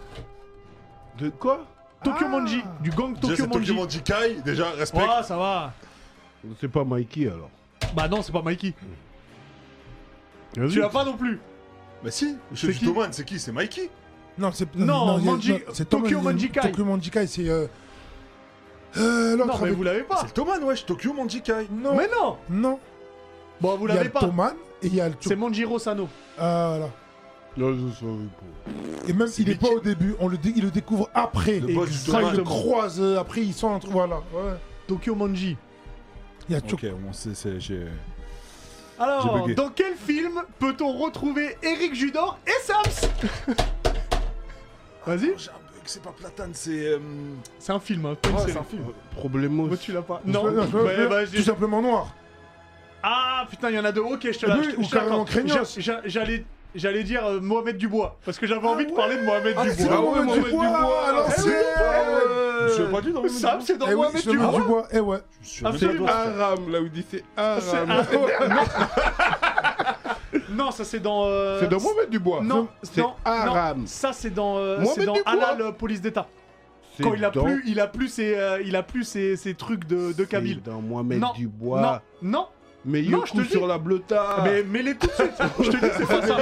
E: De quoi
D: Ah.
A: Tokyo Manji, du gang
B: Déjà,
A: Tokyo
B: c'est
A: Manji.
B: Tokyo Kai. Déjà, respect.
A: Ah, ça va.
E: C'est pas Mikey alors.
A: Bah non, c'est pas Mikey. Tu l'as pas non plus.
B: Mais si, le
A: C'est
B: chef
A: qui
B: du Toman, c'est qui C'est Mikey
D: Non, c'est
A: Non,
D: il y a-
A: Manji-
D: c'est
A: Tokyo
D: Thomas-
A: Manjikai.
D: Tokyo Manjikai, c'est euh, euh, l'autre
A: Non, mais
D: avec-
A: vous l'avez pas.
B: C'est le Toman, wesh, Tokyo Manji Kai.
D: Non,
A: Mais non.
D: non.
A: Bon, vous
D: Il y a
A: l'avez
D: le
A: pas.
D: Toman et il y a le
A: C'est
D: Tokyo.
A: Manjiro Sano.
D: Ah, là.
E: Non, je savais pas.
D: Et même il est pas au début, on le dé- il le découvre après.
B: Le boss du
D: Ça, il
B: Toman.
D: le croise euh, après, ils sont entre voilà. Ouais.
A: Tokyo Manji.
D: Il y a toujours.
B: Ok, bon, c'est- c'est- j'ai- J'ai
A: Alors,
B: bugué.
A: dans quel film peut-on retrouver Eric Judor et Sams Vas-y,
B: J'ai un bug, c'est pas Platane, c'est. euh,
A: c'est un film, hein, pas une série.
E: Problème
A: Moi, tu l'as pas.
D: Non,
A: Non,
D: non, je-
A: Ouais, bah,
D: tout
A: j'ai-
D: simplement noir.
A: Ah putain, il y en a deux. Ok, je te
D: Et
A: la
D: lui,
A: je-
D: ou
A: je te la
D: carrément
A: tente.
D: craignos.
A: J'a- j'a- J'allais. J'allais dire euh, Mohamed Dubois, parce que j'avais envie de
D: ouais.
A: parler de Mohamed
D: Ah, c'est
A: Dubois.
D: Mohamed
A: Ah ouais,
D: Dubois, à l'ancienne.
A: ouais.
B: Je l'ai pas dit dans le
A: Sam, c'est dans
D: Eh oui,
A: Mohamed
D: je
A: Dubois.
D: mets du bois. Eh ouais.
B: Je suis même
A: Absolument.
B: pas droit.
E: Aram, là où il dit c'est
A: C'est-
E: Aram.
A: ah, non, ça c'est dans. euh,
E: C'est de Mohamed Dubois.
A: Non,
E: c'est
A: non, non,
E: Aram.
A: ça c'est dans, euh,
E: Mohamed
A: c'est dans
E: Dubois.
A: Halal euh, Police d'État.
E: C'est
A: Quand il a
E: dans-
A: plus, il a plus ses, euh, il a plus ses, ses trucs de, de
E: c'est
A: Kabyle.
E: dans Mohamed
A: Non,
E: Dubois.
A: Non,
E: Mais
A: Non, je te
E: Yoku
A: dis.
E: sur la bleuta.
A: non, mais, mais les tout de suite. Je te dis que c'est pas ça.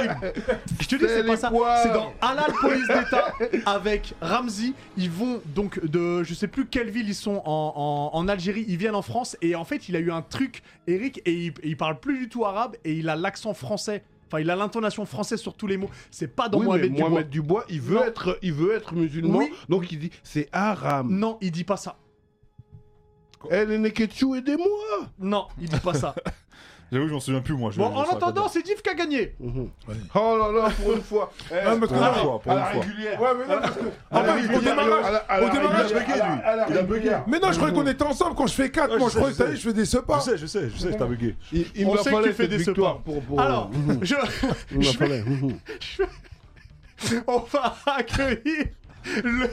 A: Je te dis que c'est
E: les
A: pas ça.
E: poires.
A: C'est dans Halal Police d'État avec Ramzi. Ils vont donc de, je sais plus quelle ville ils sont en, en- en Algérie. Ils viennent en France et en fait il a eu un truc, Eric, et il, et il parle plus du tout arabe et il a l'accent français. Enfin, il a l'intonation française sur tous les mots. C'est pas dans
E: Oui, mais
A: Mohamed Dubois.
E: Mohamed Dubois, il veut
A: Non.
E: être, il veut être musulman,
A: Oui.
E: donc il dit c'est Aram.
A: Non, il dit pas ça.
E: Elle est Neketsu, Eh, aidez-moi.
A: Non, il dit pas ça.
B: J'avoue, je m'en souviens plus, moi. je-
A: Bon,
B: je
A: en
B: saurais pas
A: attendant,
B: dire.
A: c'est Div qui a gagné.
G: Mhm.
E: Oh là là, pour une fois. Eh,
D: Ah, parce que
B: Pour une
D: là,
B: fois, pour une fois.
D: Ouais, mais non, parce que.
E: à la
D: Attends,
E: régulière,
D: au démarrage.
E: à la- à
D: au
E: la
D: démarrage,
B: il a
E: régulière,
B: bugué, lui.
E: à la- à la
B: Il a bugué.
E: régulière.
D: Mais non, je croyais qu'on était ensemble quand je fais 4.
B: Ouais,
D: Moi,
B: je
D: je croyais que
B: sais,
D: t'as dit, je fais des
B: Je
D: sepas.
B: sais, je sais, je sais, je t'avais bugué.
E: Il, il
A: On
E: m'a
A: sait
E: fallu
A: que tu fais
E: cette
A: des
E: victoire
A: sopas.
E: pour, euh, pour.
A: Alors, je...
E: il m'a
A: je vais-
E: fallu.
A: on va accueillir le,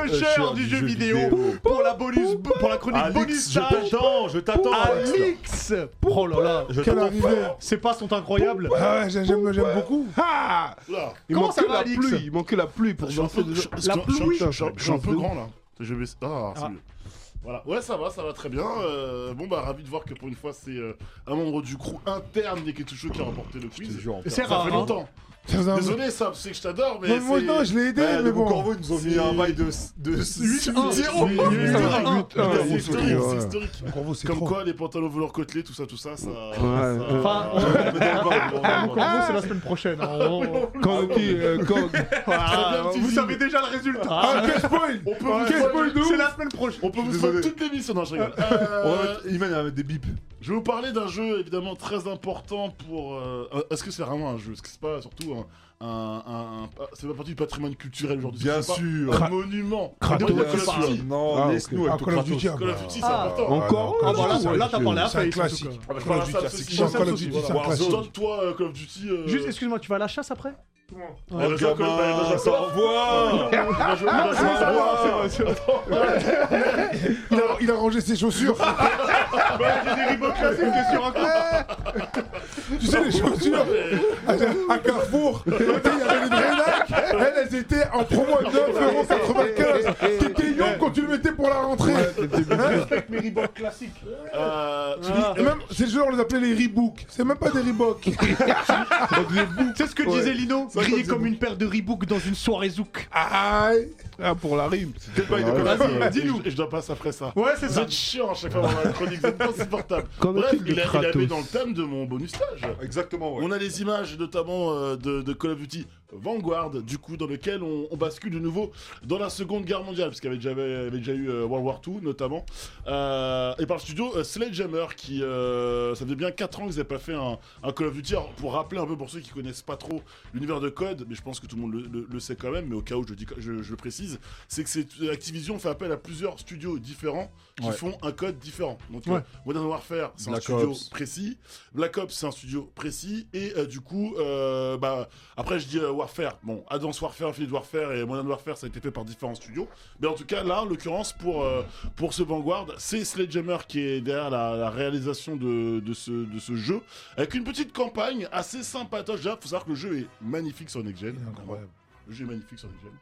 A: le cher du jeu, vidéo, pour la bonus, pour la chronique bonus
B: Alix, je
A: stage.
B: t'attends, je t'attends.
A: Alix.
B: Alex.
A: Oh là là,
B: Je
D: Quelle
B: t'attends.
D: arrivée.
A: ses pas sont incroyables.
D: Ah ouais, j'aime- j'aime j'aime beaucoup.
E: Ah Il
A: Comment ça
E: manquait
A: va,
E: la
A: Alix
E: pluie, il manquait la pluie pour
G: Je suis un
E: danser
G: peu,
E: des-
G: je, je-
A: La
G: je- je-
A: pluie.
G: je- je- je- je suis un peu
E: Ah.
G: grand là. Je vais- Ah, c'est mieux. Voilà. Ouais, ça va, ça va très bien. Euh, bon, bah, ravi de voir que pour une fois, c'est euh, un membre du crew interne des Ketouchou qui a remporté le
B: Je te
G: quiz.
B: jure, en fait.
A: C'est
G: Ça
A: rare.
G: fait
A: hein.
G: longtemps.
D: Ça faisait un-
G: Désolé, Sam, c'est que je t'adore, mais.
D: Mais moi,
G: c'est-
D: non, je l'ai aidé,
B: Ouais,
D: mais
B: le
D: bon.
B: Corvo, ils nous ont mis un bail de, de 8-0.
A: Il y a eu un-
G: Putain,
E: Ah,
G: C'est
E: oui,
G: historique,
E: ouais.
G: c'est historique.
B: Ah,
D: Corvo, c'est
G: Comme
D: trop.
G: quoi, les pantalons voleurs côtelés, tout ça, tout ça, ça.
E: euh,
A: Enfin, on-
G: on
A: Encore vous, Ah, c'est la semaine prochaine. hein. On-
E: Quand on dit, euh, quand-
A: Ah,
G: bien, petit
A: vous
G: film.
A: savez déjà le résultat.
D: Ah, quel spoil
G: On peut vous
D: Quel spoil de
A: c'est
D: ouf
A: la semaine prochaine.
G: On peut vous faire toute l'émission, non, je rigole.
B: On va
G: Euh,
B: mettre- Iman, il va mettre des bips.
G: Je vais vous parler d'un jeu évidemment très important pour. euh, euh, Est-ce que c'est vraiment un jeu Est-ce que c'est pas surtout un. un- un- un- ah, c'est pas partie du patrimoine culturel aujourd'hui
B: Bien
G: c'est pas
B: sûr.
G: Un monument
A: Kratos.
G: Un monument de la
A: Bien
G: partie.
B: Non,
E: Ah, ok.
B: laisse-nous
D: Ah,
B: avec
D: Call of
B: ton
D: Duty,
B: Kratos.
D: ah,
G: Call
D: bah.
G: of Duty, c'est
A: Ah.
G: important.
E: Encore
A: Ah bah là,
E: Ouais,
A: là, t'as
E: je-
A: parlé à
D: C'est un
A: Face, en tout
D: classique.
A: cas.
G: Ah bah, je
D: Call
G: parle
D: of
G: à ça
D: Duty,
G: aussi.
D: c'est un hein. Call of Duty, c'est un
G: Voilà.
D: classique.
G: Toi, toi, euh, Call of Duty. euh,
A: Juste, excuse-moi, tu vas à la chasse après
G: Ouais,
B: Oh,
G: je reconnais pas, je
B: gamin,
G: reconnais
B: ça
G: pas. Ah,
B: envoie Ah,
G: Bien joué, bien joué.
B: ça va, c'est vrai,
D: Il a- Il a rangé ses chaussures.
A: J'ai des ribots classiques sur un
D: Tu sais, les chaussures à, à Carrefour, tu sais, il y avait les Drenac, elles, elles étaient en promo à
E: Eh,
D: 9,95€. T'étais young quand tu le mettais pour la rentrée. Hein
G: Euh, tu
A: Ah.
G: dis-
D: Et même, c'est le jeu, on les appelait les Reebok. C'est même pas des Reebok.
A: Tu sais ce que disait Lino
G: Bah,
A: Grillé comme une paire de Reebok dans une soirée zouk.
D: Aïe.
E: Ah, pour la rime.
G: Quel bail de
E: Vas-y,
G: connasse,
A: dis-nous.
G: Ah, et je- Et je dois passer après ça.
A: Ouais, c'est
G: Vous
A: ça.
G: êtes chiant à chaque fois dans la chronique, vous êtes insupportable.
E: Qu'en
G: Bref,
E: est-il de
G: il a, il a mis
E: Kratos
G: dans le thème de mon bonus stage.
B: Exactement, ouais.
G: On a les images notamment euh, de, de Call of Duty Vanguard, du coup, dans lequel on, on bascule de nouveau dans la Seconde Guerre mondiale, parce qu'il y avait déjà, il y avait déjà eu euh, World War II notamment, Euh, et par le studio euh, Sledgehammer, qui euh, ça faisait bien 4 ans qu'ils n'avaient pas fait un, un Call of Duty. Alors, pour rappeler un peu pour ceux qui connaissent pas trop l'univers de Code, mais je pense que tout le monde le, le- le sait quand même, mais au cas où je, dis, je, je le précise, c'est que c'est- Activision fait appel à plusieurs studios différents qui
B: Ouais.
G: font un code différent. Donc, euh, Modern Warfare, c'est un
B: Black
G: studio
B: Ops.
G: précis. Black Ops, c'est un studio précis. Et euh, du coup, euh, bah, après, je dis euh, Warfare. Bon, Advanced Warfare, Infinite Warfare et Modern Warfare, ça a été fait par différents studios. Mais en tout cas, là, en l'occurrence, pour, euh, pour ce Vanguard, c'est Sledgehammer qui est derrière la, la réalisation de, de ce, de ce jeu. Avec une petite campagne assez sympatoche. Déjà, faut savoir que le jeu est magnifique sur Next Gen. Le jeu est magnifique sur Next Gen.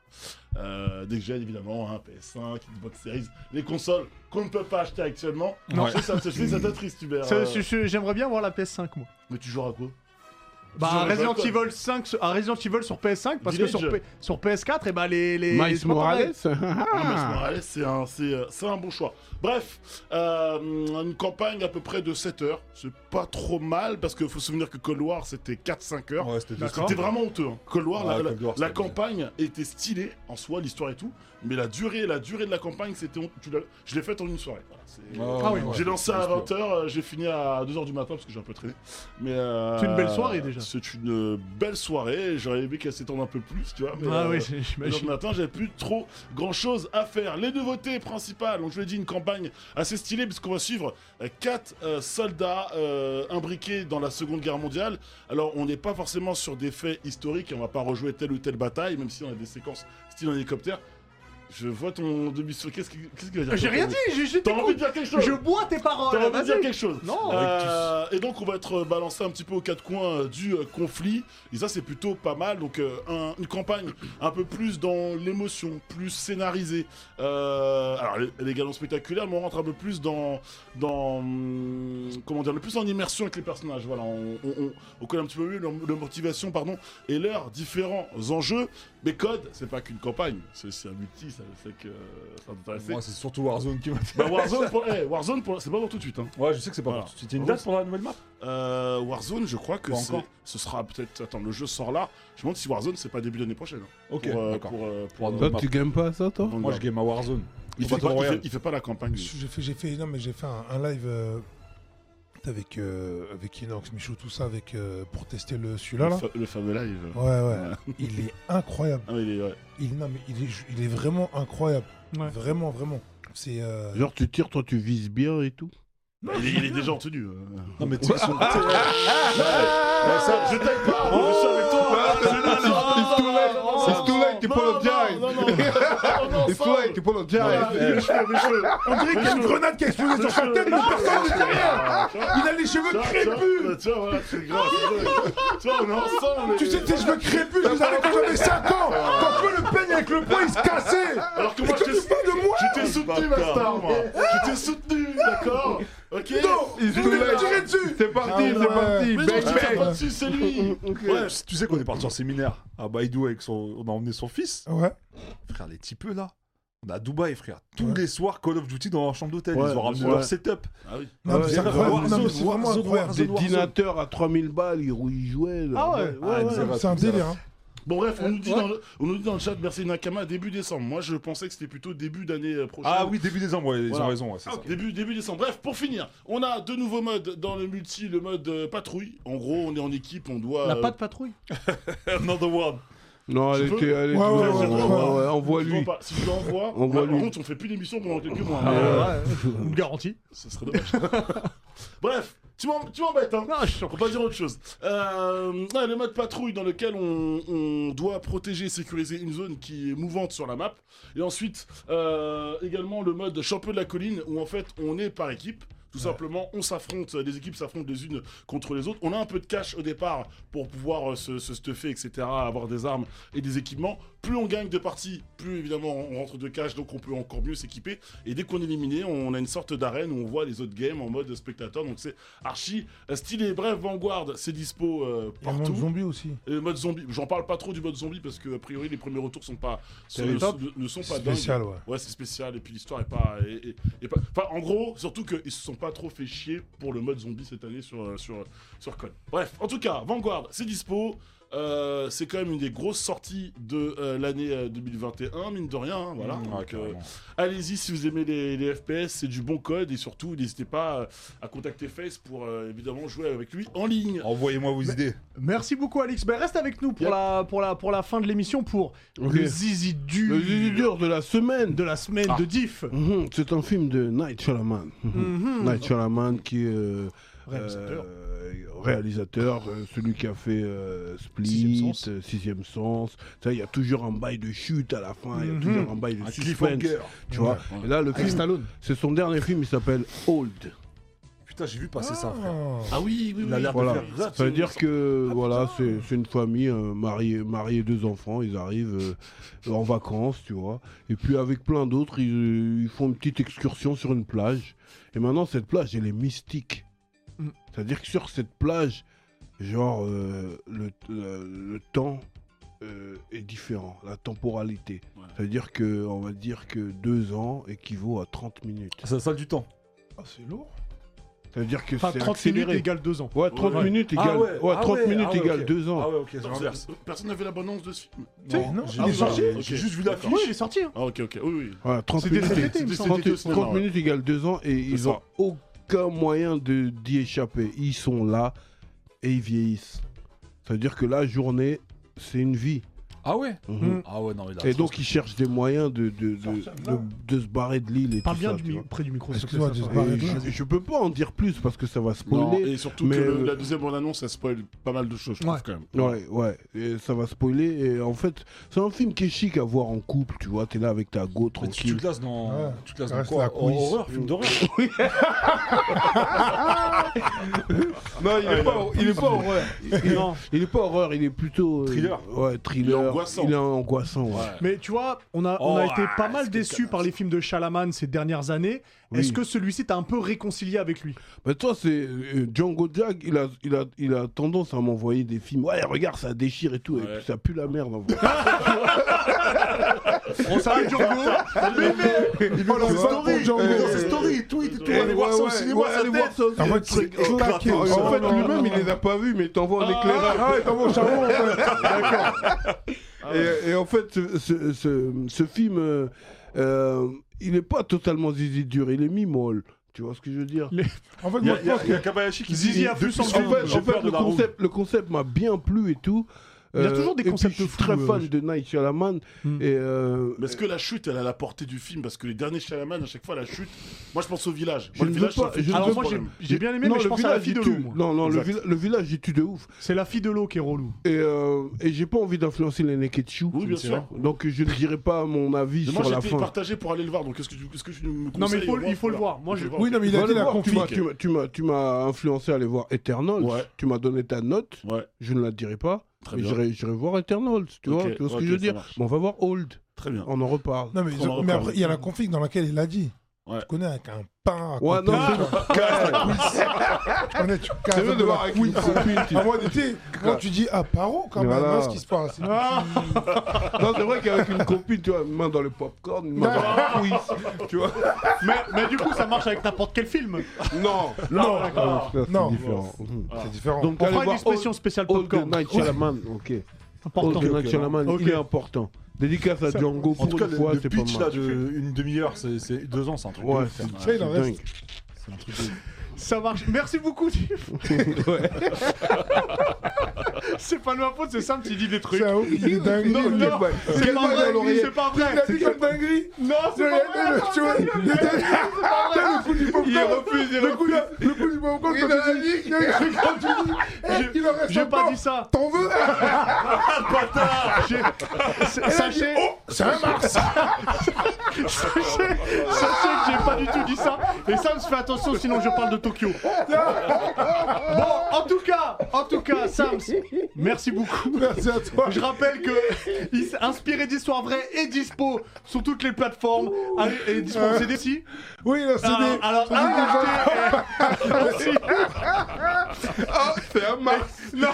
G: Euh, Next Gen, évidemment, hein, PS5, Xbox Series, les consoles qu'on ne peut pas acheter actuellement.
A: Non.
G: Je sais, ça, je sais, ça t'attriste, Hubert.
A: Ça,
G: Euh,
A: je- je- J'aimerais bien voir la PS5, moi.
G: Mais tu joueras à quoi
A: Bah, à
G: J'aurais pas
A: Resident,
G: le code.
A: Evil 5, sur- à Resident Evil sur PS5, parce que sur,
G: Village.
A: P- sur PS4, et bah les. les
E: Miles
A: c'est pas pareil.
E: Morales
G: Ah, Miles Morales, c'est un, c'est, euh, c'est un bon choix. Bref, euh, une campagne à peu près de 7 heures. C'est pas trop mal parce qu'il faut se souvenir que Cold War c'était 4-5 heures.
B: Ouais, c'était deux
A: D'accord.
G: C'était vraiment honteux. hein. Cold War,
B: Ouais,
G: la, la-
B: Cold War,
G: la
B: c'était
G: campagne était stylée en soi, l'histoire et tout, mais la durée, la durée de la campagne, c'était, hon- tu l'as- je l'ai faite en une soirée. Voilà, c'est-
A: Ah oui,
G: j'ai lancé à
B: Parce que-
G: 20h, j'ai fini à 2h du matin parce que j'ai un peu traîné. Mais euh,
A: C'est une belle soirée, déjà.
G: C'est une bêle soirée, j'aurais aimé qu'elle s'étende un peu plus, tu vois. mais,
A: Ah
G: euh,
A: oui, c'est-
G: mais le
A: j'imagine.
G: matin, j'avais plus trop grand chose à faire. Les nouveautés principales, donc je l'ai dit, une campagne assez stylée, puisqu'on va suivre 4 soldats euh, imbriqués dans la Seconde Guerre mondiale. Alors, on n'est pas forcément sur des faits historiques, et on va pas rejouer telle ou telle bataille, même si on a des séquences style en hélicoptère. Je vois ton demi-sur. Qu'est-ce qu'il qu'est-ce qu'il va dire
A: J'ai rien dit, j'ai- j'ai
G: T'as envie de
A: t'écoute.
G: dire quelque chose
A: Je bois tes paroles.
G: T'as envie de dire
A: vas-y.
G: quelque chose
A: Non.
G: Euh, Et donc on va être euh, balancé un petit peu aux quatre coins euh, du euh, conflit. Et ça c'est plutôt pas mal. Donc euh, un- une campagne un peu plus dans l'émotion, plus scénarisée. Euh, alors elle, elle est également spectaculaire, mais on rentre un peu plus dans... dans hum, comment dire Le plus en immersion avec les personnages. Voilà, on, on- on- on connaît un petit peu mieux leur, leur motivation pardon, et leurs différents enjeux. Mais Code, c'est pas qu'une campagne. C'est c'est un multi, ça, je sais que euh, ça t'intéressait.
B: Moi, c'est surtout Warzone qui m'a
G: Bah, Warzone, pour- eh, Warzone pour- c'est pas pour tout de suite. Hein.
B: Ouais, je sais que c'est pas
G: Voilà.
B: pour tout de suite. Il y a une date pour la nouvelle map
G: Euh, Warzone, je crois que
B: Pas
G: c'est-
B: encore.
G: ce sera peut-être. Attends, le jeu sort là. Je me demande si Warzone, c'est pas début d'année prochaine. hein,
B: Ok,
G: pour, euh,
B: d'accord.
G: pour, euh, pour,
B: Pour
G: euh,
B: un
E: Toi,
B: Map.
E: tu games pas à ça, toi
G: Vanguard.
B: Moi, je game à Warzone.
G: il, fait
B: Battle
G: pas, il,
B: Royale.
G: fait, il fait pas la campagne. lui.
D: J'ai fait, j'ai fait, non, mais j'ai fait un, un live euh, avec, euh, avec Inox, Michou, tout ça, avec, euh, pour tester le, celui-là.
G: Le,
D: Là.
G: fa- le fameux live.
D: Ouais, ouais. il est incroyable.
G: Ah, mais il est- ouais.
D: Il, non, mais il, est, il est vraiment incroyable.
A: Ouais.
D: Vraiment, vraiment. C'est. euh,
E: Genre, tu tires, toi, tu vises bien et tout.
G: il, est, il est déjà en tenue. euh.
B: Non, mais tu sais, Oh, ils sont-
G: Ouais, ça, je t'aime pas.
A: Oh,
G: je suis avec toi. je suis avec toi.
A: Ah,
C: It's too late, t'es pas
G: Non,
C: l'objet.
G: non, Oh, non, non. On est
C: It's too
G: ensemble.
C: late, t'es pas l'objet.
G: Ah, mes
B: eh.
G: cheveux, mes cheveux.
D: On dirait qu'il y a une
G: Mais je-
D: grenade qui a explosé sur sa
G: je-
D: tête, mais personne ne dit rien. Il a les cheveux
G: Tu vois, tu vois,
D: crépus.
G: Tu vois, voilà, c'est grave. Tu vois, on est ensemble.
D: Tu
G: et-
D: sais, tes cheveux crépus, je les avais quand j'avais 5 ans. Quand peu le peigne avec le poing, il se cassait.
G: Alors que
D: Et
G: moi,
D: quand
G: je te
D: tu parles de moi,
G: Je t'ai soutenu, ma star, moi Je t'ai soutenu, d'accord Ok
D: non,
C: It's
D: je
C: too
D: vais
C: late.
D: me tirer dessus.
C: C'est parti,
D: Ah
C: c'est
D: ouais.
C: parti.
G: Mais non,
C: Bang,
G: tu tires
C: bang.
G: pas dessus, c'est lui
B: Ouais, tu sais qu'on est parti en séminaire à Baidu avec son. On a emmené son fils.
D: Ouais.
B: Frère, les types là. On est à Dubaï, frère. Tous
D: Ouais.
B: les soirs, Call of Duty dans leur chambre d'hôtel.
E: Ouais,
B: ils ont ramené
E: ouais.
B: leur setup.
G: Ah oui
D: Non, mais
E: Ouais,
D: c'est
E: Warzone,
D: vraiment- non, mais
B: Warzone,
D: c'est vraiment
B: Warzone,
D: incroyable.
E: Des
B: Warzone, Warzone.
E: dinateurs à 3000 balles, ils ils jouaient. là.
A: Ah ouais.
E: ouais, ouais.
D: C'est un délire. hein.
G: Bon bref, on nous, dit dans le, on nous dit dans le chat, merci Nakama, début décembre. Moi je pensais que c'était plutôt début d'année euh, prochaine.
B: Ah oui, début décembre, ouais, ils
G: Voilà.
B: ont raison. ouais, c'est
G: Ah,
B: ça.
G: Début, début décembre. Bref, pour finir, on a deux nouveaux modes dans le multi, le mode euh, patrouille. En gros, on est en équipe, on doit...
A: La
G: euh,
A: patte patrouille.
B: Another World.
E: Non, elle
G: Tu
E: était. Elle était-
D: Ouais, ouais,
E: ouais,
D: ouais,
E: ouais,
D: ouais.
E: ouais,
G: si je
E: Envoie-lui.
G: l'envoie- Si je l'envoie,
E: On voit
G: bah, par
E: lui.
G: contre, on fait plus d'émission pendant quelques mois.
A: Ah
G: mais, euh,
A: ouais, ouais. Une garantie.
G: Ce serait dommage. bref, tu m'en- tu m'embêtes, hein
A: Non, je suis
G: On peut pas dire autre chose. Euh, ouais, le mode patrouille dans lequel on, on doit protéger et sécuriser une zone qui est mouvante sur la map. Et ensuite, euh, également le mode champion de la colline où en fait on est par équipe. Tout simplement, on s'affronte, les équipes s'affrontent les unes contre les autres. On a un peu de cash au départ pour pouvoir euh, se, se stuffer, etc., avoir des armes et des équipements. Plus on gagne de parties, plus évidemment on rentre de cash, donc on peut encore mieux s'équiper. Et dès qu'on est éliminé, on a une sorte d'arène où on voit les autres games en mode spectateur. Donc c'est archi euh, stylé. Bref, Vanguard, c'est dispo euh,
D: Il y a un monde
G: partout.
D: zombie aussi.
G: Et le mode zombie, j'en parle pas trop du mode zombie parce que a priori les premiers retours sont pas, sont-
D: les
G: ne,
D: tops
G: ne- ne sont pas
D: C'est
G: dingues.
D: spécial, ouais.
G: Ouais, c'est spécial et puis l'histoire est pas, est- est- est pas- Enfin, en gros, surtout qu'ils se sont pas trop fait chier pour le mode zombie cette année sur, euh, sur, sur Code. Bref, en tout cas, Vanguard, c'est dispo. Euh, c'est quand même une des grosses sorties de euh, l'année euh, 2021, mine de rien. hein, voilà.
B: Ouais,
G: Donc, euh,
B: carrément.
G: Allez-y si vous aimez les, les FPS, c'est du bon code et surtout n'hésitez pas euh, à contacter Face pour euh, évidemment jouer avec lui en ligne.
B: Envoyez-moi vos idées.
A: Merci beaucoup, Alix. Ben, reste avec nous pour,
G: Yep.
A: la, pour, la, pour la fin de l'émission pour
E: Ok.
A: le zizi du
E: Le zizi dur de la semaine.
A: de la semaine
G: Ah.
A: de Diff.
E: Mhm, C'est un film de Night Shyamalan. Mhm.
A: Mhm.
E: Night Shyamalan qui est euh,
A: Réalisateur.
E: euh, réalisateur, euh, celui qui a fait euh, Split,
A: Sixième Sens.
E: euh, Sixième Sens. Ça, il y a toujours un bail de chute à la fin, il y a
A: Mhm.
E: toujours un bail de
B: Un
E: suspense.
B: cliffhanger.
E: Tu vois. Et là, le film,
A: Stallone.
E: c'est son dernier film, il s'appelle Old.
B: Putain, j'ai vu passer ça, frère.
D: Ah.
G: Ah oui, Ah, oui,
B: Il a
G: oui.
B: l'air de
E: Voilà.
B: faire
G: Ça
E: Ça veut dire que voilà, c'est c'est une famille euh, mariée, mariée, deux enfants, ils arrivent euh, en vacances, tu vois. Et puis avec plein d'autres, ils, euh, ils font une petite excursion sur une plage. Et maintenant, cette plage, elle est mystique.
A: Mm.
E: C'est-à-dire que sur cette plage, genre euh, le, le- le temps euh, est différent, la temporalité.
G: Ouais.
E: C'est-à-dire que on va dire que deux ans équivaut à 30 minutes.
B: C'est la salle du temps.
D: Ah, c'est lourd.
E: C'est-à-dire que
A: Enfin,
E: c'est
A: 30 minutes
E: accéléré.
A: égale 2 ans.
E: Ouais, 30
G: Ouais.
E: minutes
B: Ah
E: égale
B: ouais,
E: ouais,
B: ah
E: 30
B: ouais,
E: minutes
B: ah ouais,
E: égale
B: ok.
E: deux ans.
B: Ah ouais, ok, je
G: Attends,
B: renverse.
G: c'est- Personne n'avait l'abondance de ce film.
A: Non,
B: Non,
A: il est
B: j'ai-
A: sorti
B: j'ai-
G: Ok.
B: j'ai juste vu
G: D'accord.
B: l'affiche.
A: Oui, il est sorti. hein.
G: Ah, ok, ok, oui, oui.
E: Voilà, 30
A: C'était
E: minutes.
A: cet été, il me semble.
G: C'était- c'était-
E: 30,
G: deux semaines,
E: 30
G: ouais.
E: minutes égale 2 ans et ils
G: ça.
E: ont aucun moyen de d'y échapper. Ils sont là et ils vieillissent. C'est-à-dire que la journée, c'est une vie.
B: Ah ouais
A: Mm.
E: Mhm.
B: Ah ouais, non, mais là.
E: Et donc ils cherchent des moyens de, de, de,
D: Sortir de
E: de-
D: là.
E: de se barrer de l'île et
A: Parle
E: tout
A: bien
E: ça.
A: du
E: tu
A: mi-
E: vois.
A: près du micro. s'il te plaît,
D: Excuse-moi
A: ça
D: de se
A: sera-
D: barrer
E: Et
D: de
E: je,
D: là.
E: je peux pas en dire plus parce que ça va
G: Non,
E: spoiler.
G: et surtout
E: mais,
G: que le-
E: euh,
G: la deuxième bande-annonce, elle spoil pas mal de choses, je trouve,
A: Ouais.
G: quand même.
E: Ouais, ouais, et ça va spoiler. Et en fait, c'est un film qui est chic à voir en couple, tu vois. T'es là avec ta go
B: Mais tu, tu
E: tranquille.
B: te classes dans,
D: Ouais.
B: tu te classes dans
D: Reste
B: quoi
D: la couille.
B: Horreur, film d'horreur.
E: Non, il est pas, il est pas horreur.
A: Non.
E: Il est pas horreur, il est plutôt. euh,
B: Thriller.
E: Ouais, thriller.
G: Il est angoissant.
E: Il est angoissant, ouais.
A: Mais tu vois, on a, on a été pas mal déçus par les films de Shalaman ces dernières années.
E: Oui.
A: Est-ce que celui-ci t'a un peu réconcilié avec lui
E: Bah, toi, c'est euh, Django Jack, il a, il, a, il a tendance à m'envoyer des films. Ouais, regarde, ça déchire et tout. Et
G: Ouais.
E: puis ça pue la merde. En vrai.
A: On s'arrête Django
D: Il
E: oh,
D: va
B: c'est
D: dans
B: story,
D: le Django.
B: mais dans ses stories, tweets et tout, allez voir ça au cinéma, ça
E: allez
B: date.
E: voir ça au
D: En
E: cinéma,
D: fait,
E: c'est
D: c'est
E: clair.
D: claqué.
E: En fait, lui-même, il les a pas vus, mais il t'envoie un éclairage.
D: Ah, il t'envoie au charbon.
E: D'accord. Et, et en fait, ce, ce- ce- ce film, euh, euh, il n'est pas totalement zizi dur, il est mi-molle. Tu vois ce que je veux dire
D: En fait,
B: Il y a-
D: moi, je
B: il y
D: pense
B: a- il y
D: que.
B: a Kabayashi qui
A: Zizi
B: dit
A: a plus
B: depuis
E: En
A: son
B: ce film,
E: fait,
B: j'ai
E: en fait,
B: peur de
E: le,
B: la roue.
E: concept, le concept m'a bien plu et tout. euh,
A: Il y a toujours des
E: et puis,
A: concepts
E: Je suis
A: fous,
E: très
A: euh,
E: fan de Night Shyamalan.
A: Hmm.
E: Et, euh,
G: Mais est-ce que la chute, elle a la portée du film Parce que les derniers Shalaman, à chaque fois, la chute. Moi, je pense au village.
E: Je ne
G: Moi, le
E: veux
G: village,
E: pas-
G: ça fait
E: je ne
G: toujours
A: Alors
E: veux
A: moi
E: pas-
A: j'ai
G: problème.
A: j'ai bien aimé, mais je
E: le
A: pense à la
E: village,
A: fille de l'eau.
E: il tue.
A: moi.
E: Non, non, le,
G: Exact.
E: vil- le village, il tue de ouf.
A: C'est la fille de l'eau qui est relou.
E: Et, euh, et j'ai pas envie d'influencer les Neketsu.
G: Oui, bien sûr.
E: Donc je ne dirai pas mon avis
G: Mais Moi,
E: sur la
G: j'étais
E: fin.
G: partagé pour aller le voir, donc est-ce que tu, est-ce que tu me
A: Non mais il
G: conseilles
A: faut,
G: au
A: il faut le
G: moins
A: voir. Moi je...
D: Oui, non, mais il
E: Va
D: a dit
E: le
D: la
E: voir, tu m'as-
D: config.
E: tu m'as- tu m'as- Tu m'as influencé à aller voir Eternals.
G: Ouais.
E: Tu m'as donné ta note.
G: Ouais,
E: Je ne la dirai pas.
G: très
E: Mais
G: bien.
E: j'irai j'irai voir Eternals. Tu vois,
G: Ok,
E: tu vois ce
G: ok,
E: que je veux
G: ça
E: dire
G: marche.
E: Mais On va voir Old.
G: Très bien.
E: On en reparle.
D: Non, mais, ils
G: On en
D: ont- mais
G: reparle.
D: après, il y a la config dans laquelle il a dit.
G: Ouais.
D: Tu connais avec un pain. à
E: Ouais,
D: côté,
E: non,
D: tu vois. Tu connais, tu casses
E: mieux
D: de la couille. À moi, tu sais, quand tu dis à paro, quand même,
E: Voilà.
D: voilà ce qui se passe.
E: Ah, Non, c'est vrai qu'avec une copine, tu vois, une main dans le popcorn, une main dans la couille, tu vois.
A: mais, mais du coup ça marche avec n'importe quel film.
E: Non,
D: Non,
E: Ah, ça, c'est
D: Non.
E: différent. Mhm.
D: c'est différent.
E: Donc,
A: On
E: allez
A: fera une
E: voir
A: expression spéciale
E: Old, Old
A: popcorn.
E: Night Shyamalan, ok. Old
A: Important.
E: Night Shyamalan,
A: Ok.
E: il est important. Dédicace à Django
B: En tout
E: pour
B: cas,
E: une fois,
B: le le
E: c'est pas
B: pitch là
E: mal.
B: de une demi-heure, c'est c'est deux ans, c'est un truc. de
E: Ouais,
B: ouf,
E: c'est-
B: hein.
D: Ça, il en
E: C'est
D: reste.
B: C'est un truc de ouf.
A: Ça marche. Merci beaucoup. Tiff.
E: dingue. Ouais.
A: c'est pas de ma faute, c'est simple, tu dis des trucs.
D: C'est un ouf, il est dingue.
A: Non,
D: il est-
A: non,
D: il
A: c'est
D: est
A: pas
D: dingue
A: vrai,
D: à
A: lui,
D: l'oreiller.
A: c'est pas vrai.
D: Il a dit comme dinguerie.
A: Non,
D: Tu
A: c'est
D: vois,
A: pas
D: il
A: vrai.
D: a- tu vois, il a- le coup du popcorn.
A: Il refuse, il
D: Le coup de- le coup du popcorn, quand tu dis- il y a un truc quand tu dis, eh, il en reste
A: J'ai pas
D: encore.
A: dit ça.
D: T'en veux
A: Sachez,
D: oh, C'est un Mars
A: sachez, sachez que j'ai pas du tout dit ça. Et ça, me fait attention, sinon je parle de Tokyo. Bon, en tout cas, en tout cas, Sam, merci beaucoup.
D: Merci à toi.
A: Je rappelle que il- Inspiré d'histoires vraies est dispo sur toutes les plateformes. Allez, Et dispo en CD si
D: Oui, la CD.
A: Alors, alors, ah,
D: Ça, c'est déjà-
A: achetez-
E: Oh, C'est un mars.
A: Non,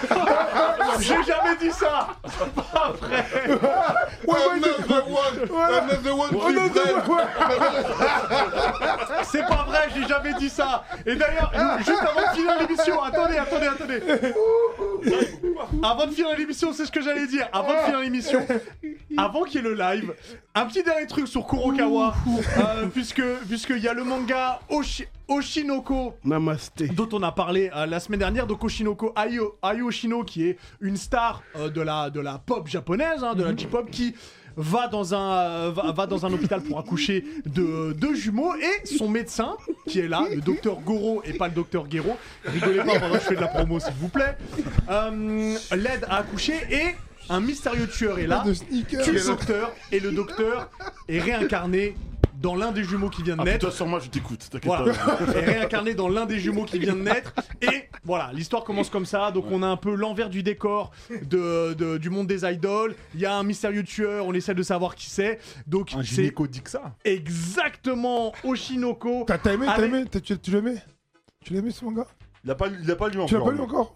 A: j'ai jamais dit ça. C'est pas vrai.
E: Another one. Another one.
D: Oh, non, non, non, ouais.
A: C'est pas vrai, j'ai jamais dit ça. Et d'ailleurs, juste avant de finir l'émission, attendez, attendez, attendez.
E: Oh,
A: Avant de finir l'émission, c'est ce que j'allais dire. Avant de finir l'émission, avant qu'il y ait le live, un petit dernier truc sur Kurokawa, euh, puisque puisqu'il y a le manga Oshi- Oshinoko
E: Namasté.
A: dont on a parlé euh, la semaine dernière, donc Oshinoko Ayo, Ayo Oshino, qui est une star euh, de, la, de la pop japonaise, hein, de la J-pop, qui va dans, un, euh, va, va dans un hôpital pour accoucher de deux jumeaux, et son médecin, qui est là, le docteur Goro et pas le docteur Gero, rigolez pas pendant que je fais de la promo s'il vous plaît, euh, l'aide à accoucher, et un mystérieux tueur est là,
D: De sneakers.
A: tue le docteur, et le docteur est réincarné dans l'un des jumeaux qui vient de
G: Ah,
A: naître.
G: toi, sur moi, je t'écoute, t'inquiète
A: Voilà.
G: pas.
A: est réincarné dans l'un des jumeaux qui vient de naître. Et voilà, l'histoire commence comme ça. Donc on a un peu l'envers du décor de, de- du monde des idoles. Il y a un mystérieux tueur. On essaie de savoir qui c'est. Donc
E: hein.
B: Un
A: c'est
B: gynéco dit que ça.
A: exactement Oshinoko.
D: T'as t'as aimé, t'as
A: Allez.
D: aimé, t'as- tu tu l'aimais Tu l'aimais ce manga
B: Il a pas, il a pas lu encore.
D: Tu l'as pas lu encore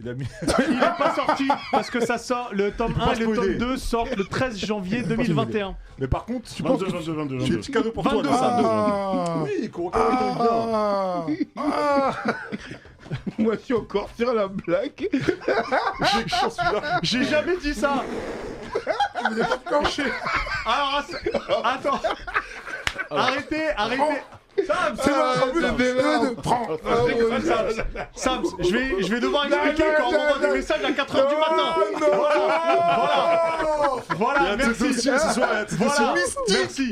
B: Il a mis.
A: Il n'est pas sorti parce que ça sort, le tome
B: peut
A: 1
B: pas
A: et le tome
B: spoiler.
A: 2 sortent le 13 janvier
B: peut pas spoiler.
A: 2021.
B: Mais par contre, tu
G: 22, 22, 22,
B: J'ai un
G: 22.
B: petit cadeau pour toi.
A: 22,
B: Vincent.
D: Ah,
B: Oui, Kuroko, il
D: ah, ah.
E: Moi, je suis encore sur la blague.
B: tombe bien. J'ai chance, celui-là.
A: J'ai jamais dit ça Alors, ass- attends Arrêtez, arrêtez Sam,
D: Ah, C'est bon, en plus,
E: t'as fait
D: euh, prends. Ah, ouais.
A: Sam, Sam, Sam, je vais, je vais devoir expliquer
D: non,
A: quand on
D: non,
A: m'envoie des
D: non.
A: messages à 4h du matin Voilà, merci
B: ce soir, il y a un petit dossier.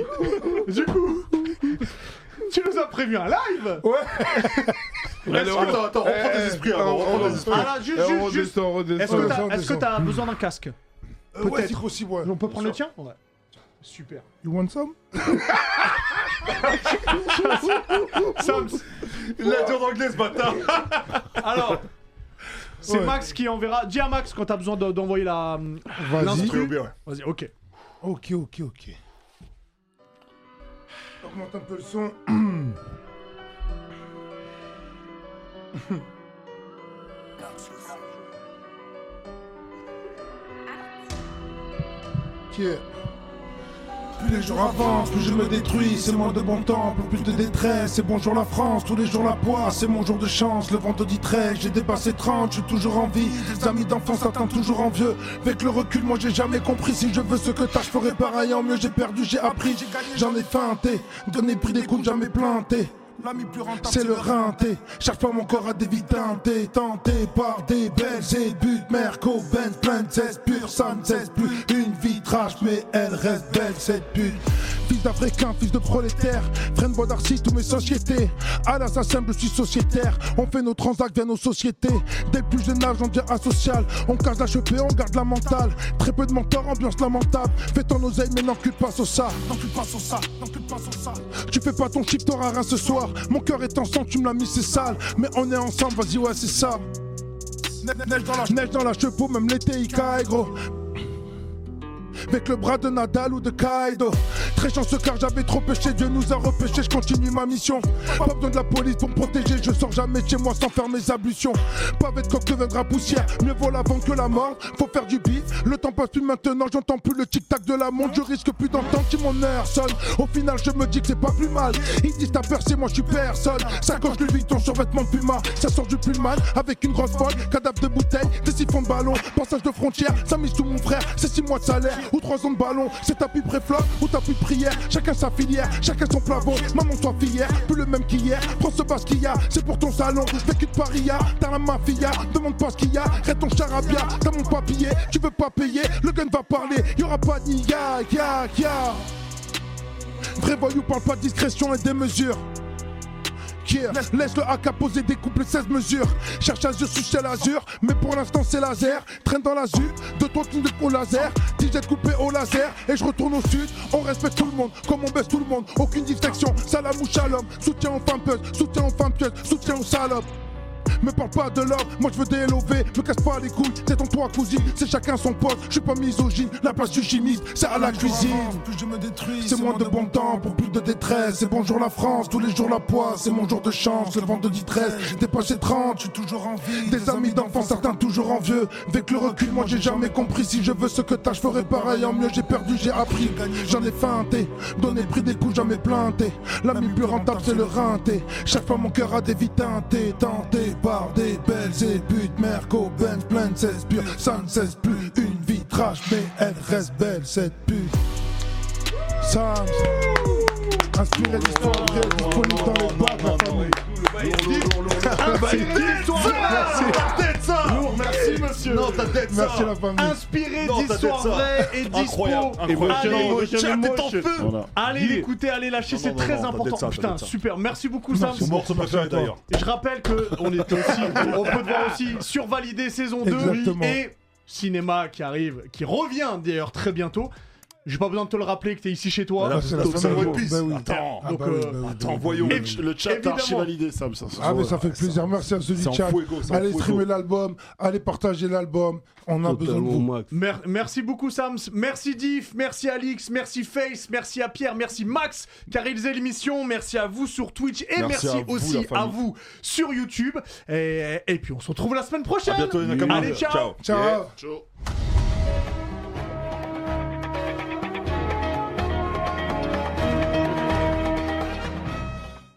A: Voilà, merci Du coup, tu nous as prévu un live
B: Attends, attends, reprends tes esprits avant, reprends tes esprits.
A: Ah là, juste,
E: Eh, on
A: juste, juste.
E: redescend, on
A: Est-ce
E: redescend.
A: que t'as-
D: Ouais, descend,
A: est-ce que
D: descend.
A: t'as besoin d'un casque
D: Euh, ouais, c'est possible, ouais.
A: On peut prendre le tien Ouais. Super.
D: You want some
A: Sam,
B: Il l'a dit en anglais, ce bâtard.
A: alors, c'est
D: Ouais.
A: Max qui enverra. Dis à Max quand t'as besoin de- d'envoyer la.
D: Vas-y.
A: L'instru.
B: bien, ouais.
A: Vas-y, ok.
D: Ok, ok, ok. Augmente un peu le son. Ok. Plus les jours avancent, plus je me détruis, c'est moins de bon temps, plus, plus de détresse, c'est bonjour la France, tous les jours la poire, c'est mon jour de chance, le vendredi 13, j'ai dépassé 30, je suis toujours en vie, des amis d'enfance atteints toujours en vieux, avec le recul moi j'ai jamais compris, si je veux ce que t'as je ferai pareil, en mieux j'ai perdu, j'ai appris, j'ai gagné, j'en ai feinté, donné pris des coups, jamais planté. C'est le rinté, cherche pas mon corps à dévitanter, tenté par des belles et buts, Merco, Ben, plein de cesse, pur, ça ne cesse plus, une vitrage, mais elle reste belle cette pute. Fils d'Africain, fils de prolétaire, frère de d'Arcy, tous mes sociétés. À l'assassin, je suis sociétaire, on fait nos transacts via nos sociétés. Dès le plus jeune âge, on devient asocial, on casse la cheveux, on garde la mentale. Très peu de mentors, ambiance lamentable, fais ton oseille, mais n'encule pas sur ça. N'encule pas sur ça, n'encule pas sur ça. Tu fais pas ton chip, t'auras rien ce soir. Mon cœur est en sang, tu me l'as mis, c'est sale. Mais on est ensemble, vas-y, ouais, c'est ça. Neige dans la, neige dans la chevaux, même l'été, il caille, gros. Avec le bras de Nadal ou de Kaido. Très chanceux car j'avais trop péché, Dieu nous a repêchés, je continue ma mission. Pas besoin de la police pour me protéger, je sors jamais de chez moi sans faire mes ablutions. Pavé de coq deviendra poussière, mieux vaut la vente que la mort. Faut faire du bif, le temps passe plus maintenant, j'entends plus le tic-tac de la montre, je risque plus d'entendre si mon heure sonne. Au final, je me dis que c'est pas plus mal. Ils disent t'as percé, moi je suis personne. Ça coche le Vuitton sur vêtements Puma, ça sort du Pullman avec une grosse folle, cadavre de bouteille, des siphons de ballon, passage de frontière, ça mise sous mon frère, c'est 6 mois de salaire ou 3 ans de ballon, c'est tapis préflop ou tapis de prière, chacun sa filière, chacun son plafond, maman sois fière, plus le même qu'hier, prends ce bas qu'il y a, c'est pour ton salon, vécu de paria, t'as la mafia, demande pas ce qu'il y a, reste ton charabia, t'as mon papier, tu veux pas payer, le gun va parler, y'aura pas de ya, ya, ya. Vrai voyou parle pas de discrétion et des mesures. Yeah. Laisse le AK poser des couples 16 mesures. Cherche Azur, sucer l'azur. Mais pour l'instant, c'est laser. Traîne dans la ZU, de ton team de au laser. 10 jets coupés au laser. Et je retourne au sud. On respecte tout le monde, comme on baisse tout le monde. Aucune distraction, ça la mouche à l'homme. Soutien aux femmes pieuses, soutien aux femmes pieuses, soutien aux salopes. Me parle pas de l'homme, moi je veux des LOV, me casse pas les couilles, c'est ton toit cousine, c'est chacun son poste, je suis pas misogyne, la place du chimiste, c'est à la cuisine. C'est moins de bon temps pour plus de détresse, c'est bonjour la France, tous les jours la poisse, c'est mon jour de chance, le vendredi 13, j'ai dépassé 30, je suis toujours en vie. Des amis d'enfance, certains toujours en vieux, avec le recul, moi j'ai jamais compris, si je veux ce que t'as, je ferai pareil, en mieux j'ai perdu, j'ai appris, j'en ai feinté, donné le prix des coups, jamais planté, l'ami plus rentable c'est le rinté, chaque fois mon cœur a des vitantés, tenté par des belles et buts, Merco, Benz, plein de cesse pure, ça ne cesse plus, une vitrage, mais elle reste belle cette pute. Sams. Inspiré d'histoire vraie, disponible dans les bars de la famille.
B: Lourd, merci, monsieur. Non, ta tête, ça.
D: Merci la famille.
A: Inspiré
B: Non, t'as
A: d'histoires
B: fait ça.
A: vraies et dispo.
B: Incroyable, incroyable.
A: Allez,
B: Le chat est en feu. Voilà.
A: Allez
B: Yeah.
A: l'écouter, allez lâcher,
B: Non,
A: c'est
B: non,
A: très
B: non, non,
A: important.
B: peut-être ça,
A: Putain,
B: peut-être ça.
A: super, merci beaucoup Sam.
B: Mon morceau préféré d'ailleurs.
A: Je rappelle que on était aussi, on peut devoir aussi survalider saison 2
D: Exactement.
A: et cinéma qui arrive, qui revient d'ailleurs très bientôt. J'ai pas besoin de te le rappeler que t'es ici chez
B: Bah,
A: toi.
B: là,
D: Ah, c'est la
B: donc,
D: semaine
B: c'est
D: pro.
B: One Piece.
D: Bah oui.
G: Attends,
D: Ah
A: Donc,
D: bah oui,
A: euh,
D: bah oui,
B: attends,
D: bah oui.
B: voyons.
G: le, ch- le chat a
A: Évidemment.
G: archivalidé ça, mais ça, ça-
D: Ah, mais ça fait plaisir. Merci à ceux du
B: C'est en
D: chat.
B: fuego, c'est en
D: Allez
B: fuego.
D: streamer l'album, allez partager l'album. On a besoin de
E: Totalement
D: vous.
E: max.
A: Mer- merci beaucoup Sams, merci Diff, merci Alix, merci Face, merci à Pierre, merci Max car ils est l'émission, merci à vous sur Twitch et merci,
B: Merci à vous, la
A: aussi
B: famille.
A: à vous sur YouTube. Et, et puis on se retrouve la semaine prochaine.
B: À bientôt, les Nakamas.
A: Allez, ciao.
D: Ciao.
G: Ciao.